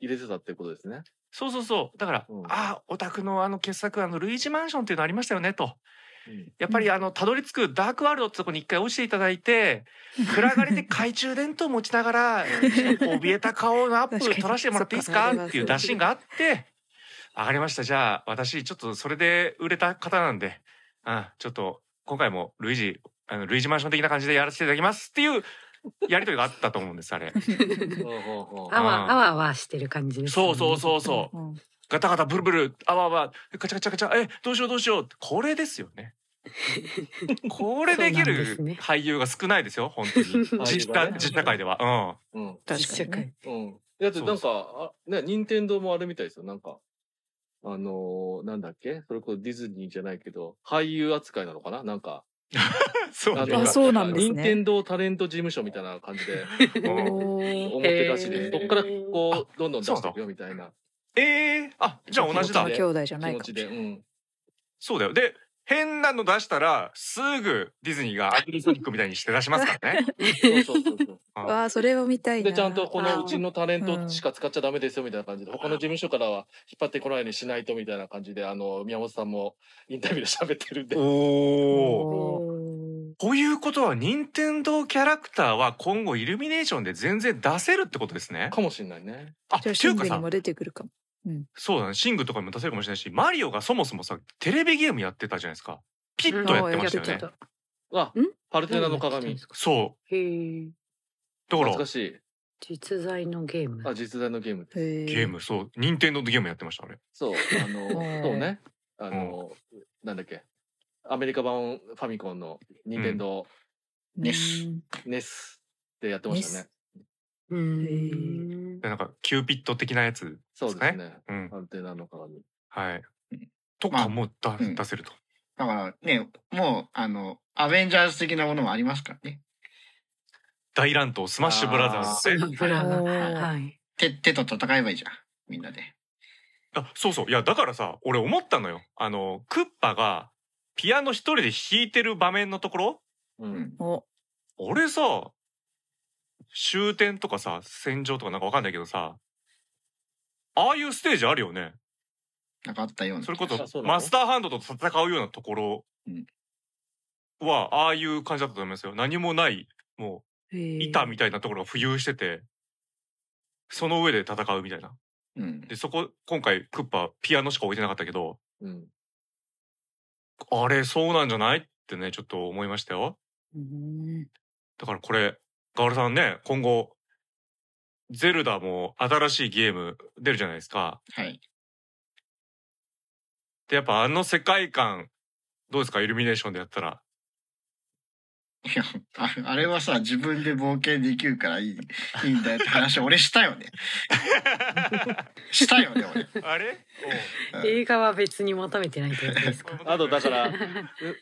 S4: 入れてたってことですね。
S1: そうそうそう。だから、
S4: うん
S1: ああ、オタクのあの傑作、あの、ルイージマンションっていうのありましたよね、と。
S4: うん
S1: やっぱりあの、たどり着くダークワールドってとこに一回落ちていただいて、暗がりで懐中電灯を持ちなが ら、怯えた顔のアップ
S2: 確かに
S1: 撮らせてもらっていいです
S2: そ
S1: か
S2: っか
S1: っていう打診があって、上がりました。じゃあ、私、ちょっとそれで売れた方なんで、うん、ちょっと、今回もルイージ、あの、ルイージマンション的な感じでやらせていただきますっていう、やりとりがあったと思うんです、あれ。
S4: おうおうおう
S5: あわあわあわしてる感じで す、
S1: そうそうそうそう。
S2: うん。
S1: ガタガタブルブル、あわあわ、ガチャガチャガチャ、え、どうしようどうしよう。これですよね。これでき
S5: そうなんですね
S1: る俳優が少ないですよ、本当に。
S4: あ
S1: 実
S4: あ
S1: 家
S4: れはね
S1: 実社会では。
S4: うん。
S2: 確かにね。
S4: うん。だってなんか、あね、任天堂もあれみたいですよ。なんか、あのーなんだっけそれこそディズニーじゃないけど、俳優扱いなのかななんか、
S1: うん。そう
S4: あ
S1: ね。
S4: の
S2: あそうなんですね
S4: 任天堂タレント事務所みたいな感じで、
S1: うん
S2: お
S4: 思
S2: ー
S4: ってるらしいです。
S5: へー
S4: そっからこう、どんどん出していくよみたいな
S1: ええあ、じゃあ同じ
S2: 元
S1: だ
S2: は。兄弟じゃな
S4: 気
S2: いか
S4: 持
S2: もし
S4: ち
S2: れ
S4: で。
S2: な
S4: う
S2: い。
S4: ん。
S1: そうだよ。で、変なの出したら、すぐディズニーがアグリソニックみたいにして出しますからね。
S4: そうそうそうそう。
S2: わあ、それを見たいな。
S4: で、ち ゃんとこのうちのタレン
S2: あー
S4: トしか使っちゃダメですよみたいな感じで、他の事務所からは引っ張ってこないようにしないとみたいな感じで、あの、宮本さんもインタビューで喋ってるんで。
S1: おお。
S2: おー
S1: ということは、任天堂キャラクターは今後イルミネーションで全然出せるってことですね。
S4: かもしれないね。
S1: あ、
S2: じ
S1: て
S2: ゃあ、
S1: い
S2: シン
S1: う
S2: グ
S1: か
S2: に
S1: さ
S2: も、出てくるかも。
S1: そうだね。シングとかにも出せるかもしれないし、マリオがそもそもさ、テレビゲームやってたじゃないですか。ピットやってましたよ
S5: や
S1: ね
S5: って。た
S4: あ
S5: ん、
S4: パルテナの
S5: 何やってたん
S4: 鏡
S5: で。すか
S1: そ
S5: へえ。
S1: う。だか、
S4: 懐からしい。
S5: 実在のゲーム。
S4: あ、実在のゲーム。
S2: へ
S1: ゲー。ム、そう、任天堂のゲームやってました、あれ。
S4: そう、あの、
S2: ねえ
S4: そうね。あの、なんだっけ。アメリカ版ファミコンの任天堂
S3: です
S2: うん
S4: ネスでやってましたね。
S5: うーん
S1: で。なんか、キューピット的なやつ。
S4: そうですね。
S1: うん。
S4: パルテナの鏡。
S1: はい
S3: うん。
S1: と
S3: ま
S1: か
S3: あ
S1: もうだ
S3: うん
S1: 出せると。
S3: だからね、もう、あの、アベンジャーズ的なものもありますからね。
S1: 大乱闘、スマッシュブラザ
S5: ス
S1: ーズ
S5: マ
S1: で。
S5: ブラが。
S2: おー
S5: はい。
S3: 手、手と戦えばいいじゃん。みんなで。
S1: あ、そうそう。いや、だからさ、俺思ったのよ。あの、クッパが、ピアノ一人で弾いてる場面のところ
S4: うん。
S2: お、
S1: 俺さ、終点とかさ、戦場とかなんかわかんないけどさ、ああいうステージあるよね。
S3: なんかあったような。
S1: それこ
S4: あそ
S1: そう
S4: なの
S1: マスターハンドと戦うようなところは、ああいう感じだったと思いますよ。何もない、もう板みたいなところが浮遊してて、その上で戦うみたいな。
S3: うん。
S1: で、そこ、今回クッパピアノしか置いてなかったけど、
S4: うん。
S1: あれそうなんじゃないってね、ちょっと思いましたよ。
S5: うん
S1: だからこれ、ガオルさんね、今後、ゼルダも新しいゲーム出るじゃないですか。
S3: はい。
S1: で、やっぱあの世界観、どうですかイルミネーションでやったら。
S3: いや、ああれはさ、自分で冒険できるからいい、いいんだよって話、俺したよね。したよね、俺。
S1: あれ
S5: 映画は別に求めてないってことですか
S4: あとだから う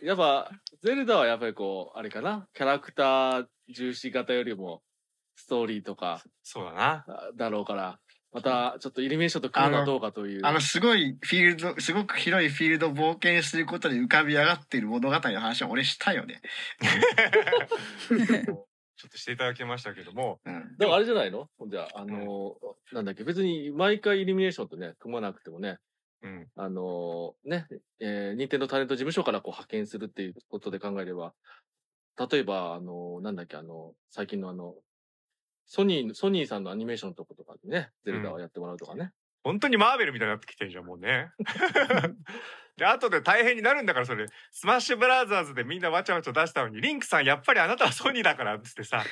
S4: やっぱ、ゼルダはやっぱりこう、あれかな、キャラクター重視型よりも、ストーリーとか
S1: そうだな。
S4: あだろうから、またちょっとイルミネーションと組むのはどうかという。
S3: あの、すごいフィールド、すごく広いフィールドを冒険することで浮かび上がっている物語の話は俺したよね。
S1: ちょっとしていただきましたけども、
S3: うん。
S4: でもあれじゃないのじゃあ、あの、なんだっけ、別に毎回イルミネーションとね、組まなくてもね、
S1: うん、
S4: あのね、えー、任天堂タレント事務所からこう派遣するっていうことで考えれば、例えば、あのなんだっけ、あの最近のあの、ソニー、ソニーさんのアニメーションのとことかでね、ゼルダをやってもらうとかね。
S1: 本当にマーベルみたいになってきてるじゃんもうね。で後で大変になるんだからそれスマッシュブラザーズでみんなわちゃわちゃ出したのにリンクさんやっぱりあなたはソニーだからっつってさ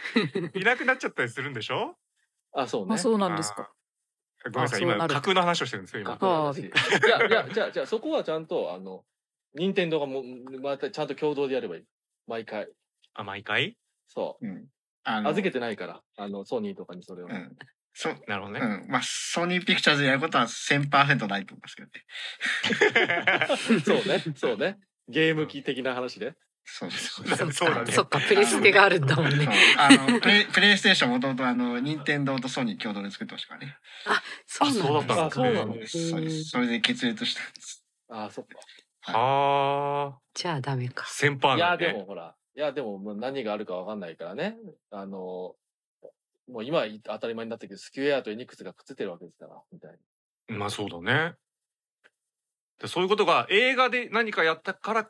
S1: いなくなっちゃったりするんでしょ
S4: あ、そうね。
S2: あ、そうなんですか。
S1: あーごめんなさい
S2: あそうな
S1: 今
S2: る
S1: 架空の話をしてるんですよ
S4: 架
S1: 今
S4: 空の話いやいや、じゃあ、じゃあ、そこはちゃんと、あの、任天堂がもう、またちゃんと共同でやればいい。毎回。
S1: あ毎回
S4: そ
S3: うん。あ
S4: う。預けてないから、あの、ソニーとかにそれを。
S3: うん。そ、
S1: なるほどね、
S3: うん。まあ、ソニーピクチャーズでやることは1000%ないと思いますけどね。
S4: そうね、そうね。ゲーム機的な話で。
S3: そうそう
S1: そっか
S5: そっか
S1: そうだね
S5: そっかプレステがあるんだもん
S3: そう
S5: ね
S3: あのプレイプレイステーションもともとあの任天堂とソニー共同で作ってましたからね。
S5: そうなんです
S1: あ
S5: か
S1: そうだったん
S3: で
S1: です
S3: そうです。それで決裂したんです。
S4: ああ、そっか。
S1: は
S5: じゃあダメか
S1: あ先輩
S4: いや、
S1: なん
S4: で
S1: で
S4: もほら、いや、でももう何があるかわかんないからね。あの、もう今当たり前になったけど、スキュエアとエニックスがくっついてるわけですから、みたいな。
S1: まあそうだねでそういうことが映画で何かやったから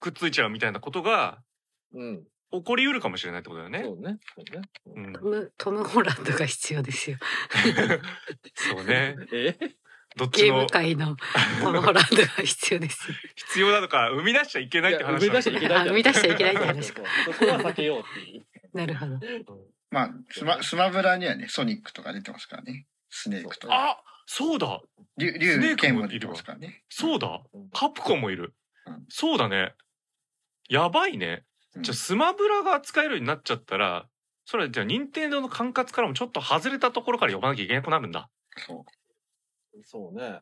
S1: くっついちゃうみたいなことが
S4: うん。
S1: 起こりうるかもしれないってことだよね
S4: そうね。そうね。
S1: う
S4: うん
S1: ん
S5: ト、ムトム・ホランドが必要ですよ
S1: そうね。
S4: え
S1: どっち
S5: ゲー
S1: の
S5: ム界のトム・ホランドが必要ですよ
S1: 必要なのか生み出しちゃいけないって話なん
S4: いや生み出しちゃいけないって話。
S5: あ生み出しちゃいけないって話
S4: そうそうそうそこは避けようっていう。
S5: なるほど
S3: まあスマスマブラにはねソニックとか出てますからね。スネークとか。
S1: あそうだ
S3: 竜
S1: スネークも
S3: 竜剣も出てますからね。
S1: そうだ
S4: うん
S1: カプコンもいる、
S3: うん
S1: そうだねやばいね
S3: うん
S1: じゃあスマブラが使えるようになっちゃったらそれはじゃあ任天堂の管轄からもちょっと外れたところから呼ばなきゃいけなくなるんだ
S3: そう。
S4: そうね。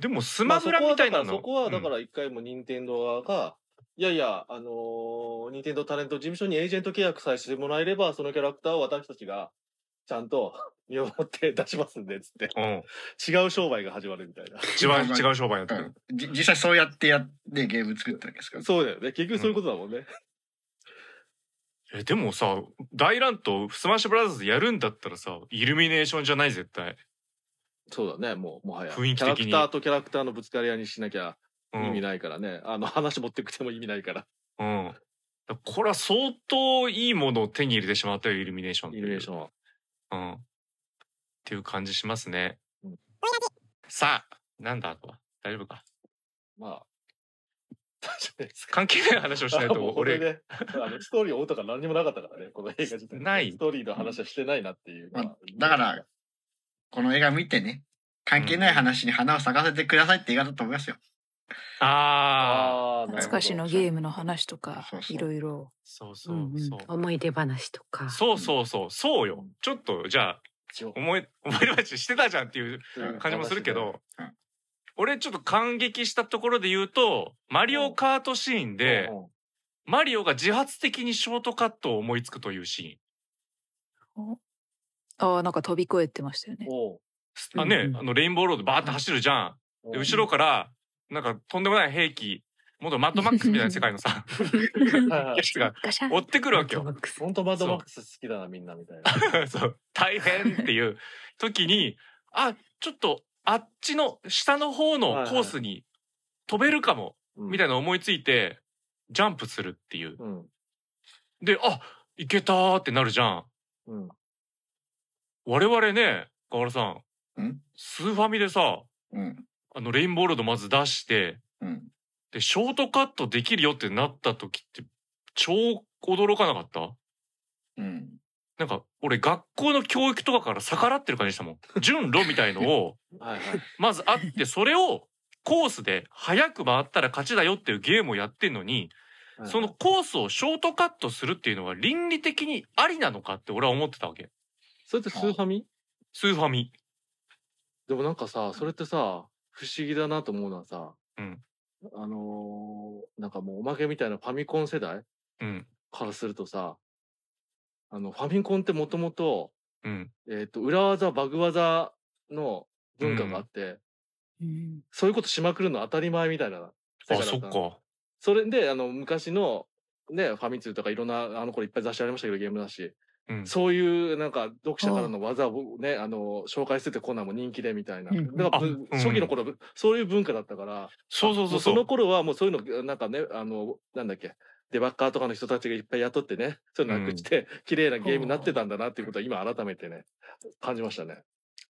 S1: でもスマブラみたいなの
S4: そこはだからそこはだから一回も任天堂側が、いやいや、あのー、任天堂タレント事務所にエージェント契約さえしてもらえれば、そのキャラクターを私たちが、ちゃんと 見守って出しますんで、つって。
S1: うん、うん、
S4: 違う商売が始まるみたいな。
S1: 違う違う商売やって
S3: う
S1: る
S3: ん、じ実際そうやってやってゲーム作ったわけですから。
S4: そうだよね。結局そういうことだもんね。
S1: えでもさ大乱闘スマッシュブラザーズやるんだったらさイルミネーションじゃない絶対、
S4: そうだね、もう、もはや。
S1: 雰囲気的に
S4: キャラクターとキャラクターのぶつかり合いにしなきゃ
S1: う
S4: 意
S1: ん、
S4: 味ないからね。あの、話持ってくても意味ないから。
S1: うん。これは相当いいものを手に入れてしまったよ、イルミネーションってい
S4: イ
S1: う。
S4: ルミネーションは。
S1: うん。っていう感じしますね。
S4: うん
S1: さあ、なんだあとは。大丈夫か。
S4: ま あ。大丈夫です
S1: 関係ない話をしない
S4: あも
S1: と
S4: う、これ
S1: 俺、
S4: で、あの、ストーリーを追うとか何にもなかったからね、この映画自体。
S1: ない
S4: ストーリーの話はしてないなっていう。
S3: まあだから、この映画見てね、関係ない話に花を咲かせてくださいって映画だと思いますよ。
S1: ああ、
S4: ああ、
S2: 懐かしの
S4: ーム。
S2: ゲームの話とか
S3: そう、そう
S2: いろいろ。
S1: そうそううん
S5: うん
S1: そう。
S5: 思い出話とか
S1: そうそうそう、そうよ。ちょっと、じゃあ、
S4: 一応
S1: 思い、 思い出ししてたじゃんっていう感じもするけど
S3: うん、
S1: 俺ちょっと感激したところで言うと、マリオカートシーンで
S4: う、ん
S1: マリオが自発的にショートカットを思いつくというシーン。
S2: ああ、なんか飛び越えてましたよね。
S4: おう
S1: あ
S5: うん
S1: ね
S5: う、ん
S1: あのレインボーロードバーって走るじゃ
S4: お
S1: ん。
S4: う
S1: で後ろから、なんかとんでもない兵器、元マッドマックスみたいな世界のさ、
S4: はいはい
S1: やつが
S2: ガシャ
S1: 追
S2: ン
S1: ってくるわ けよ。
S4: 本当マッドマックス好きだな、みんな、みたいな。
S1: そう、大変っていう時に、あ、ちょっとあっちの下の方のコースに飛べるかも みたい
S4: な。
S1: な思いついてジャンプするっていう。
S4: うん。
S1: で、あいけたーってなるじゃん。
S4: うん。
S1: 我々ね、河原さん、
S3: ん
S1: スーファミでさ、
S3: うん。
S1: あのレインボーロードまず出して、
S3: うん。
S1: で、ショートカットできるよってなった時って超驚かなかった
S3: うん。
S1: なんか俺学校の教育とかから逆らってる感じしたもん。順路みたいのを
S4: はいはい。
S1: まずあって、それをコースで早く回ったら勝ちだよっていうゲームをやってんのに、そのコースをショートカットするっていうのは倫理的にありなのかって俺は思ってたわけ。
S4: それってスーファミ
S1: スーファミ。
S4: でもなんかさ、それってさ、不思議だなと思うのはさ、
S1: うん
S4: あのーなんかもうおまけみたいなファミコン世代
S1: うん。
S4: からするとさ、あの、ファミコンってもともと、
S1: うん。
S4: えっ、と、裏技、バグ技の文化があって、
S5: うん
S4: そういうことしまくるの当たり前みたいな。
S1: あ、
S4: 世界だ
S1: そった
S4: の
S1: か。
S4: それで、あの、昔の、ね、ファミ通とかいろんな、あの頃いっぱい雑誌ありましたけど、ゲーム雑誌。
S1: うん。
S4: そういう、なんか、読者からの技をね、あの、紹介するってコーナーも人気でみたいな。
S5: うん
S4: だから、
S1: あうん
S4: 初期の頃、そういう文化だったから、
S1: そうそう
S4: も
S1: そう
S4: うそ
S1: そ
S4: の
S1: う。
S4: 頃はもうそういうの、なんかね、あの、なんだっけ、デバッカーとかの人たちがいっぱい雇ってね、そういうのなくして、綺麗なゲームになってたんだなっていうことは今改めてね、感じましたね。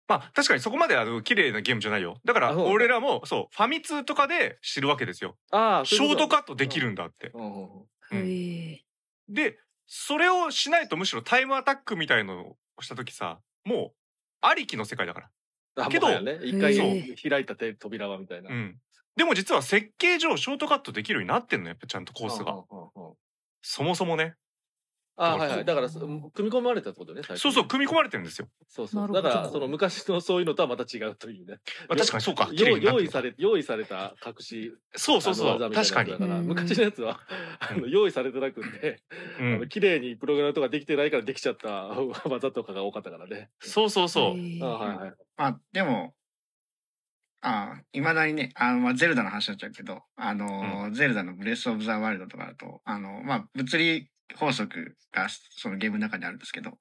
S1: まあ確かにそこまであの綺麗なゲームじゃないよ。だか
S4: あ
S1: ら
S4: そう
S1: 俺らもそう、ファミ通とかで知るわけですよ。
S4: ああ、
S1: ショート
S4: か。
S1: カットできるんだって。
S4: うんうんうん
S1: うん
S2: へえ
S1: で、それをしないとむしろタイムアタックみたいのをした時さ、もうありきの世界だから。
S4: あ
S1: けど
S4: もはやね、一回
S2: へ
S4: 開いた手扉はみたいな。
S1: うん。でも実は設計上ショートカットできるようになってんのやっぱちゃんとコース
S4: う
S1: が。
S4: んうんうんうん
S1: そもそもね。
S4: あ
S1: だから
S4: はいはい。だから、そ組み込まれたってことね、最初
S1: そうそう、組み込まれてるんですよ。
S4: そうそ
S2: な
S4: う。
S2: る
S4: だ
S2: ほ
S4: か
S2: ど
S4: ら、その昔のそういうのとはまた違うというね。
S1: まあ確かにそうか。綺麗
S4: 用
S1: になっ
S4: 用
S1: て
S4: 意
S1: る
S4: され、用意された隠し
S1: そうそうそ
S4: あの技
S1: う。
S4: みたい
S1: 確か
S4: な
S1: に
S4: やつだ。から
S2: うん
S4: 昔のやつは、あの、用意されてなくて、
S1: う
S4: あの
S1: ん。
S4: 綺麗にプログラムとかできてないからできちゃった技とかが多かったからね。
S1: そうそうそう。
S4: あはいはい。
S3: まあ、でも、あいまだにね、あの、まあ、ゼルダの話になっちゃうけど、あの、ゼルダのブレスオブザワールドとかだと、あの、まあ、物理法則がそのゲームの中にあるんですけど、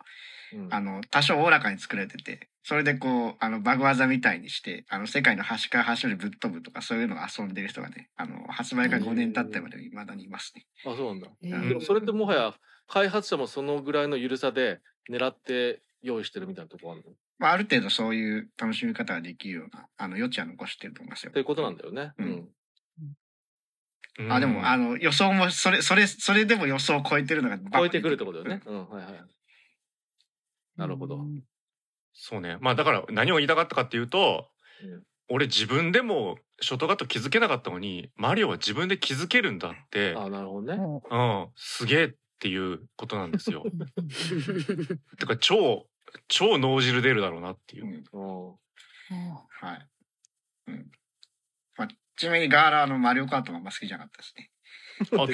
S4: うん
S3: あの、多少おおらかに作られてて、それでこう、あの、バグ技みたいにして、あの、世界の端から端までぶっ飛ぶとか、そういうのを遊んでる人がね、あの、発売から5年経ってまでいまだにいますね。
S4: あ、そうなんだ。
S5: え
S3: うん
S4: でもそれってもはや、開発者もそのぐらいの緩さで狙って用意してるみたいなとこあるのっ
S3: まあ、ある程度そういう楽しみ方ができるような、あの、余地は残してると思いますよ。
S4: ていうことなんだよね。
S3: うん
S4: うん。
S1: うん
S3: あ、でも、あの、予想も、それ、それ、それでも予想を超えてるのが、
S4: 超えてくるってことだよね。。うん、はいはい。なるほど。
S1: そうね。まあだから何を言いたかったかっていうと、
S4: うん
S1: 俺自分でもショートカット気づけなかったのに、マリオは自分で気づけるんだって、
S4: あ、なるほどね。
S2: う
S1: うん、すげえっていうことなんです よ。てか超、超脳汁出るだろうなっていう う。
S3: ん、
S2: ん
S4: うん。
S3: はい。うん。まあ、ちなみにガーラーのマリオカートもあんま好きじゃなかったですね。
S1: あ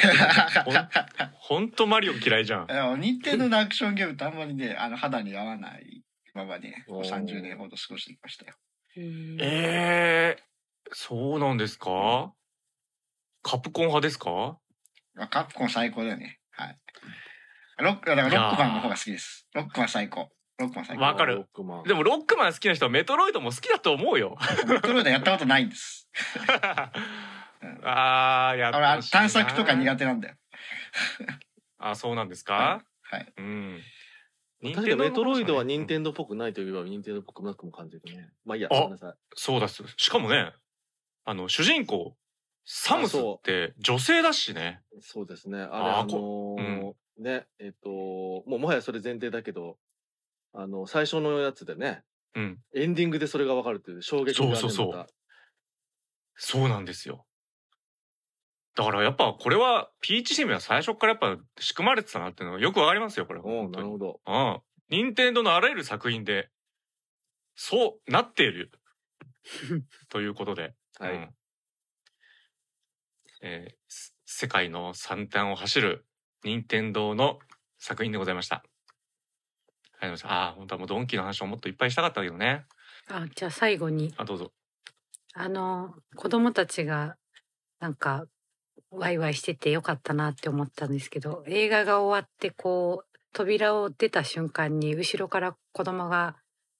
S1: ほんほんとマリオ嫌いじゃん。
S3: でも任天堂のアクションゲームってあんまりね、あの、肌に合わないままね、こ う
S4: おー
S3: 30年ほど過ごしてきましたよ。
S1: ええそうなんですかカプコン派ですか
S3: まあ、カプコン最高だよね。はい。ロック、だからロックマンの方が好きです。ロックマン最高。ロックマン最高。
S1: わかる
S4: ロックマン。
S1: でもロックマン好きな人はメトロイドも好きだと思うよ。
S3: メトロイドやったことないんです。
S1: ああ、やっ
S3: 俺、あの
S1: ぱ
S3: 探索とか苦
S1: 手。
S3: 手なんだよ。
S1: あ、そうなんですか、
S3: はい。
S1: うん。
S4: 確かにメトロイドは任
S1: ド。
S4: 天堂っぽくないといえば任天堂っぽくなくも感じるね。まあいいや、
S1: あ
S4: ごめんなさい。
S1: そうだっす。しかもね、あの、主人公、サムスって女性だしね。
S4: そうですね。あれ、あ
S1: あー
S4: のー
S1: こ
S4: ね、えっ、ともうもはやそれ前提だけど、あの、最初のやつでね、
S1: うん。
S4: エンディングでそれがわかるっていう衝撃が、ね、
S1: そうそうそう
S4: また
S1: そうなんですよ。だからやっぱこれは、ピーチ姫は最初からやっぱ仕組まれてたなっていうのがよくわかりますよ、これ。
S4: う
S1: 本
S4: ん、
S1: 当
S4: な
S1: に。
S4: るほど。
S1: うん。任天堂のあらゆる作品で、そうなってい る。ということで。
S4: はい。
S1: うんえーす世界の三端を走る任天堂の作品でございました。ありがとうございました。ああー、本当はもうドンキーの話をもっといっぱいしたかったけどね。
S5: あじゃあ最後に
S1: あ、どうぞ。
S5: あの子供たちがなんかワイワイしててよかったなって思ったんですけど映画が終わってこう扉を出た瞬間に後ろから子供が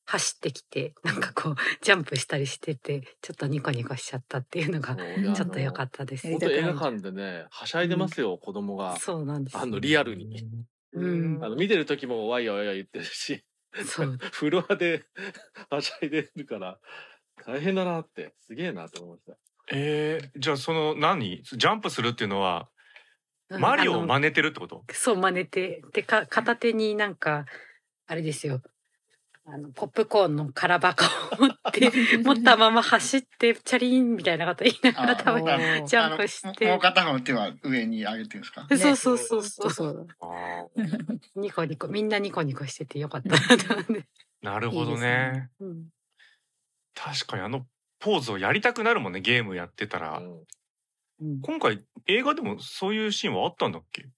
S5: 走ってきてなんかこうジャンプしたりしててちょっとニコニコしちゃったっていうのが
S4: そうで
S5: ちょっと良か
S4: あの
S5: ったです。
S2: やり
S4: 本
S2: た
S4: 当
S2: くない
S4: 映画館でね、はしゃいでますよ、子供が。
S5: そうなんです。
S4: あの、リアルに。
S5: うん
S4: あの、見てる時もワイヤワイヤ言ってるし、
S5: そう
S4: フロアで はしゃいでるから、大変だなって、すげえなって思いました。
S1: えー、じゃあその何ジャンプするっていうのはマリオを
S5: あの
S1: 真似てるってこと
S5: そう真似てでか片手になんかあれですよあのポップコーンの空箱を持って 持ったまま走ってチャリンみたいなこと言いながら多分
S2: あ
S3: あ
S5: ジャンプして
S3: あのもう片方の手は上に上げてるんですか
S2: ー
S5: そうそうそうそう
S2: そう
S1: あ
S5: ニコニコみんなニコニコしててよかったなと思って、
S1: ーなるほど
S2: いいです
S1: ね
S2: ね
S5: うん、
S1: 確かにあのポーズをやりたくなるもんねゲームやってたら、
S4: うん
S5: うん
S1: 今回映画でもそういうシーンはあったんだっけ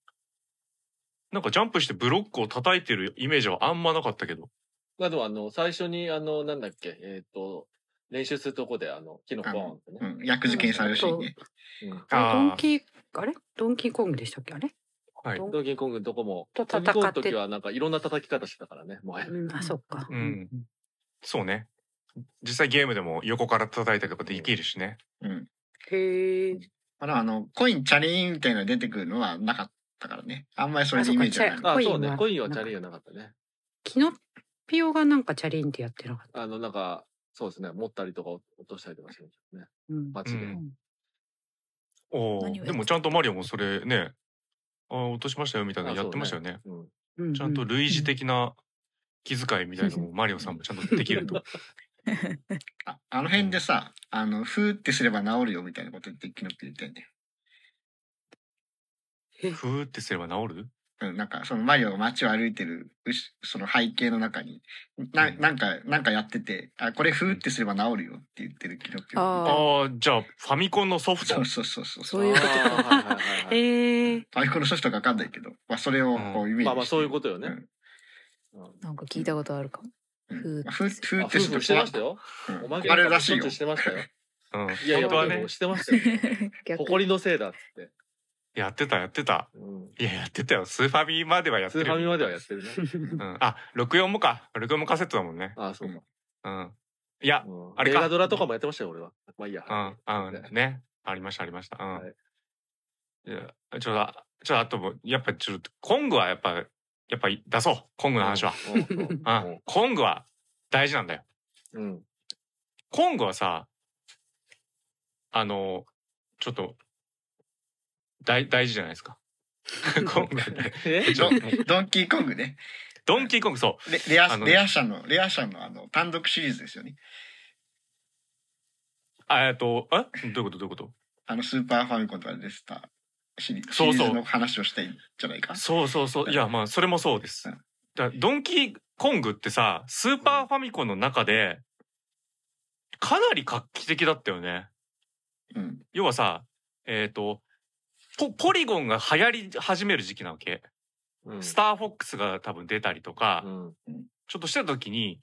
S1: なんかジャンプしてブロックを叩いてるイメージはあんまなかったけど
S4: まあでもあの、最初にあの、なんだっけ、えっ、と、練習するとこであの、木のポーンって
S3: う
S4: ね。
S3: ん、役付けにされるしね。
S4: うん。
S5: あドン
S1: あー
S5: キーあれドンキーコングでしたっけあれ、
S1: はい
S5: ドン
S4: ドンキーコングどこも、
S5: と
S4: 飛
S5: 戦
S4: び込む
S5: って
S4: 時はなんかいろんな叩き方してたからね、もはや。
S5: うん、あそっか、
S1: うんそうね実際ゲームでも横から叩いたりとかできるしね、
S3: うん。
S5: へえ
S3: まだあの、コインチャリーンみたいなの出てくるのはなかったからね。あんまりそういうイメージはない
S5: あ。
S4: あ、
S5: コイン
S4: そうね。
S5: は
S4: コインはチャリーはなかったね。
S5: キノピオがなんかチャリンってやってなかった、
S4: あの、なんか、そうですね。持ったりとか落としたりとかしてましたね。
S5: うん
S4: 街で。
S1: うんお
S2: 何をやっ
S1: ーで
S2: て
S1: もちゃんとマリオもそれねあー落としましたよみたいなのやってましたよね
S4: うん。
S5: うん
S1: ちゃんと類似的な気遣いみたいなのもマリオさんもちゃんとできると。
S3: ああの辺でさ、あの、ふーってすれば治るよみたいなこと言って、キノピー言ったよね。
S1: ふーってすれば治る
S3: うん、なんか、そのマリオが街を歩いてる、うしその背景の中に、な、なんか、なんかやってて、あ、これふーってすれば治るよって言ってるキノピ
S1: あ
S3: ー。
S2: あ
S1: あーじゃあファミコンのソフト
S3: そう。そうそうそう。
S2: そういうこと
S4: あーはいはいはいはい
S5: へえ
S3: アイコンのソフトかわかんないけど、まあ、それをこうイメージして、
S4: まあまあそういうことよね
S3: ん
S4: うん
S2: なんか聞いたことあるかも。
S3: うんまあ
S2: ふ
S3: ふ
S2: ー
S3: ーっ
S2: って
S3: ふー
S4: あ
S3: っ
S4: 夫
S3: てする
S4: 婦してましたよ。
S3: うん
S4: おまけ
S3: あれらしい
S4: しょっちゅ
S3: よ
S4: う。してましたよ。
S1: うん。
S4: いやい
S1: 本
S4: や、
S1: 当は
S4: 僕
S1: ね
S4: もしてましたよ。
S2: 逆に
S4: 埃のせいだっつって。
S1: やってたやってた。
S4: うん。
S1: いややってたよ。スーファミまではやってる
S4: スー
S1: よ。
S4: ファミまではやってるね。
S1: うん。あ64もか。64もカセットだもんね。
S4: ああ、そうか。
S1: うん。いや、
S4: うん
S1: あれ
S4: 映
S1: か
S4: 画ドラとかもやってましたよ、俺は。まあいいや。
S1: うんうん
S4: ね
S1: ねありましたありました。うん。
S4: はい
S1: いやちょっとあちょっとあともやっぱちょっとコングはやっぱやっぱ出そうコングの話は。
S4: うんうん
S1: うん、コングは大事なんだよ。
S4: うん。
S1: コングはさ、あの、ちょっと、大、大事じゃないです か。コング。
S4: え
S1: ちょ
S3: ドンキーコングね。
S1: ドンキーコング、そ
S3: レレア
S1: あのね
S3: レア社の、レア社のあの、単独シリーズですよね。
S1: う。あえっと、えどういうことどういうこ
S3: あの、スーパーファミコンとかで出てたシリ
S1: そうそう
S3: シリーズの話をしたいんじゃないか
S1: と。そうそうそう。いや、まあ、それもそうです。だドンキーコングってさ、スーパーファミコンの中で、かなり画期的だったよね。
S3: うん。
S1: 要はさ、えっ、と、ポポリゴンが流行り始める時期なわけ。
S4: うん
S1: スターフォックスが多分出たりとか、
S4: うん。
S1: ちょっとしてた時に、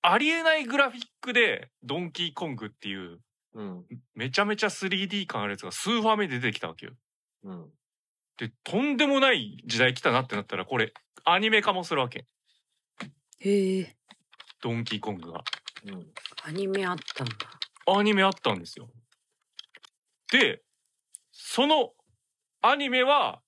S1: ありえないグラフィックで、ドンキーコングっていう、
S4: うん。
S1: めちゃめちゃ 3D 感あるやつがスーファミで出てきたわけよ。
S4: うん。
S1: で、とんでもない時代来たなってなったら、これ、アニメ化もするわけ。
S2: へえ。
S1: ドンキーコングが。
S4: うん。
S5: アニメあったんだ。
S1: アニメあったんですよ。で、そのアニメは、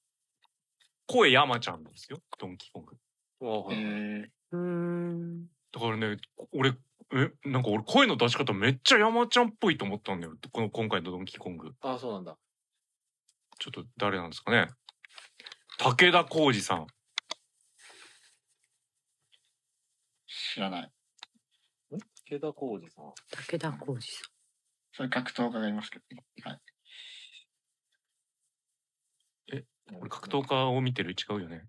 S1: 声山ちゃんなんですよ。ドンキーコング。
S4: お
S3: え
S4: ー
S3: ー
S5: うーん。
S1: だからね、俺、え、なんか俺声の出し方めっちゃ山ちゃんっぽいと思ったんだよ。この今回のドンキーコング。
S4: ああ、そうなんだ。
S1: ちょっと誰なんですかね。武田浩二さん。
S3: 知らない。
S4: 池田浩二さん。
S5: 武田浩二さ
S3: それ格闘家がいますけどね。はい。
S1: 俺格闘家を見てる違うよね。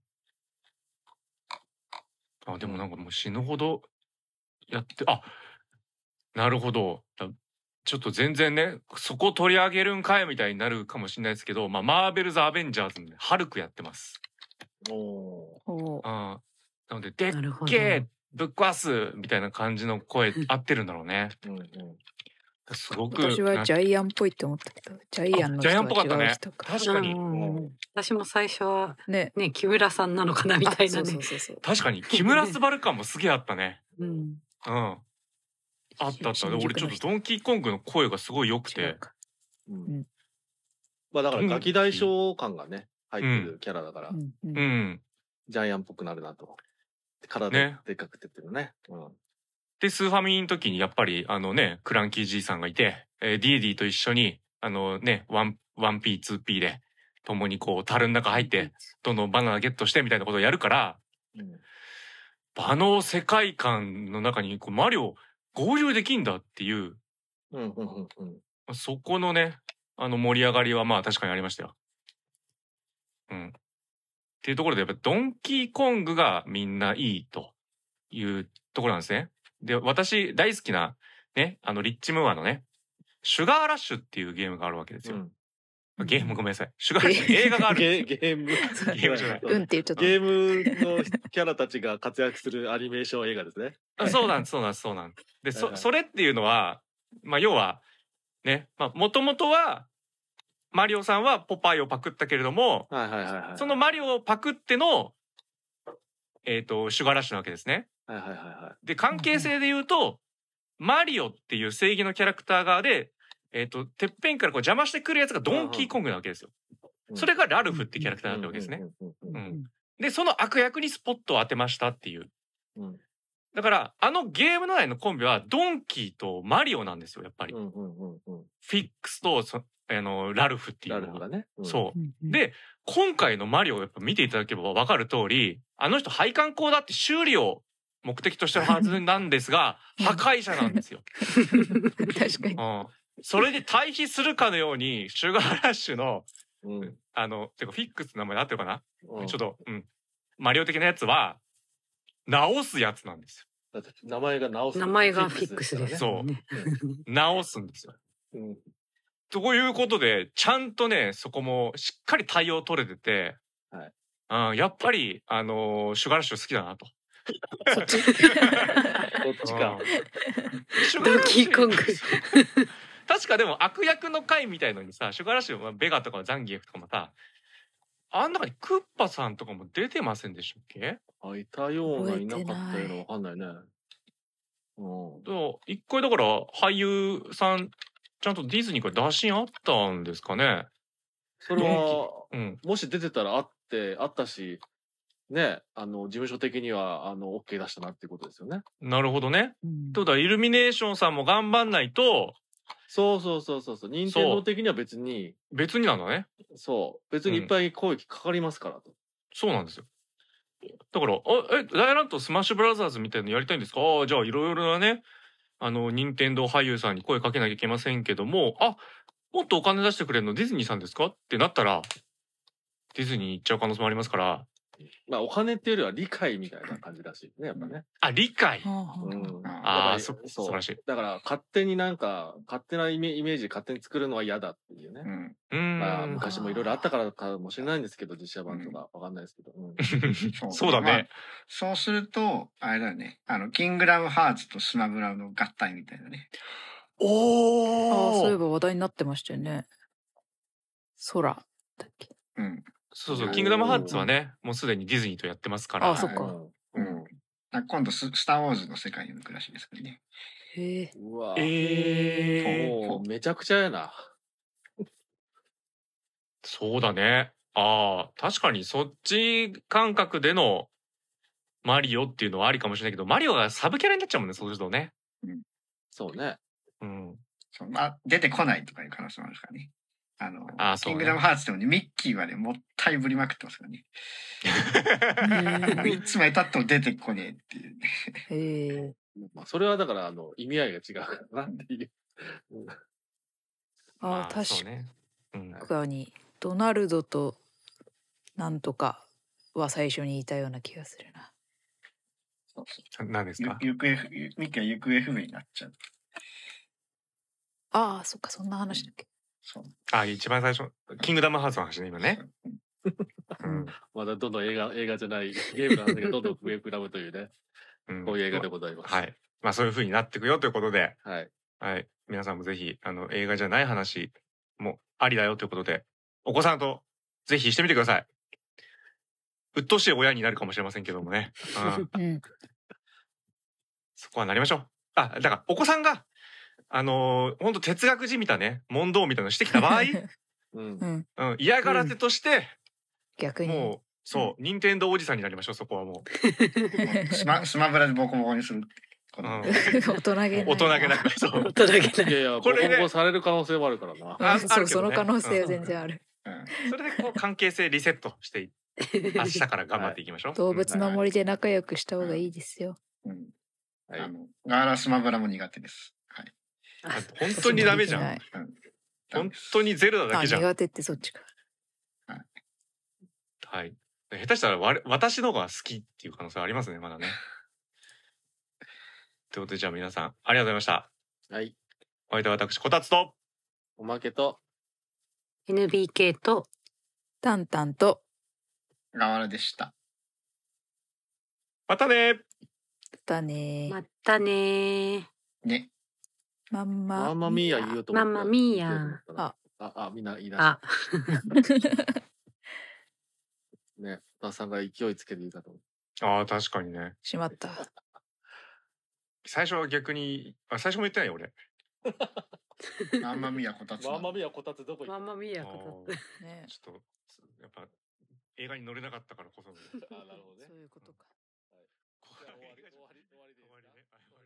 S1: あ、でもなんかもう死ぬほどやって、あ、なるほど。だちょっと全然ね、そこ取り上げるんかいみたいになるかもしれないですけど、まあ、マーベルズ・アベンジャーズのねハルクやってます。
S4: お
S2: おー
S1: あーなので、でっ
S5: ん。なるほど。
S1: けえぶっ壊すみたいな感じの声合ってるんだろうね。
S4: ーうんうん。
S1: すごく。
S2: 私はジャイアンっぽいって思ったけど、ジャイアンの
S1: あジ
S2: 人
S1: ャイアンっぽかった
S2: は
S1: ね
S2: 違う人か。
S1: 確かに
S5: う。ん私も最初は
S2: ね。
S5: ね木村さんなのかなみたいな
S2: あそ
S5: ね
S2: うそうそうそう。
S1: 確かに木村昴感もすげえあったね。
S5: うん
S1: うん。あったあった。
S2: 新
S1: で
S2: 宿
S1: 俺ちょっとドンキーコングの声がすごい良く
S2: 違
S1: て
S2: う。か
S4: うん
S2: ん
S4: まあだからガキ大将感がね、入ってるキャラだから、
S2: うんう
S1: うんん。
S4: ジャイアンっぽくなるなと。体
S1: ね
S4: でっかくてっていうのね。うん。
S1: で、スーファミの時にやっぱり、あのね、クランキーじいさんがいて、えー、ディーディーと一緒に、あのね、ワン、ワンピー、ツーピーで、共にこう、樽の中入って、どんどんバナナゲットしてみたいなことをやるから、
S4: うん
S1: あの世界観の中にこうマリオ合流できんだっていう、
S4: うんうんうんうん。
S1: そこのね、あの盛り上がりはまあ確かにありましたよ。うん。っていうところでやっぱドンキーコングがみんないいというところなんですね。で、私大好きなね、あのリッチムーアのね、シュガーラッシュっていうゲームがあるわけです
S4: う
S1: よ。
S4: ん、
S1: ゲームごめんなさい。シュガーラッシュ映画がある。
S4: ゲゲーム。
S1: ゲームじゃない
S2: うんって言っちゃった
S4: ゲームのキャラたちが活躍するアニメーション映画ですね。
S1: あそうなんですそうなんですそうなんですで
S4: はい
S1: そ
S4: はい
S1: それっていうのはまあ要はねまあもともとはマリオさんはポパイをパクったけれども
S4: はいはいはいはい。
S1: そのマリオをパクってのえっ、とシュガーラッシュなわけですね
S4: はいはいはいは
S1: で関係性で言うとマリオっていう正義のキャラクター側でえっ、とてっぺんからこう邪魔してくるやつがドンキーコングなわけですよ
S4: い。
S1: それがラルフってキャラクターなわけですね
S4: うんうん
S1: う
S4: うん
S1: んでその悪役にスポットを当てましたっていう
S4: うんうん
S1: だからあのゲームの内のコンビはドンキーとマリオなんですよやっぱり
S4: うんうんうんうん。
S1: フィックスとそあのラルフっていう
S4: ラ
S1: の
S4: ル
S1: が
S4: フがね。うん
S1: そ
S5: うんう
S1: う。
S5: ん
S1: で今回のマリオをやっぱ見ていただければ分かる通りあの人配管工だって修理を目的としてるはずなんですが破壊者なんですよ、
S2: 確かに
S1: うん、それで対比するかのようにシュガーラッシュの
S4: うん。
S1: あのてかフィックスの名前で合ってるかな、
S4: うん
S1: ちょっと、うん、マリオ的なやつは直すやつなんですよ
S4: だって名前が直す。
S5: 名前がフィックスです
S1: そう
S5: もんね。
S1: 直すんですよ
S4: うん。
S1: ということで、ちゃんとね、そこもしっかり対応取れてて、うん、やっぱり、あのーシュガーラッシュ好きだなと。
S2: そっち
S4: どっちか
S1: う。んシュガ
S5: ド
S1: ー
S5: ン
S1: ラッ
S5: キ
S1: シュ
S5: ーコング。
S1: 確かでも悪役の会みたいのにさ、シュガーラッシュ、まあベガとかザンギエフとかもさ、あん中にクッパさんとかも出てませんでしたっけ
S4: あ、いたような、
S2: 覚
S4: い
S2: え
S4: な
S2: てない
S4: かったような、わかんないね。うん。
S1: と一回だから俳優さん、ちゃんとディズニーから打診あったんですかね。
S4: それは、
S1: うん。
S4: もし出てたらあって、あったし、ね、あの、事務所的には、あの、OK 出したなっていうことですよね。
S1: なるほどね。
S2: うん
S1: ということはイルミネーションさんも頑張んないと、
S4: そうそうそうそうそう。任天堂的には別に、
S1: 別になんだね。
S4: そう。別にいっぱい攻撃かかりますからと。
S1: そうなんですよ。だから、あえ、ダイアランとスマッシュブラザーズみたいなのやりたいんですかああ、じゃあいろいろなね、あの、任天堂俳優さんに声かけなきゃいけませんけども、あ、もっとお金出してくれるのディズニーさんですかってなったら、ディズニー行っちゃう可能性もありますから、
S4: まあ、お金っていうよりは理解みたいな感じらしいね、やっぱね。
S1: あ、理解
S2: はあはあ
S4: うん。
S1: ああ、
S4: だ
S1: そ、
S4: から
S1: 素晴
S4: そう
S1: ら。しい。
S4: だから、勝手になんか、勝手なイメイメージ勝手に作るのは嫌だっていう ね。
S3: うん。
S1: うーん。
S4: まあ、昔もいろいろあったからかもしれないんですけど、実写版とかわかんないですけど。うん
S1: そうだね。。
S3: まあそうすると、あれだよね。あの、キングダムハーツとスマブラの合体みたいなね。
S2: あーそうい
S1: お
S2: え
S1: お
S2: ば話題になってましたよね空だっけ
S3: うん。
S1: そうそう、キングダムハーツはね、もうすでにディズニーとやってますから。
S2: あそっか
S3: う
S4: うんん。
S3: だから今度ス、スター・ウォーズの世界に向くらしいですけどね。
S2: へえ
S4: うわ
S1: えー、
S4: もう、めちゃくちゃやな。
S1: そうだね。ああ、確かにそっち感覚でのマリオっていうのはありかもしれないけど、マリオがサブキャラになっちゃうもんね、そうするとね。
S4: そうね。
S1: うん。
S3: そうまあ、出てこないとかいう可能性もあるからね。あの、
S1: あーそうね
S3: キングダムハーツでもね、ミッキーはね、もったいぶりまくってますから ね。いつまで経っても出てこねえっていう、
S2: へ
S3: ね。
S2: え
S4: まあ、それはだから、あの、意味合いが違うからなっていう。
S2: あ
S1: ま
S2: ー
S1: そう
S2: 確
S1: ね。うん。
S2: かにドナルドとなんとかは最初にいたような気がするな
S1: 何ですか
S3: ゆ行方不、ゆミッキーは行方不明になっちゃう。
S2: ああそっかそんな話だっけ
S3: そう。
S1: あー一番最初、キングダムハーツの話ね、今ね。うん。
S4: まだどんどん映画、映画じゃない、ゲームの話がどんどん上膨らむというね、
S1: うん
S4: こういう映画でございます。
S1: は。い。まあそういう風になっていくよということで、
S4: はい。
S1: はい。皆さんもぜひ、あの、映画じゃない話もありだよということで、お子さんとぜひしてみてください。 鬱陶しい親になるかもしれませんけどもね。うん
S2: うん
S1: そこはなりましょう。あ、だから、お子さんが、あのー、本当哲学じみたね、問答みたいなのしてきた場合、
S4: うん
S2: う。ん、
S1: うん、嫌がらせとして、
S2: 逆に。
S1: もう、そう、任天堂おじさんになりましょう、そこはも
S3: スマスマブラでボコボコにする。
S1: う。
S3: こ
S1: う
S3: の
S1: ん、
S2: 大人げない。
S1: 大人げなく、 そう。
S5: 音だけ
S4: いやいや、
S1: こ
S4: こ
S1: れ
S4: れ
S1: ね
S4: 今後される可能性もあるからな。
S2: うん
S1: ああ
S2: そ
S1: る
S2: う、
S1: け
S2: そ
S1: どね
S2: の可能性全然ある。
S3: うん
S1: それでこう関係性リセットしてい、明日から頑張っていきましょう。
S2: 動物の森で仲良くした方がいいですよ。
S3: うん
S4: はい
S3: あのガーラスマブラも苦手です。はい。
S1: あ本当にダメじゃん。本当にゼルダだ
S2: あ、
S1: けじゃん。
S2: 苦手ってそっちか。
S1: はい。下手したら我私の方が好きっていう可能性ありますね、まだね。ということで、じゃあ皆さん、ありがとうございました。
S4: はい。
S1: お相手は私、こたつと、
S4: おまけと、
S5: NBK と
S2: タンタンと、
S3: ガワラでした。
S1: またね
S2: だね。
S5: またねー。
S3: ね。
S2: まんま。
S4: マンマミーヤ言うと思った。
S5: マンマミーヤ
S4: 言うと思ったな
S2: あ。
S4: あ、あ、みんな言い出した
S5: あ。
S4: ね。お田さんが勢いつけて言うかと思っ
S1: ああ、確かにね。
S2: しま った。
S1: 最初は逆に、あ、最初も言ってないよ、俺。
S3: あんまみやこたつ
S4: た。
S3: の。
S4: ミーヤこたつどこ
S5: マンマミー
S1: あ
S5: ヤ
S1: ー
S5: こ
S1: ちょ
S2: ね。
S1: っと、やっぱ、映画に乗れなか ったからこその。
S4: あ、なるほどね
S2: そう。いうことか。
S4: 終わり終わり終わりでいいですか
S1: 終わりねはい